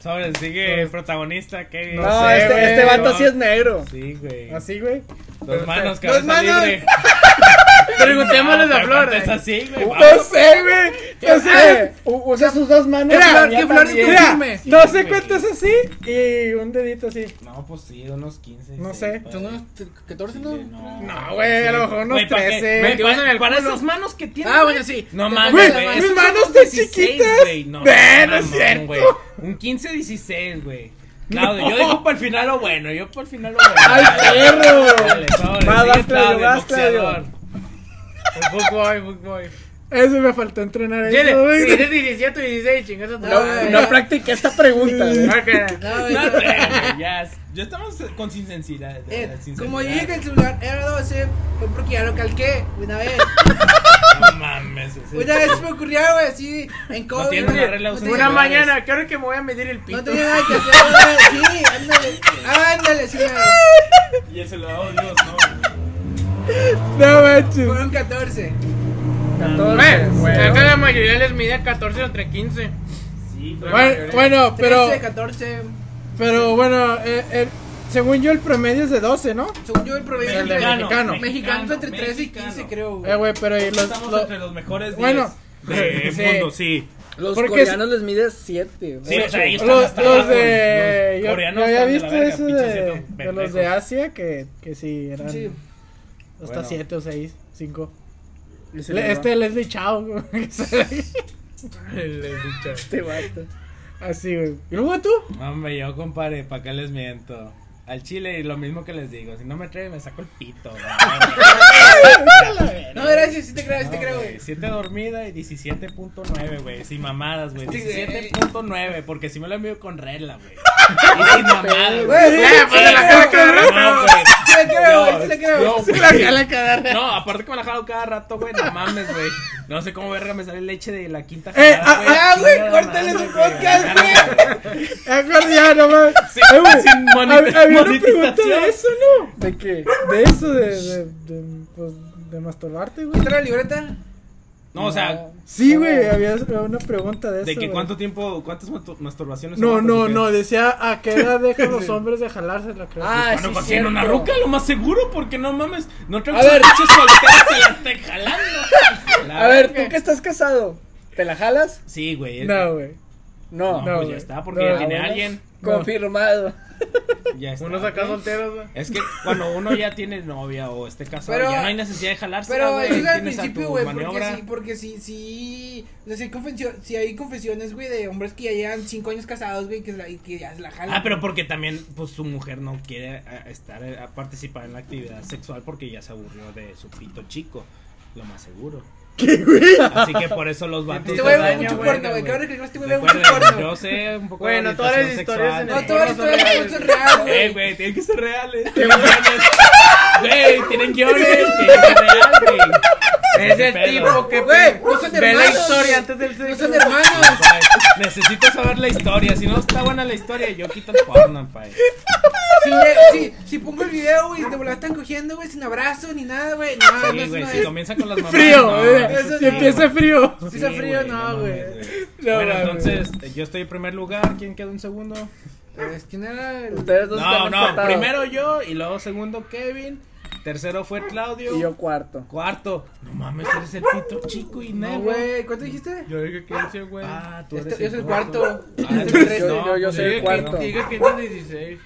Speaker 6: Sobres, sigue el protagonista, Kevin.
Speaker 7: No, este,
Speaker 6: güey,
Speaker 7: este vato
Speaker 6: no.
Speaker 7: sí es negro.
Speaker 6: Sí, güey.
Speaker 1: Así, güey.
Speaker 6: Dos manos, cabeza libre.
Speaker 4: Preguntémosle a
Speaker 6: Pero
Speaker 4: Flor.
Speaker 6: Es
Speaker 4: eh.
Speaker 6: así, güey.
Speaker 1: No sé, güey.
Speaker 7: No sé, u- usa sus dos manos.
Speaker 1: Mira,
Speaker 7: la mía
Speaker 5: que Flor
Speaker 7: también.
Speaker 5: es tu-
Speaker 1: Ah, Mira,
Speaker 5: firme.
Speaker 1: no sé cuánto es así y un dedito así.
Speaker 6: No, pues sí, unos 15.
Speaker 1: No
Speaker 6: sí,
Speaker 1: sé,
Speaker 6: por
Speaker 5: ¿Son
Speaker 6: ahí.
Speaker 5: unos 14, no?
Speaker 6: Sí,
Speaker 1: No, güey, a lo mejor unos
Speaker 6: Güey, ¿para qué?
Speaker 1: 13.
Speaker 6: Güey,
Speaker 4: Metidos
Speaker 6: pa-
Speaker 4: en el
Speaker 6: para
Speaker 4: culo.
Speaker 6: esas manos que tiene.
Speaker 5: Ah,
Speaker 6: güey.
Speaker 5: bueno, sí.
Speaker 6: No
Speaker 5: Te
Speaker 6: mames,
Speaker 5: falta la
Speaker 1: güey,
Speaker 5: mano.
Speaker 1: mis
Speaker 6: esos
Speaker 1: manos
Speaker 6: son
Speaker 1: de
Speaker 6: 16,
Speaker 1: chiquitas.
Speaker 6: güey. No,
Speaker 1: Ve, no es
Speaker 6: mamón,
Speaker 1: cierto.
Speaker 6: güey. Un 15-16, güey. Claudio, yo dejo para el final lo bueno, yo para el final lo bueno.
Speaker 7: ¡Ay,
Speaker 6: Dale,
Speaker 7: perro!
Speaker 6: sobre,
Speaker 7: Más, vas,
Speaker 6: sigue
Speaker 7: Claudio,
Speaker 6: Claudio,
Speaker 7: vas, Claudio.
Speaker 6: boxeador.
Speaker 4: Fuckboy, fuckboy.
Speaker 1: Eso me faltó entrenar eso,
Speaker 4: Tienes
Speaker 1: güey.
Speaker 4: tienes 17, 16, chingas a tu
Speaker 5: No,
Speaker 4: madre.
Speaker 7: No practiqué esta pregunta, güey.
Speaker 4: Ok.
Speaker 5: No, güey.
Speaker 6: No, güey, ya. Ya estamos con sinceridad. de
Speaker 5: Eh,
Speaker 6: verdad, sinceridad.
Speaker 5: como yo dije que el celular era 12, fue porque ya lo calqué una vez.
Speaker 6: No mames. ese-
Speaker 5: Una vez se me ocurrió, güey, así en COVID.
Speaker 6: tiene una
Speaker 5: güey.
Speaker 6: regla, usa
Speaker 5: tenía-
Speaker 4: Una
Speaker 6: Señores.
Speaker 4: mañana, ¿qué hora que me voy a medir el pito?
Speaker 5: No tenía nada que hacer, güey. Sí, ándale. Ándale, sí, güey.
Speaker 6: Y el celular, oh, Dios, no.
Speaker 1: No manches.
Speaker 5: Fueron 14.
Speaker 4: Güey,
Speaker 7: 14.
Speaker 4: acá la mayoría les mide 14 o entre 15.
Speaker 6: Sí, pero-
Speaker 1: Bueno, bueno,
Speaker 5: 13,
Speaker 1: pero,
Speaker 5: 14.
Speaker 1: pero bueno, eh, eh, según yo el promedio es de 12, ¿no?
Speaker 5: Según yo, el promedio es entre
Speaker 1: Mexicano,
Speaker 5: mexicanos entre 13 y 15,
Speaker 6: mexicano.
Speaker 5: creo, güey.
Speaker 1: Eh, güey, pero y los,
Speaker 6: Estamos
Speaker 1: los-
Speaker 6: entre los mejores
Speaker 1: Bueno.
Speaker 6: 10 del
Speaker 1: Sí.
Speaker 6: mundo, sí.
Speaker 7: Los
Speaker 1: Porque
Speaker 7: coreanos les mide 7.
Speaker 6: Sí, o sea, ellos están
Speaker 1: los,
Speaker 6: hasta
Speaker 1: los
Speaker 6: abajo,
Speaker 1: de...
Speaker 6: los
Speaker 1: Yo,
Speaker 6: coreanos
Speaker 1: yo había
Speaker 6: están de la
Speaker 1: visto
Speaker 6: verga,
Speaker 1: eso
Speaker 6: pinches
Speaker 1: de,
Speaker 6: siete
Speaker 1: de los de
Speaker 6: pendejos.
Speaker 1: Asia que, que sí, eran
Speaker 5: Sí.
Speaker 1: hasta
Speaker 6: Bueno.
Speaker 1: 7 o 6, 5. este Leslie Chao. güey,
Speaker 7: Este vato.
Speaker 1: Así, güey. ¿Y luego tú?
Speaker 6: Hombre, yo compadre, ¿para qué les miento? Al chile, y lo mismo que les digo, si no me trae, me saco el pito.
Speaker 5: No, gracias, sí te creo, sí te creo, güey.
Speaker 6: 7 dormida y 17.9, güey. Sin mamadas, güey. 17.9, porque si me lo envío con regla, güey. Y sin mamadas, güey.
Speaker 5: Güey,
Speaker 4: Eh, pues, la cara que
Speaker 6: No, güey.
Speaker 5: Sí te creo,
Speaker 6: No,
Speaker 5: güey, sí te creo.
Speaker 6: no, güey.
Speaker 1: cada
Speaker 6: No, aparte que me la jalo cada rato, güey. No mames, güey. No sé cómo verga me sale leche de la quinta.
Speaker 1: Eh,
Speaker 6: jalada,
Speaker 5: ah, güey,
Speaker 6: Chingada
Speaker 5: córtale
Speaker 6: madre,
Speaker 5: su podcast,
Speaker 1: ya, no mames.
Speaker 6: Sí,
Speaker 1: Eh, güey,
Speaker 6: sin moni-
Speaker 1: hab- Había una pregunta
Speaker 6: monetización.
Speaker 1: de eso, ¿no?
Speaker 7: ¿De qué?
Speaker 1: De eso, de, de, de, pues, de masturbarte, güey.
Speaker 5: ¿Está la libreta?
Speaker 6: Ah, No, Pues, o sea,
Speaker 1: Sí, güey, había una pregunta de eso.
Speaker 6: de que
Speaker 1: güey.
Speaker 6: cuánto tiempo, cuántas matu- masturbaciones.
Speaker 1: No, no, no,
Speaker 6: Bueno,
Speaker 1: decía a qué edad dejan los hombres de jalarse la creo.
Speaker 5: Ah,
Speaker 6: cuando
Speaker 5: sí,
Speaker 6: tienen
Speaker 5: cierto.
Speaker 6: pues, una ruca, lo más seguro, porque no mames, no traigo
Speaker 7: A ver.
Speaker 6: leche soltera, se la estén jalando. La
Speaker 7: A ver,
Speaker 6: verga.
Speaker 7: tú que estás casado, ¿te la jalas?
Speaker 6: Sí, güey. es-
Speaker 1: no, güey.
Speaker 7: No.
Speaker 6: No,
Speaker 1: no,
Speaker 6: pues
Speaker 1: güey.
Speaker 6: ya está, porque
Speaker 1: No,
Speaker 6: ya
Speaker 1: ah,
Speaker 6: tiene
Speaker 7: bueno.
Speaker 6: alguien.
Speaker 7: Confirmado.
Speaker 6: Ya está.
Speaker 4: Unos acá
Speaker 6: güey.
Speaker 4: solteros, güey.
Speaker 6: Es que cuando uno ya tiene novia o esté casado,
Speaker 5: Pero-
Speaker 6: ya no hay necesidad de jalarse.
Speaker 5: Pero
Speaker 6: güey,
Speaker 5: eso es al
Speaker 6: tienes a
Speaker 5: principio,
Speaker 6: tu
Speaker 5: güey,
Speaker 6: maniobra.
Speaker 5: porque sí, porque sí, sí, o sea, sí, hay confesio- sí hay confesiones, güey, de hombres que ya llevan cinco años casados, güey, que, se la- y que ya se la jalan.
Speaker 6: Ah, pero porque también, pues, su mujer no quiere eh, estar eh, a participar en la actividad sexual porque ya se aburrió de su pito chico, lo más seguro. Así que por eso los vatos...
Speaker 5: Este güey ve
Speaker 6: dañan,
Speaker 5: mucho
Speaker 6: güey,
Speaker 5: porno, güey,
Speaker 6: güey.
Speaker 5: cabrón, que este güey ve mucho
Speaker 6: Recuerden,
Speaker 5: porno.
Speaker 6: yo sé un poco
Speaker 4: Bueno,
Speaker 6: de
Speaker 4: todas las
Speaker 6: orientación
Speaker 4: historias en
Speaker 6: sexual,
Speaker 4: el-
Speaker 5: No, todas las historias de son reales,
Speaker 6: güey. Eh,
Speaker 5: güey.
Speaker 6: güey, tienen que ser reales. Tienen guiones. Güey, tienen guiones, tienen que ser reales, güey.
Speaker 4: Es
Speaker 6: Qué
Speaker 4: el
Speaker 6: pedo.
Speaker 4: tipo que
Speaker 5: Güey, no son
Speaker 4: ve la
Speaker 5: hermanos.
Speaker 4: historia antes del
Speaker 5: No
Speaker 4: sexo.
Speaker 5: son hermanos.
Speaker 6: Pai, Necesito saber la historia. Si no está buena la historia, yo quito el porno, pai.
Speaker 5: Si, le- si, si pongo el video, güey, de volada están cogiendo, güey, sin abrazo ni nada, güey. No, no,
Speaker 6: Sí,
Speaker 5: eso
Speaker 6: güey,
Speaker 5: no
Speaker 6: si
Speaker 5: es.
Speaker 6: comienza con las mamás.
Speaker 1: Frío,
Speaker 6: no,
Speaker 1: güey.
Speaker 6: eso
Speaker 1: Si
Speaker 6: sí,
Speaker 1: empieza
Speaker 6: güey.
Speaker 1: frío.
Speaker 5: Si está frío, no, güey.
Speaker 6: mames,
Speaker 1: No,
Speaker 6: bueno,
Speaker 1: mames.
Speaker 6: entonces, eh, yo estoy en primer lugar. ¿Quién quedó en segundo?
Speaker 5: Es que nada, el-
Speaker 7: Ustedes dos
Speaker 6: No,
Speaker 7: están
Speaker 6: no.
Speaker 7: empatados.
Speaker 6: Primero yo y luego segundo Kevin. Tercero fue Claudio.
Speaker 7: Y yo cuarto.
Speaker 6: Cuarto. No mames, eres el pito chico y
Speaker 5: No,
Speaker 6: negro.
Speaker 5: güey, ¿cuánto dijiste?
Speaker 4: Yo dije 15, güey.
Speaker 6: Ah, tú
Speaker 5: Este-
Speaker 6: eres
Speaker 5: yo soy el cuarto.
Speaker 6: Ah,
Speaker 5: Yo soy el
Speaker 6: pues
Speaker 5: tres.
Speaker 6: no,
Speaker 7: Yo- yo
Speaker 6: pues
Speaker 7: soy el
Speaker 6: dije que
Speaker 7: cuarto.
Speaker 6: no.
Speaker 4: Dije 15, 16.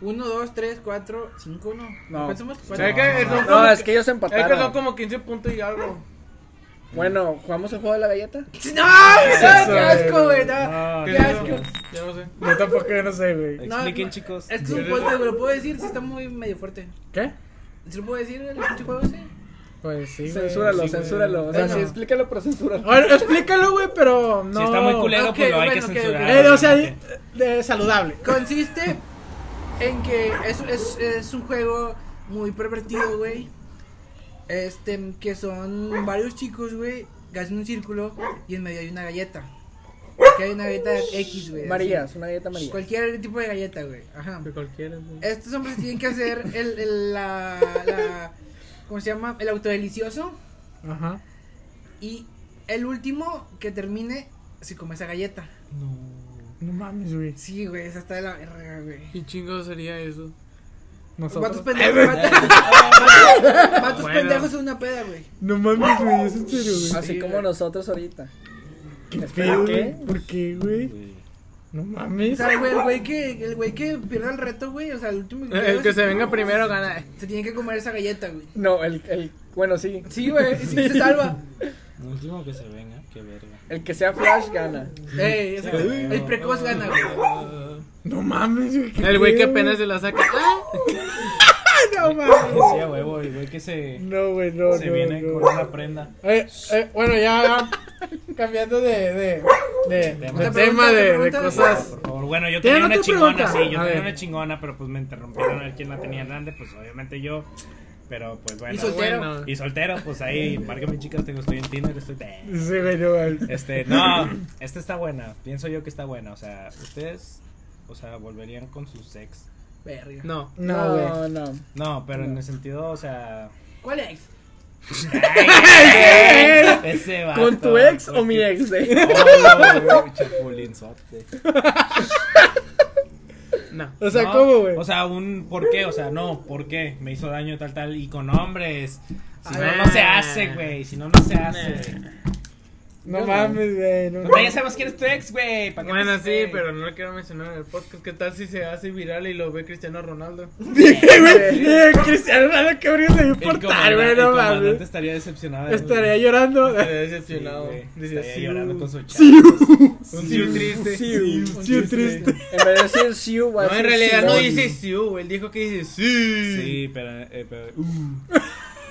Speaker 5: Uno, dos, tres, cuatro, cinco, no.
Speaker 7: No.
Speaker 5: ¿Cuántos somos?
Speaker 4: ¿Sabes qué?
Speaker 6: no,
Speaker 4: Son
Speaker 7: No, es que
Speaker 4: como-
Speaker 7: ellos
Speaker 4: Es que son
Speaker 7: empataron.
Speaker 4: como 15 puntos y algo.
Speaker 7: Bueno, ¿jugamos el juego de la galleta?
Speaker 5: ¡No! güey, no,
Speaker 1: Eso,
Speaker 5: ¡Qué asco,
Speaker 1: güey,
Speaker 5: güey! no.
Speaker 4: ¿Qué
Speaker 5: qué
Speaker 4: es
Speaker 5: asco.
Speaker 4: eso? Yo no sé.
Speaker 1: Yo tampoco, yo no sé, güey.
Speaker 5: No,
Speaker 6: Expliquen,
Speaker 5: no.
Speaker 6: chicos.
Speaker 5: Es que es un fuerte, güey. Lo puedo decir, sí está muy medio fuerte.
Speaker 1: ¿Qué?
Speaker 5: ¿Sí lo puedo decir el pinche juego ese?
Speaker 1: Pues sí, güey.
Speaker 7: censúralo,
Speaker 1: sí, güey.
Speaker 7: censúralo. O sea,
Speaker 1: Bueno.
Speaker 7: sí, explícalo, pero censúralo.
Speaker 1: Bueno, explícalo, güey, pero no.
Speaker 6: Si está muy culero,
Speaker 5: Ok,
Speaker 6: pues lo hay que
Speaker 5: bueno, ok,
Speaker 6: censurar.
Speaker 5: ok.
Speaker 1: Eh, o sea, de, de saludable.
Speaker 5: Consiste en que es, es, es un juego muy pervertido, güey. Este, que son varios chicos, güey, que hacen un círculo y en medio hay una galleta. Que hay una galleta X, güey. así.
Speaker 7: Marías, una galleta María.
Speaker 5: Cualquier tipo de galleta, güey. Ajá.
Speaker 4: Que cualquiera, güey.
Speaker 5: Estos hombres tienen que hacer el, el- la, la- ¿Cómo se llama? El autodelicioso.
Speaker 1: Ajá.
Speaker 5: Y el último que termine se come esa galleta.
Speaker 1: No mames, güey.
Speaker 5: Sí, güey, esa está de la verga, güey.
Speaker 4: ¿Qué chingo sería eso?
Speaker 5: Vatos
Speaker 1: Nosotros.
Speaker 5: pendejos. vatos- Vatos
Speaker 4: Ah, Bueno.
Speaker 5: pendejos en una peda, güey.
Speaker 1: No mames, güey, es en serio, güey.
Speaker 7: Así como nosotros ahorita.
Speaker 1: ¿Qué
Speaker 7: Espera,
Speaker 1: pedo,
Speaker 7: ¿qué?
Speaker 1: güey? ¿Por qué, güey? No
Speaker 5: O
Speaker 1: mames.
Speaker 5: sea, güey, el güey que, el güey que pierde el reto, güey, o sea, el último
Speaker 4: El que se venga primero gana.
Speaker 5: se tiene que comer esa galleta, güey.
Speaker 7: No, el, el, bueno, sí.
Speaker 5: Sí, güey, sí, se salva.
Speaker 6: El último que se venga, qué verga.
Speaker 7: El que sea Flash gana.
Speaker 5: Ey, esa- Eh, el precoz gana, güey.
Speaker 1: No mames, güey. qué
Speaker 4: El güey que
Speaker 1: pedo.
Speaker 4: apenas se la saca. ¡Ah!
Speaker 1: No mames.
Speaker 6: Que sea huevo, el güey que se,
Speaker 1: No, güey, no,
Speaker 6: se
Speaker 1: no,
Speaker 6: viene
Speaker 1: no.
Speaker 6: con una prenda.
Speaker 1: Eh, eh, bueno, ya ya, cambiando de, de, de, de
Speaker 6: Otra
Speaker 1: tema
Speaker 5: pregunta,
Speaker 1: de, de
Speaker 5: pregunta.
Speaker 1: cosas.
Speaker 6: Por favor, bueno, yo
Speaker 1: ¿Tienen
Speaker 6: tenía una
Speaker 1: otra
Speaker 6: chingona,
Speaker 1: pregunta?
Speaker 6: sí, yo
Speaker 1: A
Speaker 6: tenía
Speaker 1: ver.
Speaker 6: una chingona, pero pues me interrumpieron a ver quién la tenía grande, pues obviamente yo. Pero pues bueno.
Speaker 5: Y soltero.
Speaker 4: Bueno.
Speaker 6: Y soltero, pues ahí, márqueme chicas, tengo, estoy en Tinder, estoy...
Speaker 1: Sí, güey, no mames.
Speaker 6: Este, no, esta está buena, pienso yo que está buena, o sea, ustedes, o sea, volverían con sus ex.
Speaker 5: Verga.
Speaker 4: No.
Speaker 1: No, güey.
Speaker 7: no.
Speaker 6: No, pero en el sentido, o sea...
Speaker 5: ¿Cuál es?
Speaker 6: Ese vato,
Speaker 7: ¿Con tu ex o
Speaker 6: Ah, porque-
Speaker 7: mi ex? eh?
Speaker 6: Oh, güey, chapulinzote.
Speaker 4: No.
Speaker 1: O sea,
Speaker 6: No,
Speaker 1: ¿cómo, güey?
Speaker 6: O sea, un por qué, o sea, no, por qué me hizo daño tal, tal, y con hombres. Si no,
Speaker 4: Ah.
Speaker 6: no se hace, güey. Si no, no se hace.
Speaker 1: no mames, güey. No,
Speaker 6: Pues, güey, ya sabemos quién es tu ex, güey. ¿pa' qué
Speaker 4: Bueno,
Speaker 6: te-
Speaker 4: sí, pero no lo quiero mencionar en el podcast. ¿Qué tal si se hace viral y lo ve Cristiano Ronaldo?
Speaker 1: Dije, güey, eh, Cristiano Ronaldo que abrió de mi
Speaker 6: El
Speaker 1: portal,
Speaker 6: comandante-
Speaker 1: güey, no
Speaker 6: el comandante
Speaker 1: mames.
Speaker 6: estaría decepcionado. de
Speaker 1: Estaría
Speaker 6: mí.
Speaker 1: llorando.
Speaker 4: Estaría
Speaker 6: Sí,
Speaker 4: decepcionado.
Speaker 6: güey,
Speaker 4: Dice,
Speaker 6: estaría
Speaker 4: "Sí,
Speaker 6: llorando con
Speaker 4: uh,
Speaker 6: su chat.
Speaker 4: Un tío triste.
Speaker 1: Sí, sí, triste.
Speaker 7: En vez de decir Siu, va a
Speaker 4: No, en
Speaker 7: decir
Speaker 4: realidad no
Speaker 7: Simón.
Speaker 4: dice sí, uh, él dijo que dice sí.
Speaker 6: Sí, pero. eh, pero-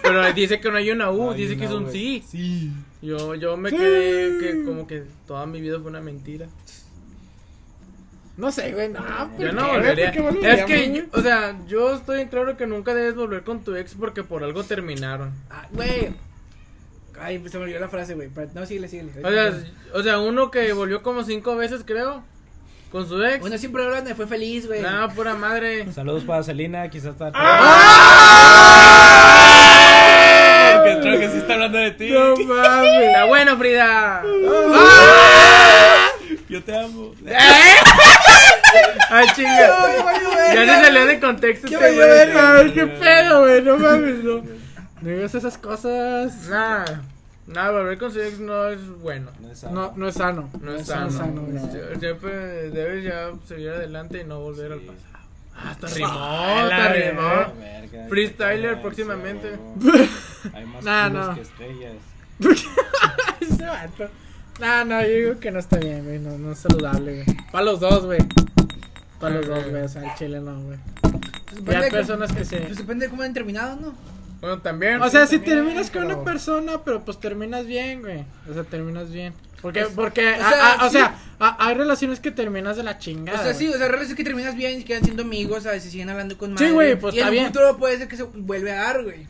Speaker 4: Pero dice que no hay una U,
Speaker 6: No hay
Speaker 4: Uh, dice que
Speaker 6: una
Speaker 4: es un
Speaker 6: U,
Speaker 4: sí.
Speaker 6: Sí.
Speaker 4: Yo, yo me quedé que como que toda mi vida fue una mentira.
Speaker 1: No sé, güey, no. ¿por
Speaker 4: Yo
Speaker 1: qué,
Speaker 4: no
Speaker 1: güey?
Speaker 4: volvería.
Speaker 1: ¿Por qué volvería,
Speaker 4: Es que,
Speaker 1: güey?
Speaker 4: yo- o sea, yo estoy en claro que nunca debes volver con tu ex porque por algo terminaron.
Speaker 5: Ah, güey. Ay, pues se me olvidó la frase, güey. pero- No, síguele, síguele.
Speaker 4: O sea, o sea, uno que volvió como cinco veces, creo, con su ex.
Speaker 5: Uno siempre habla donde fue feliz, güey.
Speaker 4: Nada, pura madre.
Speaker 6: Saludos para Celina, quizás está.
Speaker 4: ¡Ah!
Speaker 6: Ah, Porque creo que sí está hablando de ti.
Speaker 1: No mames.
Speaker 4: Está Ah, bueno, Frida.
Speaker 6: Yo te amo.
Speaker 4: Ay, chinga. Ya se salió de contexto
Speaker 1: Qué
Speaker 4: este
Speaker 1: pedo,
Speaker 4: güey.
Speaker 1: güey, mames, qué pedo, güey, no mames, no. No digas esas cosas.
Speaker 4: Nada, nada, volver con su ex no es bueno.
Speaker 6: No es
Speaker 1: No, no es sano.
Speaker 4: No es
Speaker 1: No
Speaker 4: sano.
Speaker 1: es sano, güey.
Speaker 4: Sie- Siempre debes ya seguir adelante y no volver al
Speaker 6: Sí.
Speaker 4: pasado. Ah, hasta rimó, hasta rimó. Freestyler próximamente.
Speaker 6: Hay más
Speaker 1: Nah,
Speaker 6: culos
Speaker 1: no.
Speaker 6: que estrellas.
Speaker 1: Ese vato. No, no, yo digo que no está bien, güey. No, no es saludable, güey. Para los dos, güey. Para los dos, güey. O sea, el chile no, güey.
Speaker 5: Pues
Speaker 1: Y
Speaker 5: depende
Speaker 1: hay
Speaker 5: de cómo-
Speaker 1: personas que se.
Speaker 5: Pues depende de cómo han terminado, ¿no?
Speaker 4: Bueno, también.
Speaker 1: O sea, si
Speaker 4: también,
Speaker 1: terminas con una
Speaker 4: pero-
Speaker 1: persona, pero pues terminas bien, güey. O sea, terminas bien. Porque,
Speaker 5: Pues,
Speaker 1: porque,
Speaker 5: o
Speaker 1: a-
Speaker 5: sea,
Speaker 1: a- o
Speaker 5: sí.
Speaker 1: sea, a- hay relaciones que terminas de la chingada.
Speaker 5: o sea, sí,
Speaker 1: güey.
Speaker 5: o sea, realmente es que terminas bien y quedan siendo amigos, a veces siguen hablando con
Speaker 1: Sí,
Speaker 5: madre.
Speaker 1: güey, pues,
Speaker 5: Y en
Speaker 1: está
Speaker 5: el
Speaker 1: bien.
Speaker 5: futuro puede ser que se vuelve a dar, güey. O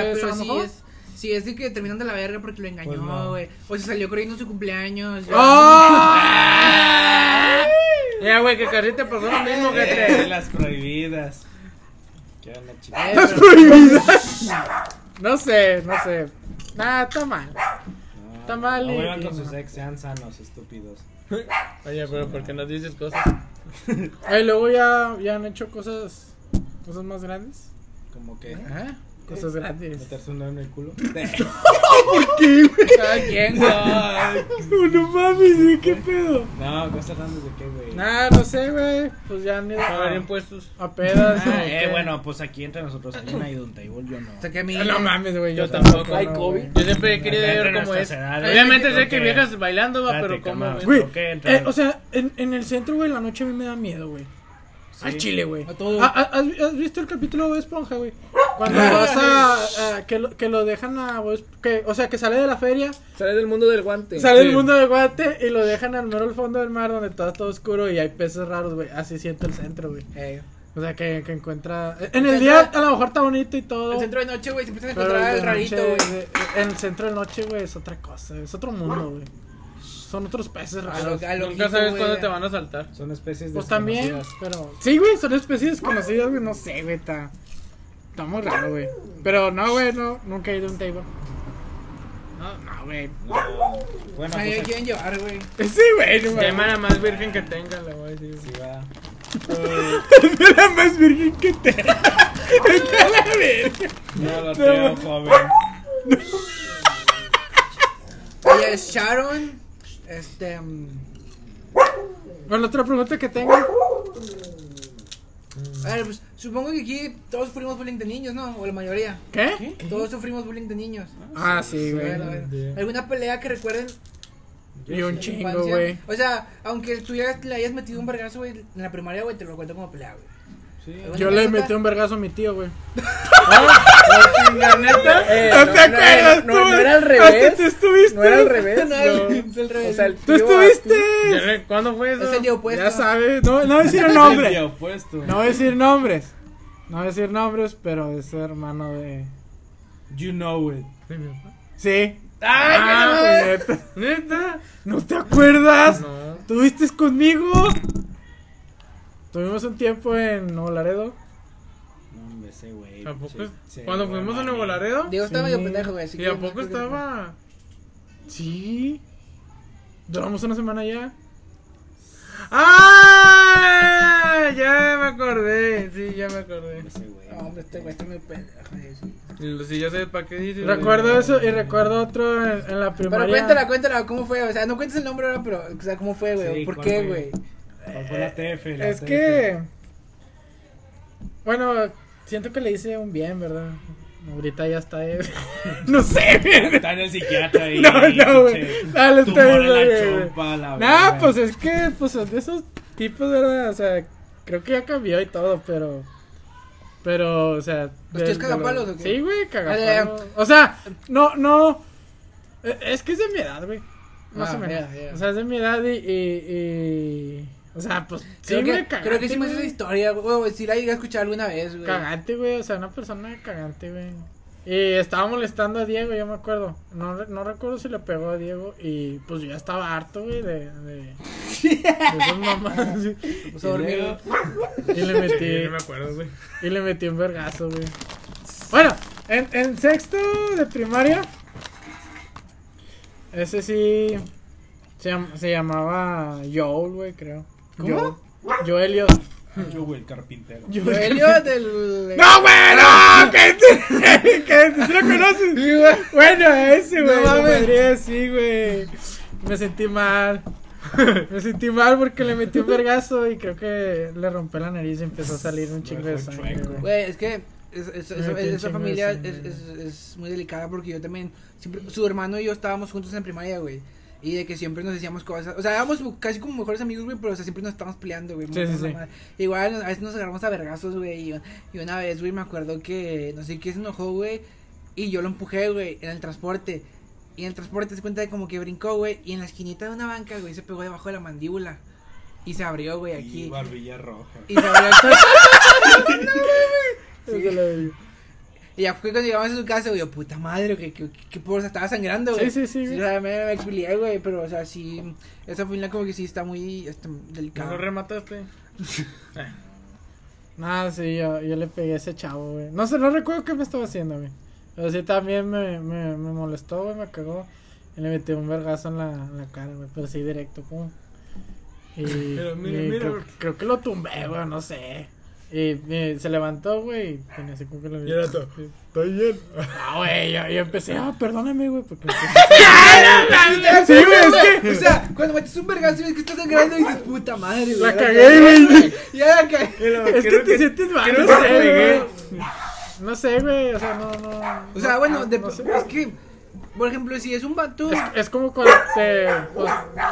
Speaker 1: Pues, a
Speaker 5: pero
Speaker 1: lo
Speaker 5: si
Speaker 1: mejor.
Speaker 5: es, si es de que terminan de la verga porque lo engañó,
Speaker 6: Pues, no.
Speaker 5: güey. O se salió corriendo su cumpleaños. ya.
Speaker 1: ¡Ah!
Speaker 4: Ya, güey, que casi te pasó lo mismo que te.
Speaker 6: Eh, las prohibidas. ¿Qué onda, chicos?
Speaker 5: Eh,
Speaker 1: ¡Es
Speaker 5: pero-
Speaker 1: prohibida! No sé, no sé. Nada, está mal.
Speaker 6: No,
Speaker 1: Está mal eh.
Speaker 6: No
Speaker 1: y-
Speaker 6: Ah, vuelvan
Speaker 1: y
Speaker 6: con
Speaker 1: no.
Speaker 6: sus ex, sean sanos, estúpidos.
Speaker 4: Oye, pero ¿por qué no dices cosas?
Speaker 1: Eh, luego ya, ya han hecho cosas, cosas más grandes.
Speaker 6: Como que.
Speaker 1: ¿Eh? Cosas grandes.
Speaker 3: Meterse un dedo en el culo.
Speaker 2: Cada quien, güey.
Speaker 1: No, no mames, güey, qué pedo.
Speaker 3: No, cosas grandes de qué, güey.
Speaker 1: Nah, no sé, güey. Pues ya ni
Speaker 4: Pagar
Speaker 1: a,
Speaker 4: impuestos.
Speaker 1: a pedas.
Speaker 3: Ah,
Speaker 1: o
Speaker 3: eh,
Speaker 1: qué.
Speaker 3: bueno, pues aquí entre nosotros hay una Idun Table, yo no.
Speaker 5: Hasta que a mí.
Speaker 1: No mames, güey, yo
Speaker 3: Yo
Speaker 1: tampoco.
Speaker 7: Hay
Speaker 1: no,
Speaker 7: COVID.
Speaker 1: güey.
Speaker 4: Yo siempre he querido
Speaker 3: Entre
Speaker 4: ver cómo es.
Speaker 3: nuestras edades,
Speaker 4: Obviamente sé
Speaker 3: creo
Speaker 4: que
Speaker 3: que-
Speaker 4: viejas bailando, va, pero
Speaker 3: Espérate,
Speaker 4: cómo
Speaker 3: calma.
Speaker 4: es.
Speaker 1: Güey,
Speaker 3: Creo que entrar-
Speaker 1: eh, o sea, en, en el centro, güey, la noche a mí me da miedo, güey. Al chile, güey.
Speaker 5: A todo.
Speaker 1: Ah, ah, ¿Has, has visto el capítulo de Bob Esponja, güey? Cuando vas a, a- que, lo, que lo dejan a Bob Esp- que, o sea, que sale de la feria,
Speaker 7: Sale del mundo del guante.
Speaker 1: sale del mundo de guate y lo dejan al mero al fondo del mar donde todo está oscuro y hay peces raros, güey. Así siente el centro, güey.
Speaker 5: Eh,
Speaker 1: O sea, que, que encuentra... eh, En el día a lo mejor está bonito y todo.
Speaker 5: el centro de noche, güey, se empieza a
Speaker 1: pero
Speaker 5: encontrar
Speaker 1: de
Speaker 5: al rarito,
Speaker 1: noche,
Speaker 5: güey.
Speaker 1: eh, En el centro de noche, güey, es otra cosa, es otro mundo, güey. Son otros peces
Speaker 5: A lo-
Speaker 1: raros.
Speaker 5: a lo
Speaker 4: Nunca
Speaker 5: quito,
Speaker 4: sabes
Speaker 5: güey,
Speaker 4: cuándo
Speaker 5: a-
Speaker 4: te van a saltar.
Speaker 3: Son especies de.
Speaker 1: Pues también, pero... Sí, güey, son especies conocidas, güey, no sé, güey, está... Está muy raro, güey. Pero no, güey, no, nunca he ido a un table. No, no, güey.
Speaker 3: Bueno,
Speaker 5: Nadie
Speaker 3: pues
Speaker 5: me quieren llevar, güey.
Speaker 1: Sí, güey, no,
Speaker 4: Llama a
Speaker 1: mames.
Speaker 4: la más virgen que tenga, le voy a decir.
Speaker 3: aquí va.
Speaker 1: Era más virgen que te... Está la verga.
Speaker 3: No lo tengo, joven.
Speaker 5: Ella es Sharon. Este. mm,
Speaker 1: Bueno, otra pregunta que tengo.
Speaker 5: A ver, pues supongo que aquí todos sufrimos bullying de niños, ¿no? O la mayoría.
Speaker 1: ¿Qué?
Speaker 5: Todos sufrimos bullying de niños.
Speaker 1: Ah, sí,
Speaker 5: A
Speaker 1: güey.
Speaker 5: ver, a ver. ¿Alguna pelea que recuerden
Speaker 1: Y un chingo,
Speaker 5: infancia?
Speaker 1: güey.
Speaker 5: O sea, aunque tú ya le hayas metido un vergazo, güey, en la primaria, güey, te lo cuento como pelea, güey. ¿Alguna
Speaker 1: Yo le
Speaker 5: anécdota?
Speaker 1: metí un vergazo a mi tío, güey.
Speaker 7: Eh,
Speaker 1: ¿No te
Speaker 7: no,
Speaker 1: acuerdas
Speaker 7: no,
Speaker 1: tú?
Speaker 7: no era al
Speaker 1: Antes
Speaker 7: revés.
Speaker 1: Ah, tú estuviste.
Speaker 7: No era al revés.
Speaker 5: Es el
Speaker 7: no. O
Speaker 5: revés.
Speaker 7: sea, el
Speaker 1: Tú
Speaker 7: tío
Speaker 4: Ya
Speaker 1: estuviste.
Speaker 4: re- ¿Cuándo fue eso?
Speaker 5: es el día opuesto.
Speaker 1: Ya sabes, no, no voy a decir
Speaker 3: Sí,
Speaker 1: nombres.
Speaker 3: opuesto.
Speaker 1: No voy a decir nombres. No voy a decir nombres, pero es hermano de.
Speaker 3: You know it.
Speaker 1: Sí.
Speaker 4: Ah,
Speaker 1: Ah, pues, neta.
Speaker 4: ¿Neta?
Speaker 1: ¿No te acuerdas?
Speaker 4: No.
Speaker 1: ¿Tuviste conmigo? Tuvimos un tiempo en Nuevo Laredo.
Speaker 3: No, hombre, ese güey.
Speaker 4: ¿A poco?
Speaker 3: Sí, sí,
Speaker 4: Cuando
Speaker 3: güey,
Speaker 4: fuimos a
Speaker 3: mami.
Speaker 4: Nuevo Laredo.
Speaker 5: Diego estaba
Speaker 1: Sí.
Speaker 5: medio pendejo, güey. así
Speaker 4: ¿Y
Speaker 5: que
Speaker 4: a
Speaker 5: no
Speaker 4: poco
Speaker 5: creo que-
Speaker 4: estaba?
Speaker 1: Sí. Duramos una semana allá.
Speaker 4: ¡Ah! Ya me acordé. Sí, ya me acordé.
Speaker 3: Ese güey.
Speaker 5: No, hombre, este güey está muy pendejo. güey, sí.
Speaker 4: Y Si ya sé para qué dices.
Speaker 1: Recuerdo eso y recuerdo otro en, en la
Speaker 5: Pero
Speaker 1: primaria.
Speaker 5: cuéntala, cuéntala, ¿cómo fue? O sea, no cuentes el nombre ahora, pero, o sea, ¿cómo fue, güey?
Speaker 3: Sí,
Speaker 5: ¿Por
Speaker 3: ¿cuál
Speaker 5: qué,
Speaker 3: fue?
Speaker 5: güey?
Speaker 3: ¿Cuál fue la TF? La
Speaker 1: Es
Speaker 3: TF.
Speaker 1: que. Bueno, siento que le hice un bien, ¿verdad? Ahorita ya está. eh. no sé, güey.
Speaker 3: Está en el psiquiatra ahí.
Speaker 1: No, no, güey.
Speaker 3: pinche
Speaker 1: Dale, está
Speaker 3: tumor en la
Speaker 1: bien, güey.
Speaker 3: chompa,
Speaker 5: Ah,
Speaker 3: la
Speaker 1: Nah,
Speaker 3: verga.
Speaker 1: pues es que, pues de esos tipos, ¿verdad? O sea, creo que ya cambió y todo, pero. Pero, o sea.
Speaker 5: ¿Los
Speaker 1: del-
Speaker 5: tíos cagapalos
Speaker 1: de-
Speaker 5: o qué? Ah,
Speaker 1: Sí, güey, cagapalos. O sea, no, no. eh, Es que es de mi edad, güey. Más
Speaker 5: Ah,
Speaker 1: o menos.
Speaker 5: ya, ya.
Speaker 1: O sea, es de mi edad y. y, y- O sea, pues. Sí,
Speaker 5: creo,
Speaker 1: me
Speaker 5: que, creo que hicimos esa
Speaker 1: güey.
Speaker 5: historia, güey. güey, Si la llegué a escuchar alguna vez, güey.
Speaker 1: Cagante, güey, o sea, una persona cagante, güey. Y estaba molestando a Diego, yo me acuerdo. No, re- no recuerdo si le pegó a Diego. Y pues yo ya estaba harto, güey, de. de, de esas mamadas, güey.
Speaker 5: Pues, dormido.
Speaker 1: Y le
Speaker 4: Sí, no me
Speaker 1: metí.
Speaker 4: acuerdo, güey.
Speaker 1: Y le metí un vergazo, güey. Bueno, en, en sexto de primaria. Ese sí. Se, llam- se llamaba Joel, güey, creo. ¿Cómo? Joel, Joelio. eh.
Speaker 3: Yo, güey, el carpintero.
Speaker 5: Elliot, el.
Speaker 1: ¡No, güey! ¡No! ¡Que te, que te Eh, lo conoces! Bueno, ese, güey. No mames. Sí, güey. Me sentí mal. Me sentí mal porque le metí un vergazo y creo que le rompí la nariz y empezó a salir un chingo de
Speaker 3: dejó
Speaker 1: sangre,
Speaker 3: chueco.
Speaker 1: güey.
Speaker 5: Güey, es que es- es- es-
Speaker 1: Me metí un
Speaker 5: esa
Speaker 1: chingo
Speaker 5: familia
Speaker 1: de
Speaker 5: es,
Speaker 1: sangre.
Speaker 5: es- es muy delicada porque yo también, siempre, su hermano y yo estábamos juntos en primaria, güey. Y de que siempre nos decíamos cosas. O sea, éramos casi como mejores amigos, güey, pero o sea, siempre nos estábamos peleando, güey.
Speaker 1: Sí, sí,
Speaker 5: Nos-
Speaker 1: sí.
Speaker 5: Igual a veces nos agarramos a vergazos, güey. Y, y una vez, güey, me acuerdo que no sé qué se enojó, güey. Y yo lo empujé, güey, en el transporte. Y en el transporte se cuenta de como que brincó, güey. Y en la esquinita de una banca, güey, se pegó debajo de la mandíbula. Y se abrió, güey,
Speaker 3: Y
Speaker 5: aquí.
Speaker 3: barbilla roja.
Speaker 5: Y se abrió.
Speaker 1: Sí, se lo digo.
Speaker 5: Y ya fue cuando llegamos a su casa, güey, yo, puta madre, que, que, que, que pobre, estaba sangrando, güey.
Speaker 1: Sí, sí, sí,
Speaker 5: O
Speaker 1: güey.
Speaker 5: sea, me, me culié, güey, pero, o sea, sí, esa final como que sí está muy este,
Speaker 4: ¿No lo
Speaker 5: delicada.
Speaker 4: remataste?
Speaker 1: Nada, sí, yo, yo le pegué a ese chavo, güey. No sé, no recuerdo qué me estaba haciendo, güey. Pero sí, también me, me, me molestó, güey, me cagó. Y le metí un vergazo en la, en la cara, güey, pero sí directo, pum. Y,
Speaker 4: Pero mira,
Speaker 1: y
Speaker 4: mira,
Speaker 1: creo,
Speaker 4: güey.
Speaker 1: creo que lo tumbé, güey, no sé. Y eh, se levantó, güey, y tenía así como que la
Speaker 8: Y era todo. Estoy bien.
Speaker 1: Ah, güey, yo, yo empecé, ah, perdóname, güey, porque...
Speaker 8: ¡Ah,
Speaker 5: Sí, güey, es que. O sea, cuando metes un vergazo, ves que estás sangrando y dices, puta madre, güey.
Speaker 1: La cagué, güey.
Speaker 5: Ya la cagué.
Speaker 1: Es que te sientes mal, no sé, güey. No sé, güey, o sea, no, no...
Speaker 5: O sea, bueno, de-
Speaker 1: no sé.
Speaker 5: es que. Por ejemplo, si es un vato.
Speaker 1: Es como cuando te, pues,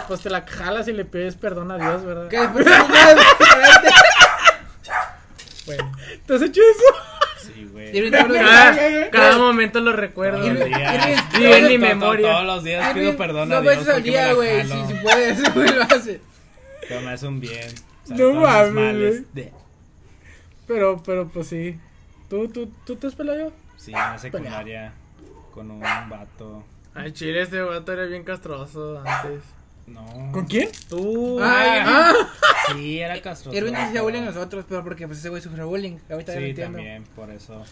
Speaker 1: pues te la jalas y le pides perdón a Dios, ¿verdad?
Speaker 5: Que después te pongas diferente.
Speaker 1: Bueno, ¿te has hecho eso?
Speaker 3: Sí,
Speaker 5: Y
Speaker 3: güey.
Speaker 5: ahorita hablo de-
Speaker 4: Ah, cada momento lo recuerdo.
Speaker 5: Y- y-
Speaker 4: Vive
Speaker 5: y-
Speaker 4: en mi
Speaker 5: y-
Speaker 4: memoria.
Speaker 3: Todos los días
Speaker 5: Ay,
Speaker 3: pido
Speaker 5: güey,
Speaker 3: perdón a
Speaker 5: Dos
Speaker 3: Dios.
Speaker 5: veces al
Speaker 3: porque me
Speaker 5: día,
Speaker 3: la
Speaker 5: güey. Si
Speaker 3: jalo,
Speaker 5: si puedes, güey, lo hace.
Speaker 3: Pero me hace un bien. O sea,
Speaker 1: No
Speaker 3: todos mis
Speaker 1: mames,
Speaker 3: males.
Speaker 1: güey. Pero, pero, pues sí. ¿Tú, tú, tú te has pelado?
Speaker 3: Sí, en la secundaria. Con un vato.
Speaker 4: Ay, chile, este vato era bien castroso antes.
Speaker 3: No.
Speaker 1: quién?
Speaker 3: tú?
Speaker 5: Ay,
Speaker 3: Sí, era castroso.
Speaker 5: Erwin hacía bullying a nosotros, pero porque pues ese güey sufrió bullying. Ahorita ya lo
Speaker 3: Sí,
Speaker 5: entiendo.
Speaker 3: también, por eso.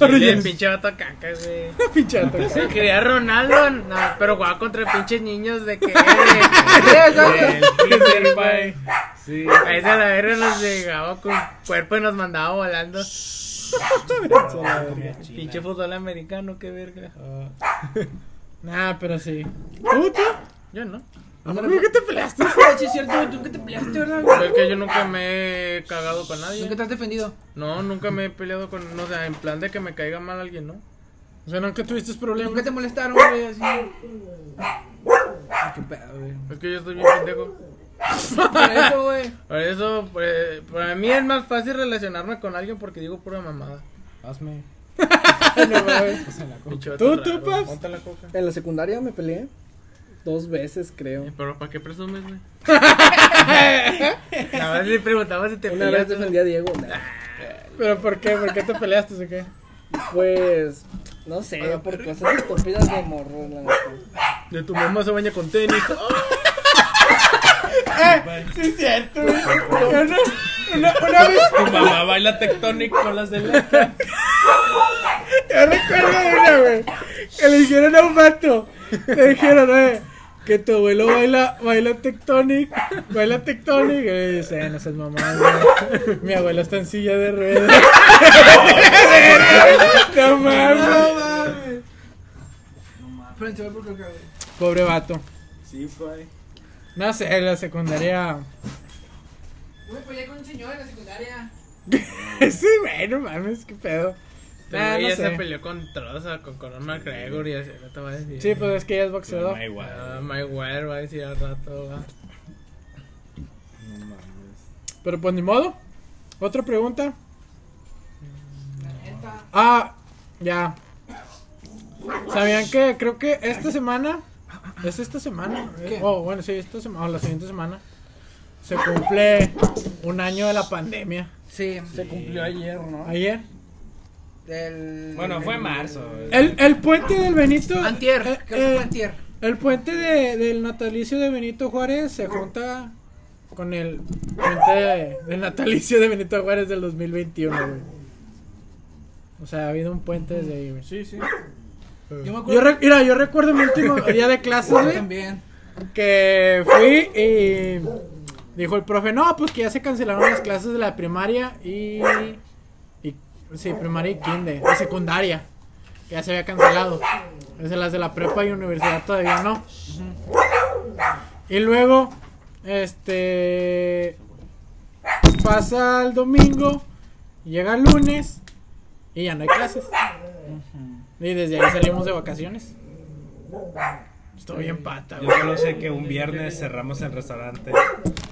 Speaker 4: Chile, el pinche vato caca, güey.
Speaker 1: Pinchato.
Speaker 4: Se creía Ronaldo, no, pero jugaba contra pinches niños de que.
Speaker 5: Ya, ¿sabes?
Speaker 3: El Peter Pan. Sí.
Speaker 4: A esa la verga nos llegaba con cuerpo y nos mandaba volando.
Speaker 3: comida china.
Speaker 4: Pinche fútbol americano, qué verga.
Speaker 3: Ah,
Speaker 1: Nah, pero sí. ¿Tú, tú?
Speaker 4: Yo no.
Speaker 1: ¿Por qué te peleaste?
Speaker 5: Ah, sí, es cierto, güey, tú que te peleaste, ¿verdad? güey?
Speaker 4: Pero es que yo nunca me he cagado con nadie.
Speaker 5: Nunca te has defendido.
Speaker 4: No, nunca me he peleado con. No, o sea, en plan de que me caiga mal alguien, ¿no?
Speaker 1: O sea, nunca tuviste
Speaker 5: Nunca
Speaker 1: problemas.
Speaker 5: te molestaron,
Speaker 4: ¡Ah!
Speaker 5: güey, así. Ay, Qué pedo, güey.
Speaker 4: Es que yo estoy bien pendejo.
Speaker 5: Por eso, güey.
Speaker 4: Por eso, pues, para mí es más fácil relacionarme con alguien porque digo pura mamada.
Speaker 3: Hazme.
Speaker 1: Pues
Speaker 4: Pinche vato
Speaker 1: ¿Tú,
Speaker 4: raro.
Speaker 1: tú, Paps?
Speaker 4: Ponte la coca.
Speaker 7: En la secundaria me peleé dos veces, creo.
Speaker 4: Eh, Pero ¿para qué presumes, güey? Nada más le preguntaba si te
Speaker 7: Una vez
Speaker 4: peleaste.
Speaker 7: defendí a Diego. nah,
Speaker 1: ¿Pero por qué? ¿Por qué te peleaste o qué?
Speaker 7: Pues, no sé, por cosas estúpidas de morro, la neta.
Speaker 1: De tu mamá se baña con tenis.
Speaker 3: Tu mamá baila tectónico con las de la.
Speaker 1: Yo recuerdo una, güey. Que le dijeron a un vato. Le dijeron, eh. Que tu abuelo baila, baila tectonic, baila tectonic. Y él dice, "Eh, no seas mamá, güey. Mi abuelo está en silla de ruedas. no mames.
Speaker 5: Frente, güey, porque güey.
Speaker 1: Pobre vato.
Speaker 8: Sí, fue.
Speaker 1: No sé, en la secundaria.
Speaker 5: Güey, peleé con un señor pues en la secundaria.
Speaker 1: sí, güey, no mames, qué pedo.
Speaker 4: Este
Speaker 1: Nah,
Speaker 4: güey
Speaker 1: Ah, no
Speaker 4: ya se
Speaker 1: sé.
Speaker 4: peleó con Troza, con Conor McGregor y así, no te va a decir.
Speaker 1: Sí, pues es que ella es boxeador.
Speaker 3: Da igual.
Speaker 4: Ah, my word, va a decir al rato, va.
Speaker 3: No mames.
Speaker 1: Pero pues ni modo. Otra pregunta.
Speaker 5: La neta.
Speaker 1: Ah, ya. ¿Sabían que creo que esta semana es esta semana? eh, Oh, bueno, sí, esta semana o la siguiente semana se cumple un año de la pandemia.
Speaker 5: Sí.
Speaker 7: Se cumplió ayer, ¿no?
Speaker 1: Ayer
Speaker 5: Del.
Speaker 3: Bueno, fue marzo.
Speaker 1: el, el puente del Benito
Speaker 5: Antier,
Speaker 1: eh,
Speaker 5: creo que
Speaker 1: eh,
Speaker 5: fue Antier.
Speaker 1: El puente de- del natalicio de Benito Juárez se junta con el puente de- del natalicio de Benito Juárez del 2021, güey. O sea, ha habido un puente desde ahí, güey.
Speaker 8: Sí, sí.
Speaker 5: Yo me
Speaker 1: Yo
Speaker 5: acuerdo.
Speaker 1: re- mira, yo recuerdo mi último día de clase,
Speaker 5: Yo
Speaker 1: güey,
Speaker 5: también.
Speaker 1: que fui y dijo el profe, no, pues que ya se cancelaron las clases de la primaria y, y sí, primaria y kinder, de secundaria, que ya se había cancelado. Entonces, las de la prepa y universidad todavía no. Y luego, este, pasa el domingo, llega el lunes y ya no hay clases. Y desde ahí salimos de vacaciones. Estoy bien pata,
Speaker 3: Yo
Speaker 1: güey.
Speaker 3: solo sé que un viernes cerramos el restaurante.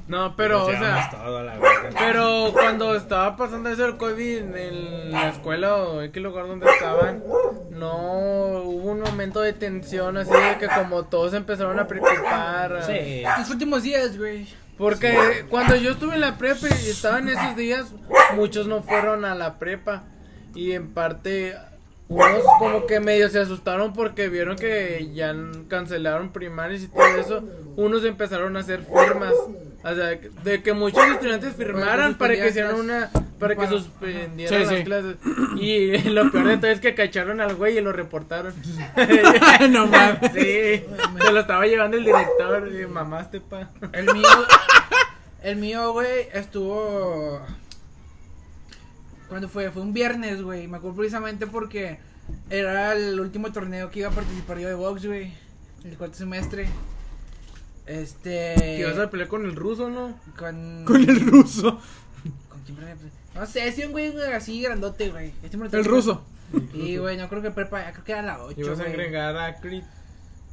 Speaker 4: No, pero,
Speaker 3: Nos
Speaker 4: o
Speaker 6: Pues
Speaker 3: llevamos
Speaker 4: sea,
Speaker 3: todo a la verga.
Speaker 4: pero cuando estaba pasando eso el COVID en, el- la escuela o en qué lugar donde estaban, no hubo un momento de tensión así de que como todos empezaron a preocupar.
Speaker 3: Sí.
Speaker 5: Los últimos días, güey.
Speaker 4: Porque cuando yo estuve en la prepa y estaba en esos días, muchos no fueron a la prepa. Y en parte, unos como que medio se asustaron porque vieron que ya n- cancelaron primarias y todo eso. Unos empezaron a hacer firmas. O sea, de que muchos estudiantes firmaran para que hicieran una. Para que
Speaker 5: Para-
Speaker 4: suspendieran
Speaker 1: Sí,
Speaker 4: las
Speaker 1: sí.
Speaker 4: clases. Y lo peor de todo es que cacharon al güey y lo reportaron.
Speaker 1: no mames.
Speaker 4: Sí, se lo estaba llevando el director. Y mamaste, pa.
Speaker 5: El mío. El mío, güey, estuvo. ¿Cuándo fue? Fue un viernes, güey. Me acuerdo precisamente porque era el último torneo que iba a participar yo de box, güey. El cuarto semestre. Este.
Speaker 4: Que vas a pelear con el ruso, ¿no?
Speaker 5: Con.
Speaker 1: Con el ruso.
Speaker 5: ¿Con quién peleé? No sé, es un güey así grandote, güey. Este me lo
Speaker 1: El
Speaker 5: tengo-
Speaker 1: ruso.
Speaker 5: Y, güey, no creo que prepa. Creo que era la
Speaker 4: Y
Speaker 5: 8.
Speaker 4: vas a agregar a Creed.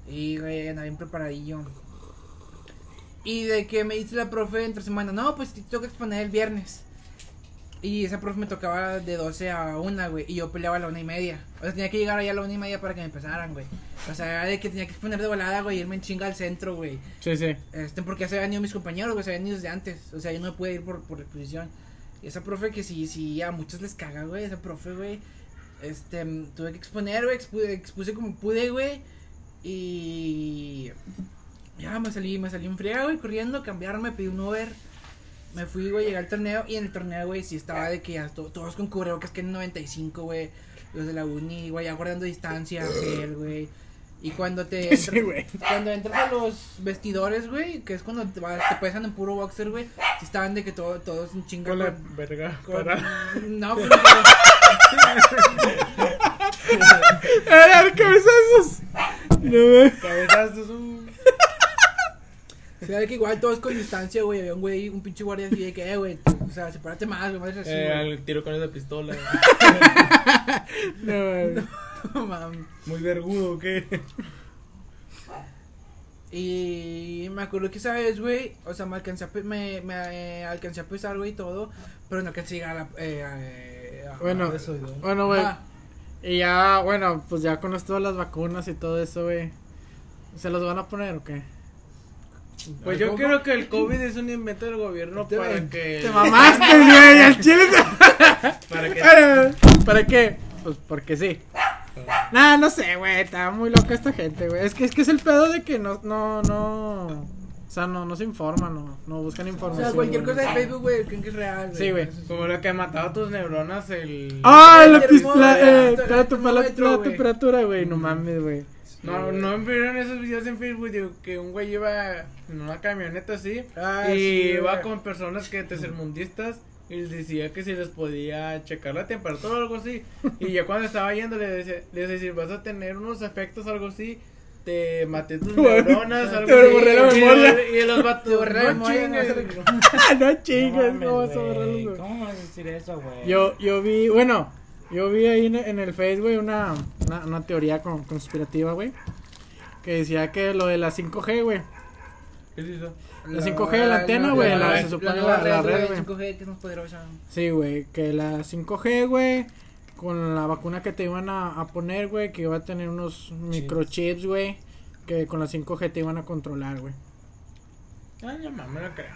Speaker 5: Y, güey, andaba bien preparadillo. Y de que me dice la profe entre semana, no, pues te toca exponer el viernes. Y esa profe me tocaba de 12 a 1, güey. Y yo peleaba a la 1 y media. O sea, tenía que llegar allá a la 1 y media para que me empezaran, güey. O sea, de que tenía que exponer de volada, güey. Irme en chinga al centro, güey.
Speaker 1: Sí, sí.
Speaker 5: Este, porque ya se habían ido mis compañeros, güey. Se habían ido desde antes. O sea, yo no pude ir por, por exposición. Y esa profe que sí, sí, a muchos les caga, güey. Esa profe, güey. Este, mm, tuve que exponer, güey. expu- Expuse, como pude, güey. Y. Ya me salí, me salí en friega, güey, corriendo, cambiarme, pedí un Uber. Me fui, güey, llegué al torneo. Y en el torneo, güey, sí estaba de que ya to- todos con cubrebocas que en 95, güey. Los de la uni, güey, ya guardando distancia, gel, güey. Y cuando te.
Speaker 1: Sí, güey.
Speaker 5: Cuando entras a los vestidores, güey, que es cuando te, vas- te pesan en puro boxer, güey, si estaban de que todo, todos en chinga.
Speaker 4: Con la
Speaker 5: con-
Speaker 4: verga.
Speaker 5: con-
Speaker 4: Para.
Speaker 5: No, pero. pero-
Speaker 1: ¡Era el cabezazos! No, güey.
Speaker 3: Cabezazos, uh.
Speaker 5: se ve que igual todos con distancia, güey. Había un güey, un pinche guardia así de que, eh, güey, tú, o sea, sepárate más, güey, madre así,
Speaker 4: Eh,
Speaker 5: güey.
Speaker 4: al tiro con esa pistola.
Speaker 1: No, güey.
Speaker 5: No, mames.
Speaker 3: Muy vergudo, ¿o qué?
Speaker 5: Y me acuerdo que esa vez, güey, o sea, me alcancé a, pe- me, me eh, alcancé a pesar, güey, y todo, pero no alcancé a llegar a la. eh, a- eh, a-
Speaker 1: Bueno,
Speaker 3: Eso, ¿no?
Speaker 1: bueno, güey.
Speaker 5: Ajá.
Speaker 1: Y ya, bueno, pues ya con esto de las vacunas y todo eso, güey. ¿Se los van a poner o qué?
Speaker 4: Pues yo creo que el COVID es un invento del gobierno para que.
Speaker 1: Te mamaste, güey, al chile. te-
Speaker 4: Para que.
Speaker 1: Pero, ¿Para qué? Pues porque sí. Nah, no sé, güey, está muy loca esta gente, güey. Es que es que es el pedo de que no no no o sea, no no se informan, no, no buscan
Speaker 5: O
Speaker 1: información.
Speaker 5: sea, cualquier
Speaker 1: güey.
Speaker 5: cosa de Facebook, güey, creen que es real, güey.
Speaker 1: Sí, güey.
Speaker 4: Como lo que mataba tus neuronas el.
Speaker 1: Ah, la
Speaker 5: El
Speaker 1: pis- la, eh,
Speaker 5: termómetro,
Speaker 1: la,
Speaker 5: el
Speaker 1: tu- la-
Speaker 5: termómetro,
Speaker 1: la
Speaker 5: güey.
Speaker 1: temperatura, güey, no mames, güey.
Speaker 4: No, no vieron esos videos en Facebook de que un güey iba en una camioneta así
Speaker 5: Ah,
Speaker 4: y
Speaker 5: sí,
Speaker 4: iba
Speaker 5: güey.
Speaker 4: con personas que tercermundistas y les decía que si les podía checar la temperatura o algo así. Y yo cuando estaba yendo les decía, les decía, vas a tener unos efectos algo así. Te maté tus neuronas, algo
Speaker 1: Te
Speaker 4: así.
Speaker 1: borré la
Speaker 4: Y-
Speaker 1: memoria.
Speaker 4: Y, los vatos,
Speaker 5: Te borré la
Speaker 4: no
Speaker 5: memoria, no
Speaker 4: chingues.
Speaker 5: sé-
Speaker 1: Ah, no chingas,
Speaker 3: No
Speaker 1: no vas a
Speaker 3: mames,
Speaker 1: borrarlos,
Speaker 3: güey.
Speaker 1: güey.
Speaker 3: ¿Cómo vas a decir eso, güey?
Speaker 1: Yo, yo vi, bueno, yo vi ahí en, en el Facebook una, una, una teoría con- conspirativa, güey. Que decía que lo de la 5G, güey.
Speaker 4: ¿Qué es eso?
Speaker 1: La 5G, la antena, güey, la- se supone la- la red, güey.
Speaker 5: 5G que es más poderosa.
Speaker 1: Sí, güey, que la 5G, güey, con la vacuna que te iban a, a poner, güey, que iba a tener unos microchips, güey, que con la 5G te iban a controlar, güey.
Speaker 4: Ay, no "Ah, mames, no creo.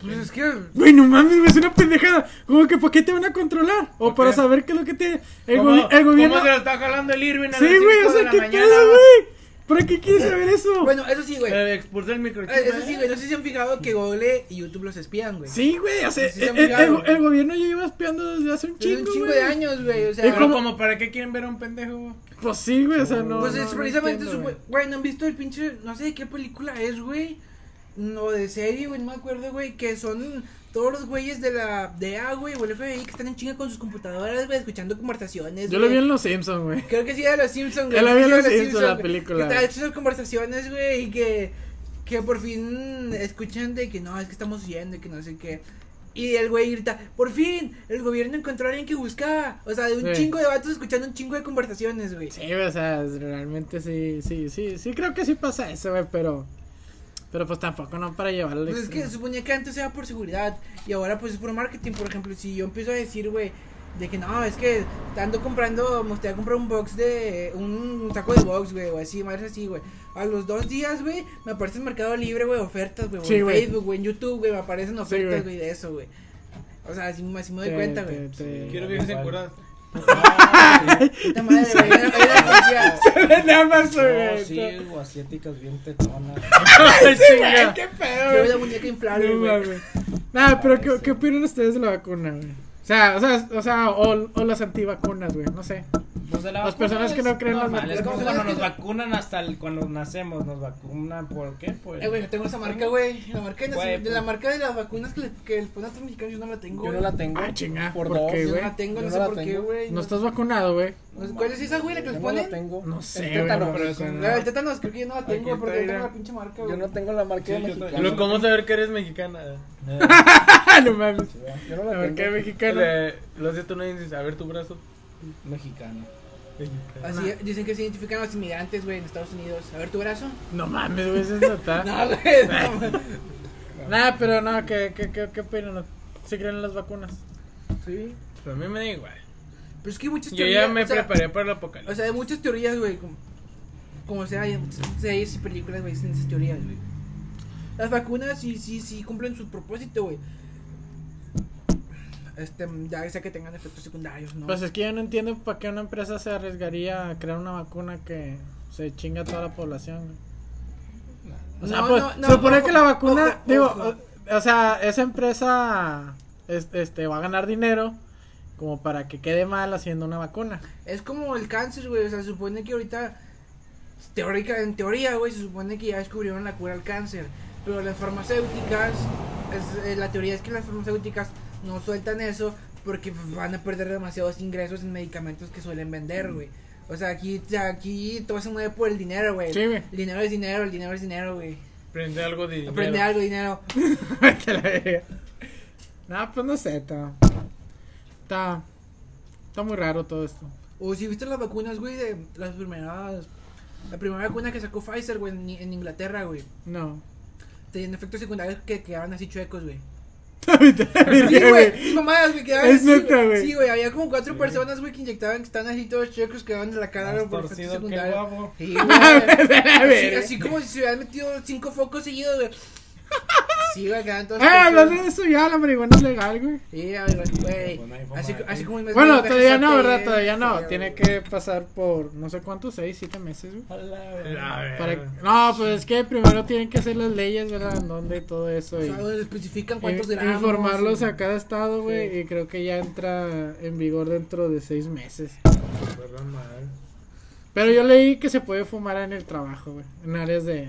Speaker 5: Pues es que.
Speaker 1: Güey, no mames, güey, es una pendejada. ¿Cómo que por qué te van a controlar? O para saber qué es lo que te... El,
Speaker 4: ¿Cómo-
Speaker 1: gobi- el gobierno...
Speaker 4: ¿Cómo se lo está jalando el Irving a
Speaker 1: Sí,
Speaker 4: las
Speaker 1: güey,
Speaker 4: cinco
Speaker 1: o
Speaker 4: de
Speaker 1: sea,
Speaker 4: la
Speaker 1: ¿qué
Speaker 4: mañana?
Speaker 1: pedo, güey? ¿Para qué quieres saber eso?
Speaker 5: Bueno, eso sí, güey. Eh,
Speaker 4: Eh, Expulsó el microchip.
Speaker 5: Eso sí, güey. No sé si han fijado que Google y YouTube los espían, güey.
Speaker 1: Sí, güey, o sea,
Speaker 5: Sí, sí,
Speaker 1: el,
Speaker 5: amiga,
Speaker 1: el-
Speaker 5: güey.
Speaker 1: el gobierno ya iba espiando desde hace un
Speaker 5: Tiene
Speaker 1: chingo,
Speaker 5: un chingo
Speaker 1: güey.
Speaker 5: de años, güey. O sea,
Speaker 1: Es
Speaker 4: Pero
Speaker 1: como-
Speaker 4: como para qué quieren ver a un pendejo.
Speaker 1: Pues sí, güey, o sea, no.
Speaker 5: pues
Speaker 1: no,
Speaker 5: es
Speaker 1: no
Speaker 5: precisamente
Speaker 1: entiendo,
Speaker 5: su.
Speaker 1: güey.
Speaker 5: Güey, no han visto el pinche. No sé de qué película es, güey. No, de serie, güey. No me acuerdo, güey. Que son todos los güeyes de la DEA, güey. O el FBI que están en chinga con sus computadoras, güey. Escuchando conversaciones.
Speaker 1: Yo lo vi
Speaker 5: güey.
Speaker 1: en Los Simpsons, güey.
Speaker 5: Creo que sí era de los Simpsons,
Speaker 1: Ya la vi en
Speaker 5: Sí, era
Speaker 1: Los
Speaker 5: de
Speaker 1: Simpson, la
Speaker 5: güey.
Speaker 1: película,
Speaker 5: Que
Speaker 1: güey.
Speaker 5: trae esas conversaciones, güey, y que, que por fin escuchan de que no, es que estamos huyendo y que no sé qué. Y el güey grita, por fin, el gobierno encontró a alguien que buscaba. O sea, de un
Speaker 1: Sí.
Speaker 5: chingo de vatos escuchando un chingo de conversaciones, güey.
Speaker 1: Sí, güey, o sea, es- realmente sí, sí, sí, sí, creo que sí pasa eso, güey, pero. Pero pues tampoco no para llevarlo. al
Speaker 5: Pues es que se
Speaker 1: extremo.
Speaker 5: suponía que antes era por seguridad y ahora pues es por marketing, por ejemplo, si yo empiezo a decir, güey, de que no, es que ando comprando, me gustaría comprar un box de, un saco de box, güey, o así, más así, güey. A los dos días, güey, me aparece en Mercado Libre, güey, ofertas, güey, o
Speaker 1: Sí,
Speaker 5: en
Speaker 1: güey.
Speaker 5: Facebook, güey, en YouTube, güey, me aparecen ofertas,
Speaker 1: güey.
Speaker 5: güey, de eso, güey. O sea, así, me- así me doy
Speaker 1: Te-
Speaker 5: cuenta,
Speaker 1: te-
Speaker 5: güey.
Speaker 1: te-
Speaker 4: Quiero viejas encueradas.
Speaker 3: Pues, ah,
Speaker 5: Puta madre, güey, era- era la policía.
Speaker 1: Nada más,
Speaker 3: No,
Speaker 1: güey.
Speaker 3: sí, o asiáticas bien tetonas.
Speaker 1: Chinga.
Speaker 5: Yo era muñeca inflable,
Speaker 1: No
Speaker 5: güey.
Speaker 1: mames. Nada, pero ¿qué, ¿qué opinan ustedes de la vacuna, güey? O sea, o sea, o, sea, o, o las antivacunas, güey, no sé.
Speaker 3: Pues de la
Speaker 1: Las
Speaker 3: vacuna
Speaker 1: personas que no creen las
Speaker 3: normal, Es como
Speaker 5: vacunas.
Speaker 3: cuando nos vacunan hasta el- cuando nacemos, nos vacunan. ¿Por qué? Pues.
Speaker 5: Eh, güey, yo tengo esa marca, güey. La marca de, las-
Speaker 3: Güey,
Speaker 5: de la marca de las vacunas que le, que les ponen a los mexicanos, yo no la tengo.
Speaker 7: pues. Yo no
Speaker 5: güey.
Speaker 7: la tengo.
Speaker 1: Ah, chinga.
Speaker 7: Por
Speaker 1: ¿por
Speaker 7: dos.
Speaker 1: qué,
Speaker 5: Yo no
Speaker 1: güey?
Speaker 5: la tengo,
Speaker 7: Yo
Speaker 5: no
Speaker 7: no
Speaker 5: sé
Speaker 7: la
Speaker 5: por qué,
Speaker 7: tengo.
Speaker 5: güey.
Speaker 1: No estás vacunado, güey.
Speaker 5: No sé, ¿Cuál es esa, güey, la que
Speaker 7: Yo
Speaker 5: les
Speaker 7: no la
Speaker 5: ponen?
Speaker 7: tengo.
Speaker 1: No
Speaker 7: Es
Speaker 1: sé, güey,
Speaker 7: tétano.
Speaker 1: no, pero
Speaker 7: yo
Speaker 3: eso no-
Speaker 5: La del tétanos creo que yo no la tengo
Speaker 3: Aquí está,
Speaker 5: porque yo tengo
Speaker 3: mira.
Speaker 5: la pinche marca, güey.
Speaker 7: no tengo la marca de
Speaker 3: Sí, yo
Speaker 7: mexicano.
Speaker 3: también.
Speaker 4: Lo- ¿Cómo saber que eres mexicana?
Speaker 1: Ah, no mames.
Speaker 7: Yo no
Speaker 4: A
Speaker 7: la
Speaker 4: ver, ¿qué
Speaker 7: tengo.
Speaker 4: mexicano? Le- Lo haces tú, no dices, a ver tu brazo.
Speaker 3: Mexicano.
Speaker 5: Así dicen que se identifican a los inmigrantes, güey, en Estados Unidos. A ver tu brazo.
Speaker 1: No mames, güey, eso es
Speaker 4: Ah.
Speaker 1: nota.
Speaker 5: No, güey. no.
Speaker 1: Nah, pero no, ¿qué, qué, qué, qué opinan? ¿Se creen en las vacunas?
Speaker 7: Sí.
Speaker 4: Pero a mí me da igual.
Speaker 5: Pero es que hay muchas
Speaker 4: Yo
Speaker 5: teorías.
Speaker 4: ya me
Speaker 5: o sea,
Speaker 4: preparé para el
Speaker 5: O
Speaker 4: apocalipsis.
Speaker 5: sea, hay muchas teorías, güey. Como, como sea, hay muchas series y películas, güey, dicen esas teorías, güey. Las vacunas sí, sí, sí cumplen su propósito, güey. Este, ya sea que tengan efectos secundarios, ¿no?
Speaker 1: Pues es que yo no entiendo para qué una empresa se arriesgaría a crear una vacuna que se chinga a toda la población. güey. O sea,
Speaker 5: No,
Speaker 1: pues,
Speaker 5: no, no,
Speaker 1: se supone
Speaker 5: ojo,
Speaker 1: que la vacuna,
Speaker 5: ojo,
Speaker 1: digo,
Speaker 5: ojo.
Speaker 1: O, o sea, esa empresa es- este, va a ganar dinero como para que quede mal haciendo una vacuna.
Speaker 5: Es como el cáncer, güey. O sea, se supone que ahorita, teórica, en teoría, güey, se supone que ya descubrieron la cura al cáncer. Pero las farmacéuticas, es- eh, la teoría es que las farmacéuticas no sueltan eso porque van a perder demasiados ingresos en medicamentos que suelen
Speaker 1: Mm.
Speaker 5: vender, güey. O sea, aquí, aquí todo se mueve por el dinero, güey.
Speaker 1: Sí, güey.
Speaker 5: El dinero es dinero, el dinero es dinero, güey.
Speaker 4: Aprende algo de dinero.
Speaker 5: Aprende algo, dinero.
Speaker 1: Vete a la verga. No, pues no sé, está. Está. Está muy raro todo esto.
Speaker 5: O si viste las vacunas, güey, de las primeras... La primera vacuna que sacó Pfizer, güey, en, en Inglaterra, güey.
Speaker 1: No.
Speaker 5: Tenían efectos secundarios que quedaban así chuecos, güey.
Speaker 1: Vete a la
Speaker 5: Sí,
Speaker 1: verga,
Speaker 5: güey.
Speaker 1: güey.
Speaker 5: sí, Mamadas, güey, quedaban
Speaker 1: Es
Speaker 5: así,
Speaker 1: neta,
Speaker 5: güey.
Speaker 1: güey.
Speaker 5: Sí, güey, había como cuatro personas, güey, que inyectaban, que estaban así todos checos, quedaban de la cara, güey, por efectos
Speaker 3: torcido que el
Speaker 5: secundarios.
Speaker 3: huevo.
Speaker 5: Sí, güey.
Speaker 1: Vete a la
Speaker 5: así,
Speaker 1: verga.
Speaker 5: así como si se hubieran metido cinco focos seguidos, güey. Sí, güey, quedaban todos.
Speaker 1: Eh, hablando
Speaker 5: torcidos.
Speaker 1: de eso ya, la marihuana es legal, güey.
Speaker 5: Sí, a ver, güey.
Speaker 3: pues no hay forma
Speaker 5: Así,
Speaker 3: de-
Speaker 5: así como el mes
Speaker 1: Bueno,
Speaker 5: de-
Speaker 1: todavía no,
Speaker 5: Saturday,
Speaker 1: ¿verdad? Todavía
Speaker 5: sí,
Speaker 1: no. Tiene
Speaker 5: güey.
Speaker 1: que pasar por no sé cuántos, seis, siete meses, güey.
Speaker 4: La verga.
Speaker 6: Eh,
Speaker 1: Para... No, pues es que primero tienen que hacer las leyes, ¿verdad? En dónde y todo eso.
Speaker 5: O
Speaker 1: Y...
Speaker 5: sea, donde especifican cuántos
Speaker 1: y-
Speaker 5: gramos.
Speaker 1: Informarlos
Speaker 5: y-
Speaker 1: a cada estado, güey. Y creo que ya entra en vigor dentro de seis meses.
Speaker 4: Perdón, madre.
Speaker 1: Pero yo leí que se puede fumar en el trabajo, güey. En áreas de.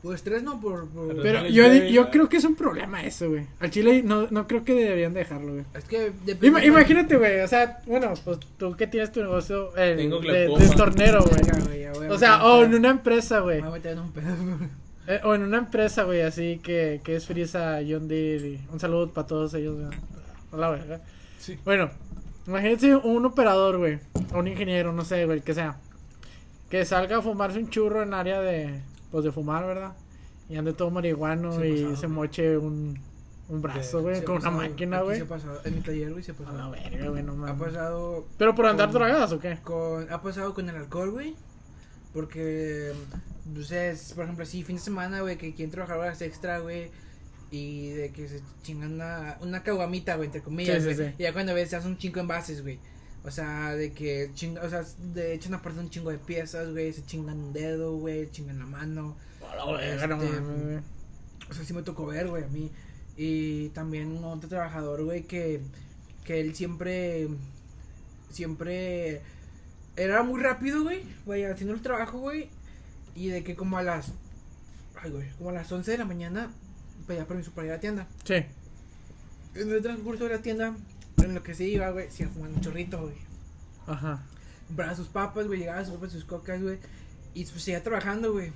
Speaker 5: Pues tres no, por. por-
Speaker 4: Pero-
Speaker 1: Pero
Speaker 4: sale
Speaker 1: yo,
Speaker 4: Jerry,
Speaker 1: yo
Speaker 4: ¿verdad?
Speaker 1: creo que es un problema eso, güey. Al Chile no, no creo que deberían dejarlo, güey.
Speaker 5: Es que depende.
Speaker 1: Ima- imagínate, güey. O sea, bueno, pues tú que tienes tu negocio eh,
Speaker 4: Tengo
Speaker 1: de,
Speaker 4: glaucoma.
Speaker 1: de tornero,
Speaker 5: Ya,
Speaker 1: güey.
Speaker 5: güey, ya, güey,
Speaker 1: O sea,
Speaker 5: güey,
Speaker 1: o
Speaker 5: ya. Ah,
Speaker 1: en una empresa, güey.
Speaker 5: Me voy a meter en un pedo.
Speaker 1: Eh, o en una empresa, güey, así que, que es Frisa, John Deere. y un saludo para todos ellos, güey. Hola, verga.
Speaker 3: Sí.
Speaker 1: Bueno, imagínate un operador, güey. O un ingeniero, no sé, güey, el que sea. Que salga a fumarse un churro en área de. Pues de fumar, ¿verdad? Y ande todo marihuano
Speaker 5: Sí,
Speaker 1: y
Speaker 5: pasado,
Speaker 1: se
Speaker 5: güey.
Speaker 1: moche un, un brazo, güey,
Speaker 5: Se
Speaker 1: con
Speaker 5: ha
Speaker 1: una
Speaker 5: pasado,
Speaker 1: máquina,
Speaker 5: ah, aquí
Speaker 1: güey.
Speaker 5: se Ah, pues, ha pasado, en mi taller, güey, se ha
Speaker 1: A la
Speaker 5: pasado.
Speaker 1: verga, güey, no
Speaker 5: ha
Speaker 1: mames.
Speaker 5: pasado
Speaker 1: Pero por andar
Speaker 5: con-
Speaker 1: drogadas o qué?
Speaker 5: con, ha pasado con el alcohol, güey, porque, no sé, es, por ejemplo, así, fin de semana, güey, que quieren trabajar horas extra, güey, y de que se chingan una, una caguamita, güey, entre comillas,
Speaker 1: Sí, sí,
Speaker 5: güey,
Speaker 1: sí.
Speaker 5: y ya cuando ves, se hacen un chingo de envases, güey. O sea, de que chinga, o sea, de hecho, una parte un chingo de piezas, güey, se chingan un dedo, güey, chingan la mano.
Speaker 4: Ah,
Speaker 1: A la verga, no
Speaker 5: Este,
Speaker 1: mames, güey.
Speaker 5: O sea, sí me tocó ver, güey, a mí. Y también un otro trabajador, güey, que, que él siempre, siempre era muy rápido, güey, güey, haciendo el trabajo, güey. Y de que como a las, ay, güey, como a las 11 de la mañana pedía permiso para ir a la tienda.
Speaker 1: Sí.
Speaker 5: En el transcurso de la tienda, en lo que se iba, güey, se iba fumando un chorrito, güey.
Speaker 1: Ajá.
Speaker 5: Compraba sus papas, güey, llegaba sus papas, sus cocas, güey. Y pues seguía trabajando, güey.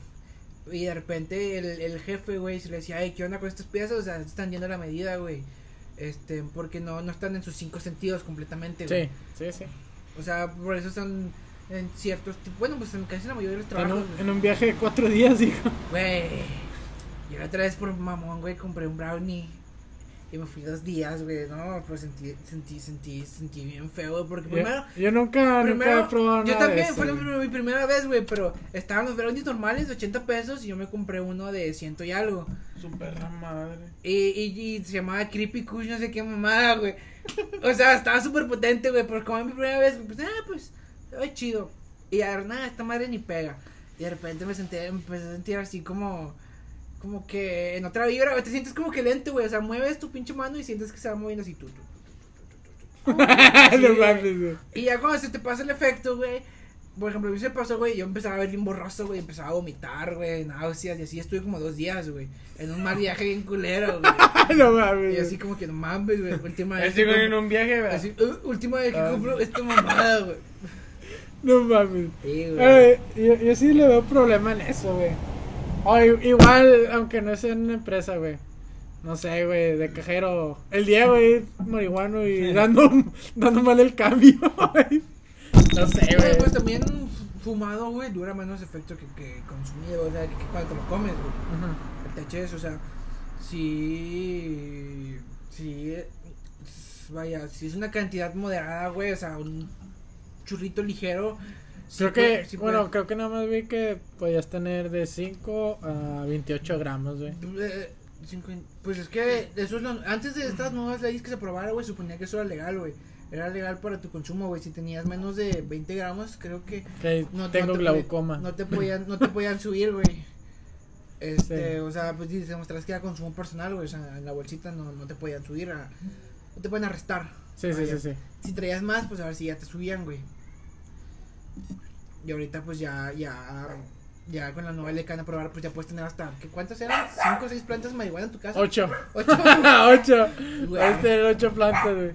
Speaker 5: Y de repente el, el jefe, güey, se le decía, ay, ¿qué onda con estas piezas? O sea, están yendo a la medida, güey. Este, porque no, no están en sus cinco sentidos completamente, güey.
Speaker 1: Sí, sí, sí.
Speaker 5: O sea, por eso están en ciertos, ti- bueno, pues en casi la mayoría de los
Speaker 1: En
Speaker 5: trabajos,
Speaker 1: un,
Speaker 5: güey.
Speaker 1: en un viaje de cuatro días, dijo.
Speaker 5: Güey. Yo la otra vez por mamón, güey, compré un brownie. Y me fui dos días, güey, no, pero sentí, sentí, sentí, sentí bien feo, güey, porque
Speaker 1: Yo,
Speaker 5: primero...
Speaker 1: yo nunca, nunca he
Speaker 5: Primero,
Speaker 1: probado
Speaker 5: yo
Speaker 1: nada
Speaker 5: también,
Speaker 1: de eso,
Speaker 5: fue la-
Speaker 1: güey.
Speaker 5: mi primera vez, güey, pero estaban los brownies normales de 80 pesos y yo me compré uno de 100 y algo.
Speaker 3: Su perra madre.
Speaker 5: Y, y, y se llamaba Creepy Kush, no sé qué mamada, güey. O sea, estaba súper potente, güey, pero como es mi primera vez, pues, ah, pues, ay, chido. Y a ver, nada, esta madre ni pega. Y de repente me senté, empecé a sentir así como, como que en otra vibra, güey, te sientes como que lento, güey, o sea, mueves tu pinche mano y sientes que se va moviendo así, tú, tú, tú, tú, tú, tú, tú, tú,
Speaker 1: No mames, güey.
Speaker 5: Y ya cuando se te pasa el efecto, güey. Por ejemplo, a mí se pasó, güey, yo empezaba a ver bien borroso, güey, empezaba a vomitar, güey, náuseas, y así estuve como dos días, güey, en un mal viaje bien culero, güey,
Speaker 1: No mames.
Speaker 5: y
Speaker 1: güey.
Speaker 5: así como que no mames, güey, última vez,
Speaker 4: Así,
Speaker 5: que
Speaker 1: Este,
Speaker 4: güey, en
Speaker 5: compro-
Speaker 4: un viaje, ¿verdad?
Speaker 5: así, "Uh, última vez que compro esta mamada, güey,
Speaker 1: No mames.
Speaker 5: sí, güey,
Speaker 1: Eh, yo, yo sí le veo problema en eso, güey. O i- igual, aunque no sea en una empresa, güey. No sé, güey, de cajero. El día, güey, marihuano y dando, dando mal el cambio, güey. No sé,
Speaker 5: Güey,
Speaker 1: Eh, güey.
Speaker 5: pues también fumado, güey, dura menos efecto que, que consumido, o sea, que, que cuando te lo comes, güey,
Speaker 1: Ajá.
Speaker 5: el THS, o sea, sí, sí, eh, vaya, si es una cantidad moderada, güey, o sea, un churrito ligero. sí
Speaker 1: Creo
Speaker 5: puede-
Speaker 1: que,
Speaker 5: sí puede-
Speaker 1: bueno, creo que nada más vi que podías tener de 5 a 28 gramos, güey.
Speaker 5: Eh, cincuenta- Pues es que eso es lo- antes de estas nuevas leyes que se aprobaron, güey, suponía que eso era legal, güey. Era legal para tu consumo, güey. Si tenías menos de 20 gramos, creo que
Speaker 1: Que
Speaker 5: no
Speaker 1: tengo
Speaker 5: no te
Speaker 1: glaucoma.
Speaker 5: pod- No te podían, no te podían subir, güey. Este,
Speaker 1: Sí.
Speaker 5: o sea, pues si demostrás que era consumo personal, güey. O sea, en la bolsita no, no te podían subir, a- no te pueden arrestar.
Speaker 1: Sí, sí,
Speaker 5: Vaya.
Speaker 1: sí, sí.
Speaker 5: Si traías más, pues a ver si ya te subían, güey. Y ahorita, pues ya, ya, ya con la nueva ley que van a probar, pues ya puedes tener hasta, ¿qué, ¿cuántas eran? ¿Cinco o seis plantas de marihuana en tu casa?
Speaker 1: 8.
Speaker 5: Ocho.
Speaker 1: 8.
Speaker 5: Güey.
Speaker 1: Ah, Este tener 8 plantas, güey.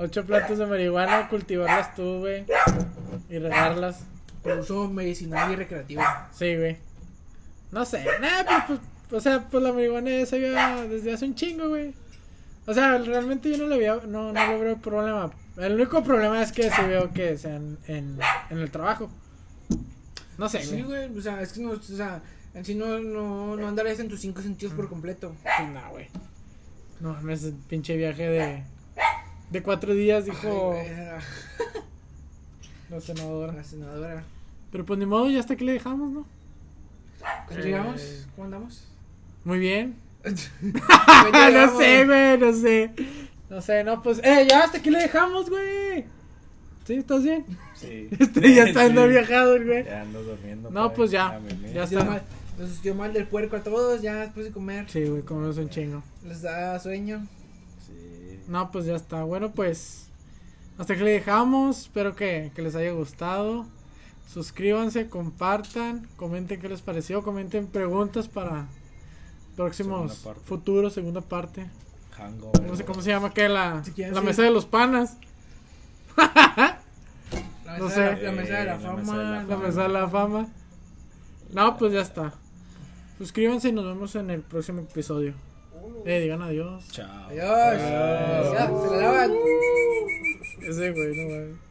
Speaker 1: 8 plantas de marihuana, cultivarlas tú, güey. Y regarlas.
Speaker 5: Por uso medicinal y recreativo.
Speaker 1: Sí, güey. No sé, nada, pues, pues, o sea, pues la marihuana ya se había desde hace un chingo, güey. O sea, realmente yo no le había, no, no le veo problema. El único problema es que se veo que sea en, en, en el trabajo. No sé,
Speaker 5: Sí,
Speaker 1: güey.
Speaker 5: güey, o sea, es que no, o sea, en sí no, no, no andarías en tus cinco sentidos por completo.
Speaker 1: Pues, No, güey. No mames, el pinche viaje de, de cuatro días, dijo
Speaker 5: Ay, güey, la-
Speaker 1: la senadora.
Speaker 5: La senadora.
Speaker 1: Pero pues ni modo, ya hasta aquí le dejamos, ¿no?
Speaker 5: ¿Cuándo llegamos? ¿Cómo andamos?
Speaker 1: Muy bien.
Speaker 5: ¿Cuándo
Speaker 1: Ah,
Speaker 5: llegamos?
Speaker 1: no sé, güey, no sé. No sé, no, pues, eh, ya hasta aquí le dejamos, güey. ¿Sí? ¿Estás bien?
Speaker 6: Sí.
Speaker 1: Este ya está anda
Speaker 6: Sí.
Speaker 1: viajado el güey.
Speaker 6: Ya ando durmiendo.
Speaker 1: No,
Speaker 6: por
Speaker 1: pues
Speaker 6: ahí.
Speaker 1: ya.
Speaker 6: mimí.
Speaker 1: Ya
Speaker 5: Nos dio
Speaker 1: está.
Speaker 5: mal- Nos dio mal del puerco a todos, ya después de comer.
Speaker 1: Sí, güey, comemos un chingo.
Speaker 5: Les da sueño.
Speaker 6: Sí.
Speaker 1: No, pues ya está. Bueno, pues. Hasta que le dejamos. Espero que, que les haya gustado. Suscríbanse, compartan, comenten qué les pareció, comenten preguntas para próximos
Speaker 6: Segunda parte.
Speaker 1: futuros, segunda parte.
Speaker 6: Hangover.
Speaker 1: No sé cómo se llama que la,
Speaker 5: Si quieres,
Speaker 1: la
Speaker 5: sí.
Speaker 1: mesa de los panas,
Speaker 5: La
Speaker 1: No
Speaker 5: mesa,
Speaker 1: sé.
Speaker 5: de, la, la mesa de la
Speaker 6: Eh, la
Speaker 5: fama.
Speaker 6: mesa de la
Speaker 1: la mesa de la fama. No, pues ya está. Suscríbanse y nos vemos en el próximo episodio. Eh, digan adiós.
Speaker 6: Chao.
Speaker 5: Adiós. Ya, se la lavan.
Speaker 1: Ese güey, no mames.